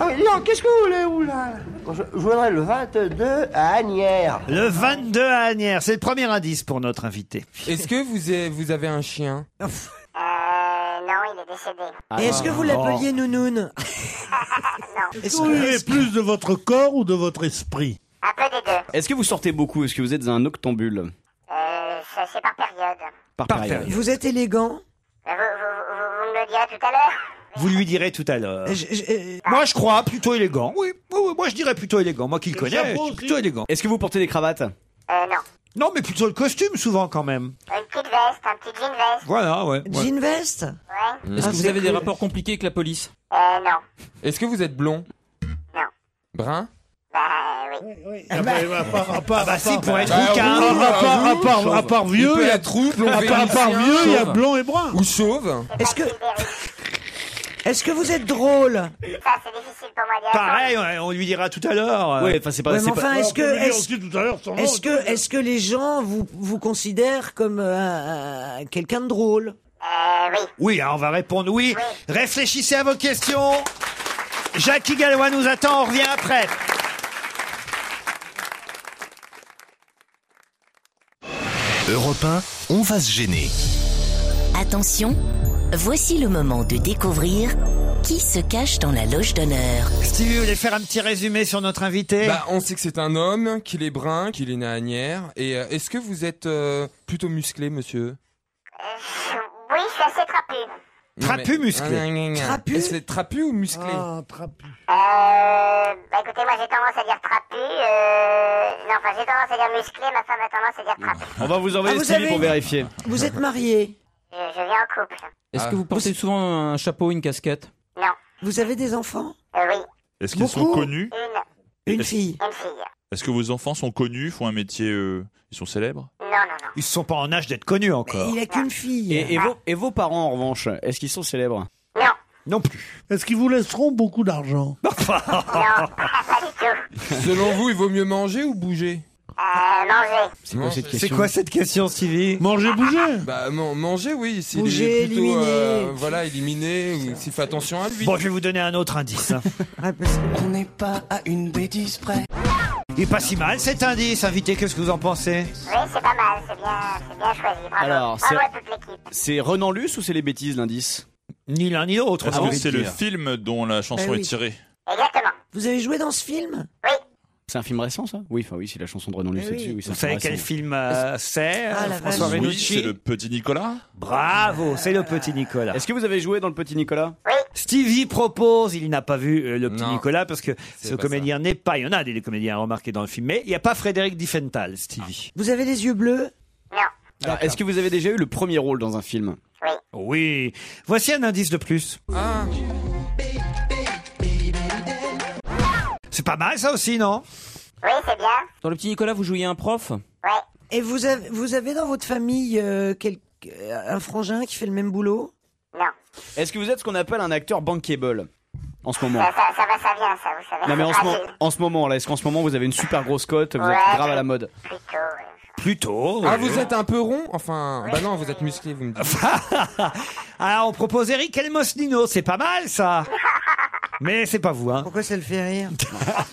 Ah oui, dis donc, qu'est-ce que vous voulez, où là je, voudrais le 22 à Agnières.
Le 22 à Agnières, c'est le premier indice pour notre invité.
Est-ce que vous avez, vous avez un chien
Euh, non, il est décédé.
Et Est-ce que vous
Ah,
l'appeliez Nounoun
Est-ce que vous vivez plus de votre corps ou de votre esprit
Un peu des deux.
Est-ce que vous sortez beaucoup Est-ce que vous êtes un octambule
Euh, ça, c'est par période.
Par, période.
Vous êtes élégant
Euh, Vous, vous- vous- vous me le direz tout à Bah, l'heure
Vous lui direz tout à l'heure. euh, Moi, je crois plutôt élégant. Oui, Oui, oui, moi, je dirais plutôt élégant. Moi qui le
Le
connais,
chapeau
je suis plutôt
aussi.
élégant.
Est-ce que vous portez des cravates
Euh, non.
Non, mais plutôt le costume, souvent, quand même.
Une petite veste, un petit jean veste.
Voilà, ouais.
Jean vest
Ouais.
Est-ce
Ah,
que vous
c'est
avez des
cool.
rapports compliqués avec la police
Euh, non.
Est-ce que vous êtes blond
Non.
Brun
Bah, oui.
Ah bah, à part- à part-
Ah bah si,
à part-
pour être
Bah,
rouquin.
à part- à part- à part-
Chauve.
à part
Il
vieux,
peut
il y a-
être roux, blond,
à part- à part
vénitien,
vieux, il y a
chauve.
blond et brun.
Ou chauve
Est-ce que. Est-ce que vous êtes drôle
Ça, c'est difficile pour moi d'y
Ah, bah, Pareil, on on lui dira tout à l'heure.
Ouais, enfin, c'est pas-
Ouais, mais enfin, est-ce que,
On peut
est-ce,
dire aussi tout à l'heure son nom.
est-ce que, est-ce que les gens vous, vous considèrent comme euh, un- quelqu'un de drôle
Oui, hein, on va répondre oui. Réfléchissez à vos questions. Jackie Gallois nous attend, on revient après.
Europe 1, on va se gêner.
Attention, voici le moment de découvrir qui se cache dans la loge d'honneur.
Stevie, vous voulez faire un petit résumé sur notre invité
Bah, on sait que c'est un homme, qu'il est brun, qu'il est né à Agnières. Et euh, est-ce que vous êtes euh, plutôt musclé, monsieur
arriver. Oui, je suis assez trapu.
Trapu musclé. Oh,
Trapu C'est trapu ou musclé
Euh, bah, écoutez, moi, j'ai tendance à dire trapu. Euh, non, enfin, j'ai tendance à dire musclé. Ma femme a tendance à dire trapu.
On va vous envoyer
Ah, vous
Stevie
avez
pour
une-
vérifier.
Vous êtes Ah. marié
Je, Euh, je viens en couple.
Est-ce que vous portez souvent un chapeau, une casquette
Non.
Vous avez des enfants
Euh, oui.
Est-ce qu'ils sont
Beaucoup.
connus
Une, une
Est-ce-
fille.
Une fille.
Est-ce que vos enfants sont connus, font un métier, euh, ils sont célèbres
Non, non, non.
Ils ne sont pas en âge d'être connus encore.
Il a qu'une fille.
Et, et vos, et vos parents, en revanche, est-ce qu'ils sont célèbres
Non plus.
Est-ce qu'ils vous laisseront beaucoup d'argent
Selon vous, il vaut mieux manger ou bouger
Euh, manger.
C'est quoi cette
C'est quoi cette question, Stevie
Manger, bouger
Bah man- manger oui, s'il
Bouger,
est plutôt euh,
éliminer.
voilà éliminé ou s'il fait attention à lui.
Bon, je vais vous donner un autre indice. hein.
On n'est pas à une bêtise près.
Il est pas si mal cet indice, invité, qu'est-ce que vous en pensez
Oui, c'est pas mal. C'est bien, c'est bien choisi. Bravo.
Alors, c'est-
Bravo à toute l'équipe.
C'est Renan Luce ou c'est les bêtises l'indice Ah
Ni l'un ni l'autre.
Est-ce
non
que c'est le film dont la chanson
Bah oui.
est tirée
Exactement.
Vous avez joué dans ce film
C'est un film récent ça Oui, enfin oui, c'est la chanson de Renan Luce
Eh oui.
là-dessus. Oui, c'est
Vous
un
savez
film
quel
récent.
film euh, c'est
Ah,
euh,
la
François
vache.
Oui, c'est
Renucci
le petit Nicolas.
Bravo, Oh, c'est le petit Nicolas.
Est-ce que vous avez joué dans le petit Nicolas
Stevie propose, il n'a pas vu euh, le petit
Non.
Nicolas parce que ce
pas
comédien n'est pas, il y en a des comédiens remarqués dans le film, mais il n'y a pas Frédéric Diffenthal, Stevie.
Vous avez les yeux bleus
Alors, Est-ce que vous avez déjà eu le premier rôle dans un film
Oui. Voici un indice de plus.
Ah,
C'est pas mal ça aussi, non
Oui, c'est bien.
Dans le petit Nicolas, vous jouiez un prof
Ouais.
Et vous avez, vous avez dans votre famille euh, quel- euh, un frangin qui fait le même boulot
Non.
Est-ce que vous êtes ce qu'on appelle un acteur bankable en ce moment
Ça, ça, ça va, ça vient, ça, vous savez.
Non mais en ce,
Ah,
mo-
c'est-
en ce moment là, est-ce qu'en ce moment vous avez une super grosse cote, vous
Ouais,
êtes grave à la mode
Oh,
Plutôt.
Ah,
oui.
vous êtes un peu rond Enfin, bah non, vous êtes musclé, vous me dites.
Ah, on propose Eric Elmosnino, c'est pas mal ça Mais c'est pas vous, hein
Pourquoi ça le fait rire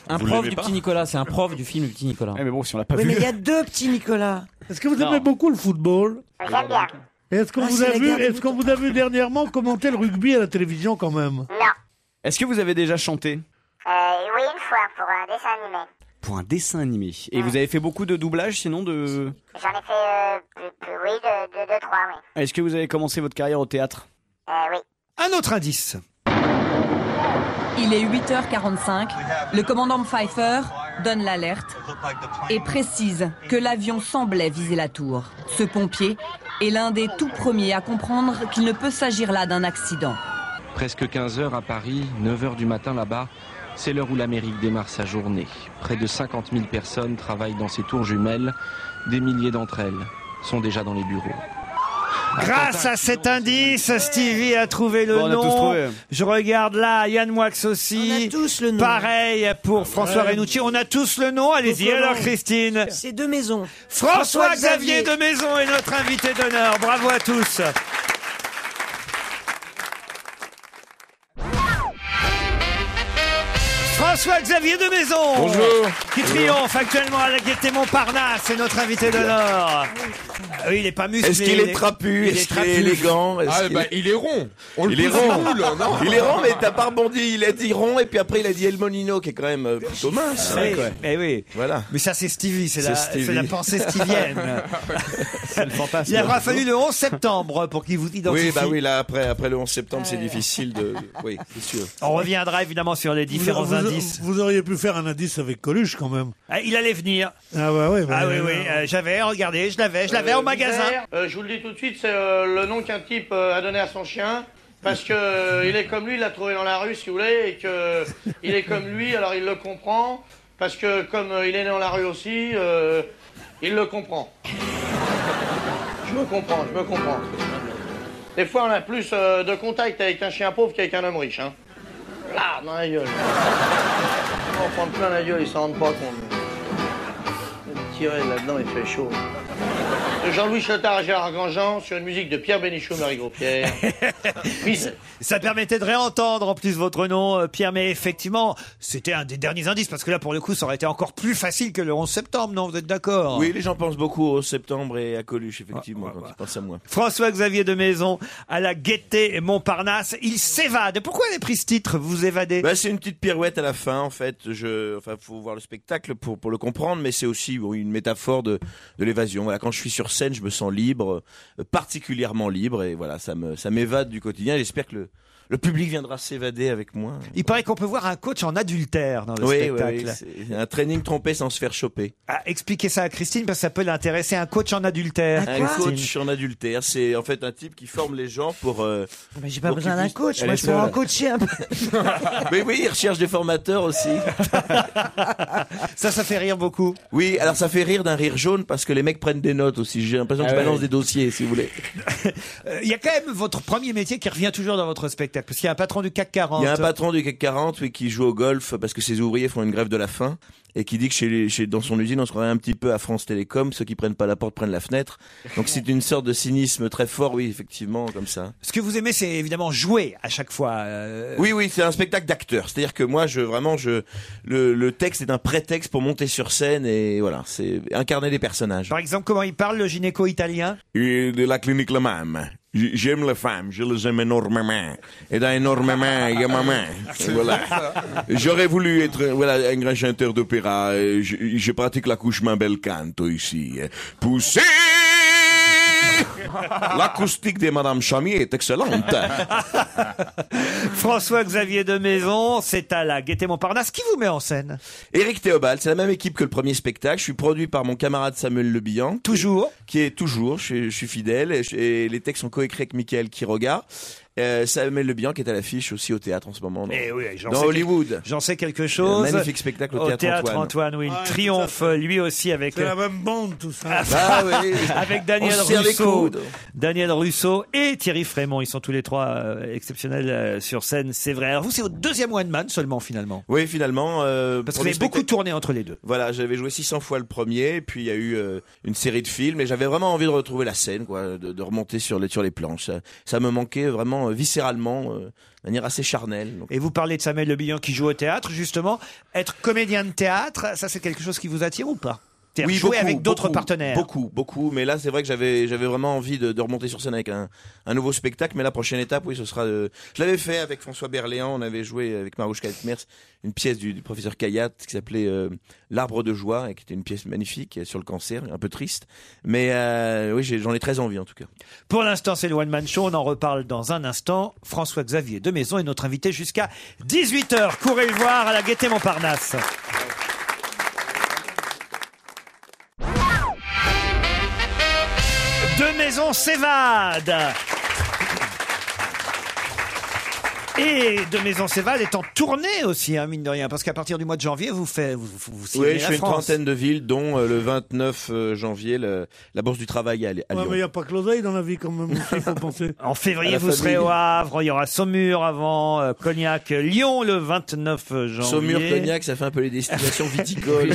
Un
Vous
prof
l'aimez
du
pas Eh,
petit Nicolas, c'est un prof du film du petit Nicolas.
mais bon, si on l'a pas
Oui, mais il y a deux petits Nicolas.
Est-ce que vous aimez beaucoup le football
J'aime bien.
Est-ce qu'on
Ah,
vous,
c'est
a
la
vu-
guerre des
est-ce qu'on vous a vu dernièrement commenter le rugby à la télévision quand même
Est-ce que vous avez déjà chanté
Euh, oui, une fois pour un dessin animé.
pour un dessin animé
Ah.
Et vous avez fait beaucoup de doublage sinon de
J'en ai fait, euh, plus- plus- oui, deux, deux, deux, trois, oui.
Est-ce que vous avez commencé votre carrière au théâtre
Euh, oui.
Un autre indice.
Il est 8h45. Le commandant Pfeiffer donne l'alerte et précise que l'avion semblait viser la tour. Ce pompier est l'un des tout premiers à comprendre qu'il ne peut s'agir là d'un accident.
Presque 15 heures à Paris, 9 heures du matin là-bas, c'est l'heure où l'Amérique démarre sa journée. Près de 50 000 personnes travaillent dans ces tours jumelles. Des milliers d'entre elles sont déjà dans les bureaux.
Grâce à cet indice, Stevie a trouvé le
Bon, on a
nom.
tous trouvé.
Je regarde là, Yann Moix aussi. On a tous le nom. Pareil
Ah,
pour François
ouais.
Renucci. On a tous le nom. Allez-y
Tous le
alors,
nom.
Christine.
C'est deux maisons.
François-Xavier de Maison est notre invité d'honneur. Bravo à tous. François-Xavier de Maison.
Bonjour.
Qui triomphe actuellement à la Gaîté Montparnasse est notre invité d'honneur. Euh, Il est pas musclé.
Est-ce qu'il
il
est trapu
il
Est-ce qu'il
trapu.
est élégant Est-ce
Ah,
qu'il
bah, il est rond. On le
il est
pousse
rond.
au moule, non
il est rond, mais t'as pas rebondi. Il a dit rond et puis après il a dit El Molino qui est quand même euh, plutôt mince.
Eh Oui, mais oui. Mais ça c'est Stevie, c'est
C'est
la,
Stevie.
c'est la pensée stevienne.
C'est le fantasme.
Il aura fallu le 11 septembre pour qu'il vous identifie.
Oui, bah oui, là après, après le 11 septembre, c'est difficile de. Oui, c'est sûr.
On reviendra évidemment sur les différents
vous, vous-
indices.
Vous auriez pu faire un indice avec Coluche quand même.
Ah, il allait venir.
Ah bah oui, bah,
ah oui,
euh,
oui, euh, j'avais, regardez, je l'avais, je l'avais
Euh,
au magasin.
Viver, euh, je vous le dis tout de suite, c'est euh, le nom qu'un type euh, a donné à son chien. Parce que euh, il est comme lui, il l'a trouvé dans la rue, si vous voulez, et que euh, il est comme lui, alors il le comprend. Parce que comme euh, il est né dans la rue aussi, euh, il le comprend. Je me comprends, je me comprends. Des fois, on a plus euh, de contact avec un chien pauvre qu'avec un homme riche. Hein. Là, dans la gueule. On prend plein la gueule, ils s'en rendent pas compte. Tirer là-dedans, il fait chaud. De Jean-Louis Chotard et Gérard Grandjean sur une musique de Pierre Bénichou, Marie Gros-Pierre.
Ça permettait de réentendre en plus votre nom, euh, Pierre. Mais effectivement, c'était un des derniers indices parce que là, pour le coup, ça aurait été encore plus facile que le 11 septembre. Non, vous êtes d'accord
Oui, les gens pensent beaucoup au septembre et à Coluche, effectivement, quand ils pensent à moi.
François-Xavier de Maison à la Gaîté et Montparnasse. Il s'évade. Pourquoi les pris ce titre Vous vous évadez
Bah, c'est une petite pirouette à la fin, en fait. Je, enfin, faut voir le spectacle pour, pour le comprendre, mais c'est aussi bon, une métaphore de, de l'évasion. Voilà, quand je suis sur scène, je me sens libre, euh, particulièrement libre, et voilà, ça me, ça m'évade du quotidien. J'espère que le, le public viendra s'évader avec moi. hein,
Il paraît qu'on peut voir un coach en adultère dans le
Oui, oui,
spectacle.
oui, c'est un training trompé sans se faire choper.
Ah, expliquez ça à Christine parce que ça peut l'intéresser. Un coach en
Ah,
adultère.
Un coach en adultère, c'est en fait un type qui forme les gens pour. euh,
Ah, Mais j'ai pas
pour
besoin
qu'ils
d'un
puissent-
coach.
Elle
Moi,
est
je pourrais en
seule.
coacher un peu.
Mais oui, il recherche des formateurs aussi.
ça, ça fait rire beaucoup.
Oui, alors ça fait rire d'un rire jaune parce que les mecs prennent des notes aussi. J'ai l'impression que
Ah
je
ouais.
balance des dossiers, si vous voulez.
Euh, Il y a quand même votre premier métier qui revient toujours dans votre spectacle. Parce qu'il y a un patron du CAC 40.
Il y a un patron du CAC 40 oui, qui joue au golf parce que ses ouvriers font une grève de la faim et qui dit que chez les- chez- dans son usine, on se croirait un petit peu à France Télécom. Ceux qui prennent pas la porte prennent la fenêtre. Donc c'est une sorte de cynisme très fort, oui, effectivement, comme ça.
Ce que vous aimez, c'est évidemment jouer à chaque fois. euh,
Oui, oui, c'est un spectacle d'acteur. C'est-à-dire que moi, je vraiment, je le, le texte est un prétexte pour monter sur scène et voilà, c'est incarner des personnages.
Par exemple, comment il parle, le gynéco italien
Et de la clinique la même. J'aime les femmes, je les aime énormément. Et dans énormément, il y a maman. Voilà. J'aurais voulu être voilà, un grand chanteur d'opéra. Euh, Je, je pratique l'accouchement bel canto ici. Poussez L'acoustique de Madame Chamier est excellente.
François-Xavier de Maison, c'est à la Gaîté Montparnasse. Qui vous met en scène
Éric Théobald, c'est la même équipe que le premier spectacle. Je suis produit par mon camarade Samuel Le Bihan.
Toujours
Qui est toujours, je, suis- je suis fidèle. Et, je- et les textes sont coécrits avec Michael Quiroga. Euh, Samuel Le Bihan qui est à l'affiche aussi au théâtre en ce moment. dans-
Eh oui, j'en
dans
sais
Hollywood.
J'en sais quelque chose.
magnifique spectacle au théâtre Antoine.
où
Ah,
il triomphe lui aussi avec. euh,
C'est la même bande, tout ça.
Ah oui.
avec
On
Daniel
se serre les
Russo.
coudes.
Daniel Russo et Thierry Frémont. Ils sont tous les trois euh, exceptionnels euh, sur scène, c'est vrai. Alors vous, c'est votre deuxième one man seulement finalement.
Oui, finalement. euh,
Parce que vous
premier
avez beaucoup tourné entre les deux.
Voilà, j'avais joué 600 fois le premier, puis il y a eu euh, une série de films, et j'avais vraiment envie de retrouver la scène, quoi, de, de remonter sur les, sur les planches. Ça, ça me manquait vraiment euh, viscéralement, euh, de manière assez charnelle. donc.
Et vous parlez de Samuel Le Bihan qui joue au théâtre, justement. Être comédien de théâtre, ça c'est quelque chose qui vous attire ou pas C'est-à-dire jouer
beaucoup,
avec d'autres
beaucoup,
partenaires.
Beaucoup, beaucoup. Mais là, c'est vrai que j'avais, j'avais vraiment envie de, de remonter sur scène avec un, un nouveau spectacle. Mais la prochaine étape, oui, ce sera. euh, je l'avais fait avec François Berléand. On avait joué avec Marouche Kaltmers une pièce du, du professeur Kayat qui s'appelait euh, L'arbre de joie et qui était une pièce magnifique euh, sur le cancer, un peu triste. Mais euh, oui, j'ai- j'en ai très envie en tout cas.
Pour l'instant, c'est le One Man Show. On en reparle dans un instant. François-Xavier de Maison est notre invité jusqu'à 18h. Courez le voir à la Gaîté Montparnasse. De Maison s'évade. Et de Maison s'évade est en tournée aussi, hein, mine de rien, parce qu'à partir du mois de janvier, vous faites, vous, vous, vous signez
Oui, je
la
fais une
France.
trentaine de villes, dont euh, le 29 euh, janvier, le- la Bourse du Travail à, Li- à
Ouais,
Lyon.
mais il n'y a pas que l'oseille dans la vie, quand même, il faut penser.
En
À
février,
la
vous serez
famille.
au Havre, il y aura Saumur avant, euh, Cognac, euh, Lyon le 29 janvier.
Saumur, Cognac, ça fait un peu les destinations viticoles.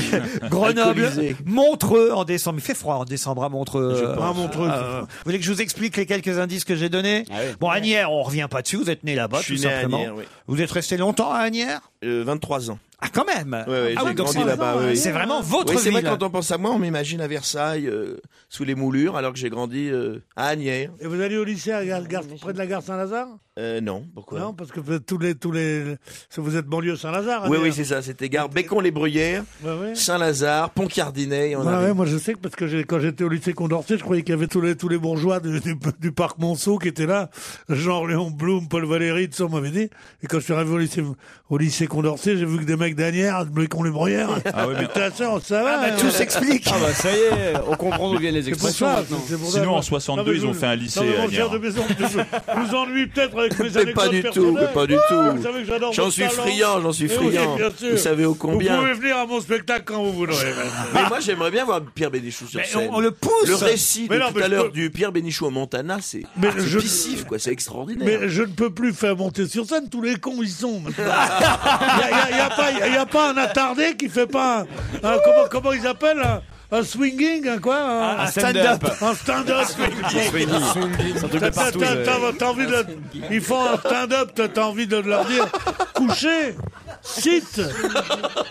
Grenoble,
alcoolisées.
Montreux en décembre. Il fait froid en décembre à Montreux.
Je
euh,
pense. Ah,
à Montreux. vous voulez que je vous explique les quelques indices que j'ai donnés Bon, Agnières, on revient pas dessus. Vous êtes né là-bas,
Je
tout
suis né à
simplement.
Agnières, oui.
Vous êtes resté longtemps à Agnières
Euh, 23 ans.
Ah, quand même
Ouais, ouais,
Ah
j'ai
oui, donc
grandi
c'est-
là-bas. oui, oui.
C'est vraiment votre
Oui, c'est vrai
ville.
quand on pense à moi, on m'imagine à Versailles, euh, sous les moulures, alors que j'ai grandi euh, à Agnières.
Et vous allez au lycée à la gare- près de la gare Saint-Lazare
Euh, non, pourquoi
Non, parce que vous êtes tous les, tous les, vous êtes banlieue Saint-Lazare. hein,
Oui,
d'ailleurs.
oui, c'est ça. C'était gare Bécon-les-Bruyères,
Ouais, ouais.
Saint-Lazare, Pont-Cardinet. et on
Ouais,
arrive.
Bah ouais, moi je sais que parce que j'ai- quand j'étais au lycée Condorcet, je croyais qu'il y avait tous les, tous les bourgeois du, du- du parc Monceau qui étaient là, genre Léon Blum, Paul Valéry, tout ça, on m'avait dit. Et quand je suis arrivé au lycée, au lycée Condorcet, j'ai vu que des mecs d'Anières, de qu'on les bruyères.
Ah ouais, mais-
Putain, ça, ça va. hein.
Ah bah ça y est, on comprend
d'où viennent les expressions maintenant.
Sinon en 62 ils ont fait un lycée
Non, mais
à
mon
Niort.
cher de maison, je je vous ennuie peut-être avec mes
Mais
anecdotes
pas du tout, mais
personnelles. Ah,
pas du
Vous savez que j'adore
tout. J'en
vos
suis
talents.
friand, j'en suis
Eh oui,
friand.
bien sûr.
Vous savez ô combien.
Vous pouvez venir à mon spectacle quand vous voudrez.
Mais moi, j'aimerais bien voir Pierre Bénichou sur
Mais
scène.
on- on le pousse.
Le récit de
Mais non,
tout
mais
à
je
l'heure
peux-
du Pierre Bénichou au Montana, c'est
Mais
c'est
je-
pissif, quoi. C'est extraordinaire.
Mais je ne peux plus faire monter sur scène, tous les cons ils sont. Il n'y a, y a pas un attardé qui fait pas un. un- comment, comment ils appellent un, un swinging, un quoi Un,
Un stand-up.
Un stand-up.
Un swinging. Swinging. Ça te plaît
T'as-
partout, euh,
t'as-
ouais.
t'as- t'as envie de- Ils font un stand-up, t'as- t'as envie de leur dire couchez Sit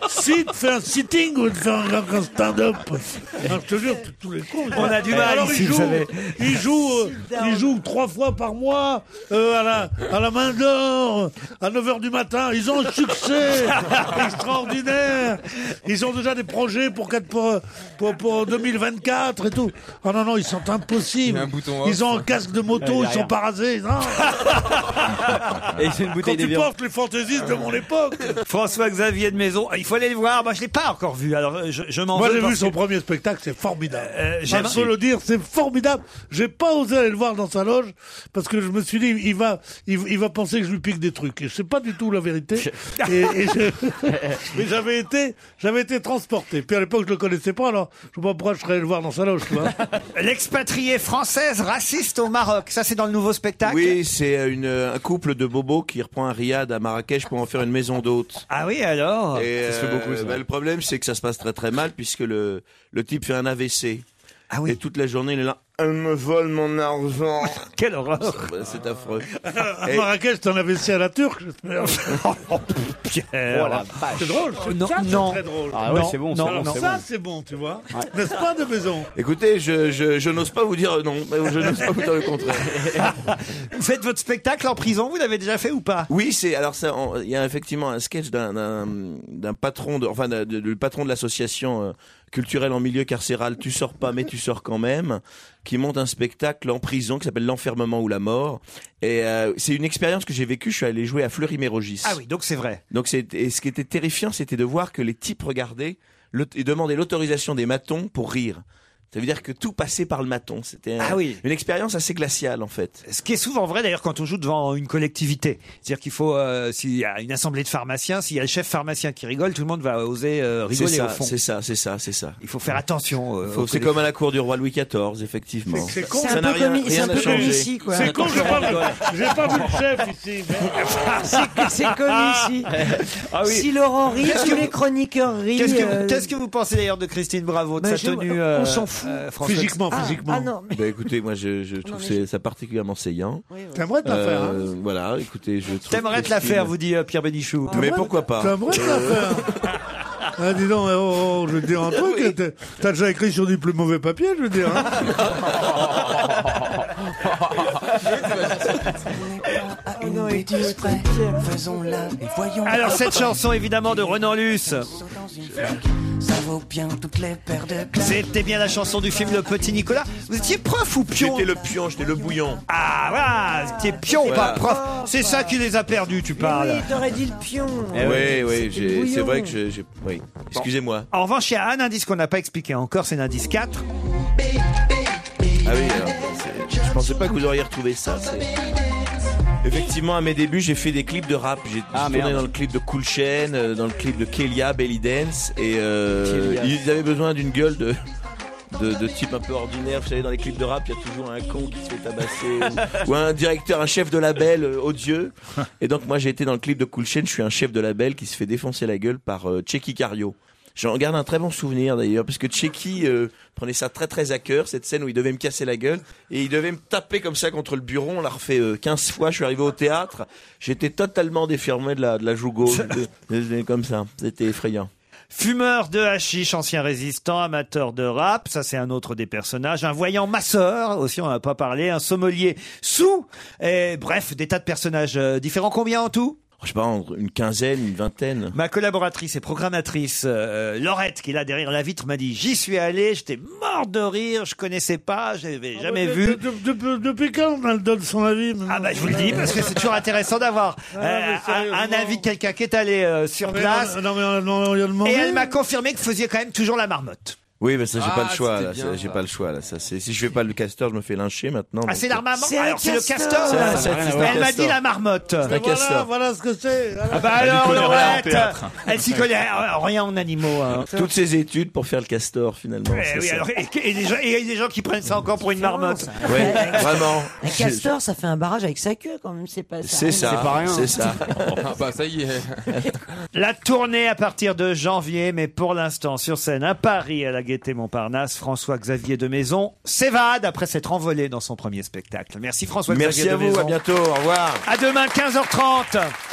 Sit, fais un sitting ou fais un, un stand-up. Alors, je te jure, tous les cons.
On a du mal
Alors,
ici,
ils
vous
jouent-
savez.
ils jouent, euh, ils jouent trois fois par mois euh, à, la, à la main d'or, à 9h du matin. Ils ont un succès extraordinaire. Ils ont déjà des projets pour, quatre- pour, pour, pour 2024 et tout. Oh non, non, ils sont impossibles.
Il y a un bouton off.
ils ont un casque de
Ouais,
moto, ils
derrière.
sont parasés. Non.
Et c'est une
Quand tu portes les fantaisistes de mon époque.
François-Xavier de Maison, il faut aller le voir. Moi, je l'ai pas encore vu. Alors, euh, je, je m'en
Moi,
veux
j'ai
parce
vu son
que-
premier spectacle, c'est formidable.
Euh, j'ai-
J'aime faut le dire, c'est formidable. J'ai pas osé aller le voir dans sa loge parce que je me suis dit, il va, il, il va penser que je lui pique des trucs. Et c'est pas du tout la vérité. Et, et je- mais j'avais été, j'avais été transporté. Puis à l'époque, je le connaissais pas, alors je sais pas pourquoi je serais allé le voir dans sa loge, tu vois.
L'expatriée française raciste au Maroc. Ça, c'est dans le nouveau spectacle.
Oui, c'est euh, une, euh, un couple de bobos qui reprend un riad à Marrakech pour en faire une maison d'hôtes.
Ah oui, alors
Et,
Ça se fait
euh,
beaucoup, ça.
bah, le problème, c'est que ça se passe très très mal puisque le, le type fait un AVC.
Ah
Et toute la journée, il est là. Elle me vole mon argent.
Quelle horreur
C'est affreux.
À
Et- Oh,
Marrakech, t'en avais si à la turque, j'espère.
Pierre.
Oh la vache.
C'est drôle,
Oh,
c'est-
non,
ça, c'est
non.
très drôle.
Ah ouais, Non, c'est bon, c'est
ça,
bon, c'est
ça,
bon.
c'est bon, tu vois. N'est-ce pas, de maison
Écoutez, je, je, je n'ose pas vous dire non. Je n'ose pas vous dire le contraire.
Vous faites votre spectacle en prison, vous l'avez déjà fait ou pas
Oui, c'est alors ça. on- Il y a effectivement un sketch d'un- d'un d'un patron, de, enfin de- de- du patron de l'association euh, culturelle en milieu carcéral. Tu sors pas, mais tu sors quand même. Qui monte un spectacle en prison qui s'appelle l'enfermement ou la mort. Et euh, c'est une expérience que j'ai vécue. Je suis allé jouer à Fleury-Mérogis.
Ah oui, donc c'est vrai.
Donc c'est et ce qui était terrifiant, c'était de voir que les types regardaient le- et demandaient l'autorisation des matons pour rire. Ça veut dire que tout passait par le maton. C'était
Ah
un- une expérience assez glaciale en fait.
Ce qui est souvent vrai d'ailleurs quand on joue devant une collectivité. C'est-à-dire qu'il faut, euh, s'il y a une assemblée de pharmaciens, s'il y a le chef pharmacien qui rigole, tout le monde va oser euh,
C'est
rigoler au
ça,
fond.
c'est ça, c'est ça, c'est ça.
Il faut faire attention. euh, aux
c'est comme à la cour du roi Louis XIV, effectivement.
C'est- c'est
Ça n'a rien, rien n'a changé.
C'est con, j'ai pas, j'ai pas vu le chef ici.
Ah, C'est- c'est connu ici.
Ah oui.
Si Laurent rit,
Qu'est-ce
tous
que
les
vous-
chroniqueurs rient.
Qu'est-ce que,
euh,
vous- qu'est-ce que vous pensez d'ailleurs de Christine Bravo, de
Mais
sa
je-
tenue
on
euh,
s'en fout.
euh, François-
Physiquement, Ah, physiquement. ah non,
Bah, écoutez, moi je, je trouve c'est- ça particulièrement saillant.
T'aimerais te la faire, hein
Euh, Voilà, écoutez, je trouve.
T'aimerais te la
Christine-
faire, vous dit euh, Pierre Bénichou.
Mais pourquoi pas Euh,
T'aimerais te la faire Ah, dis donc, oh, oh, je vais te dire un truc. t'as- T'as déjà écrit sur du plus mauvais papier, je veux dire. hein.
Alors cette chanson évidemment de Renan Luce. C'était bien la chanson du film Le Petit Nicolas. Vous étiez prof ou pion
J'étais le pion, j'étais le bouillon.
Ah voilà, vous étiez pion ou pas
Voilà.
prof. C'est ça qui les a perdus, tu parles.
Ah Oui, t'aurais dit le pion.
oui,
Eh oui,
oui,
c'était le
j'ai-
bouillon.
c'est vrai que j'ai. j'ai- Oui, excusez-moi.
En revanche, il y a un indice qu'on n'a pas expliqué encore, c'est l'indice 4.
Ah oui, alors, c'est- je pensais pas que vous auriez retrouvé ça. c'est- Effectivement, à mes débuts, j'ai fait des clips de rap. J'ai j'ai
Ah,
tourné merde. dans le clip de Cool Chain, euh, dans le clip de Kelia, Belly Dance, et euh, Kelia. ils avaient besoin d'une gueule de. De, de type un peu ordinaire, vous savez, dans les clips de rap, il y a toujours un con qui se fait tabasser, ou, ou un directeur, un chef de label euh, odieux. Et donc, moi, j'ai été dans le clip de Cool Chain, je suis un chef de label qui se fait défoncer la gueule par euh, Checky Cario. J'en garde un très bon souvenir d'ailleurs, parce que Checky euh, prenait ça très très à cœur, cette scène où il devait me casser la gueule, et il devait me taper comme ça contre le bureau, on l'a refait euh, 15 fois, je suis arrivé au théâtre, j'étais totalement déformé de la, de la joue gauche, J'étais comme ça, c'était effrayant.
Fumeur de hashish, ancien résistant, amateur de rap, ça c'est un autre des personnages, un voyant masseur, aussi on n'a pas parlé, un sommelier sous, et bref, des tas de personnages euh, différents. Combien en tout
Je sais pas, entre une quinzaine, une vingtaine.
Ma collaboratrice et programmatrice euh, Laurette, qui est là derrière la vitre, m'a dit J'y suis allé, j'étais mort de rire, je connaissais pas, je n'avais jamais
De-
vu.
de- de- de- Depuis quand on donne son avis Ah,
bah, je vous le dis parce que c'est toujours intéressant d'avoir
Ah,
euh,
mais
un, un
sérieusement.
avis de quelqu'un qui est allé euh, sur
Ah, Mais
place.
on- non, mais on- on- on lui a demandé.
et elle m'a confirmé que vous faisiez quand même toujours la marmotte.
Oui, mais ça j'ai pas
Ah,
le choix,
c'était
là,
bien,
ça, j'ai
ça.
pas le choix là. Ça, c'est- si je fais pas le castor, je me fais lyncher maintenant.
Ah,
donc,
c'est
euh,
la marmotte
C'est un
Alors, c'est le
castor.
castor
Ça, ça, c'est un
Elle m'a
castor.
dit la marmotte
C'est un
Voilà,
castor.
voilà ce que c'est. voilà.
Ah bah
Elle
alors,
y connaît rien en
Laurette,
théâtre.
elle s'y connaît euh, rien en animaux. hein.
Toutes ces études pour faire le castor finalement.
Eh
c'est
oui,
ça.
alors, et, et des gens, et des gens qui prennent ça encore pour une marmotte.
Ouais, vraiment.
Un castor, ça fait un barrage avec sa queue quand même, c'est pas ça.
C'est ça, c'est ça.
Ah bah ça y est.
La tournée à partir de janvier, mais pour l'instant sur scène à Paris, à la Gaîté Montparnasse, François-Xavier de Maison s'évade après s'être envolé dans son premier spectacle. Merci François-Xavier
Merci à
de
vous, à
Maison.
bientôt, au revoir.
À demain 15h30.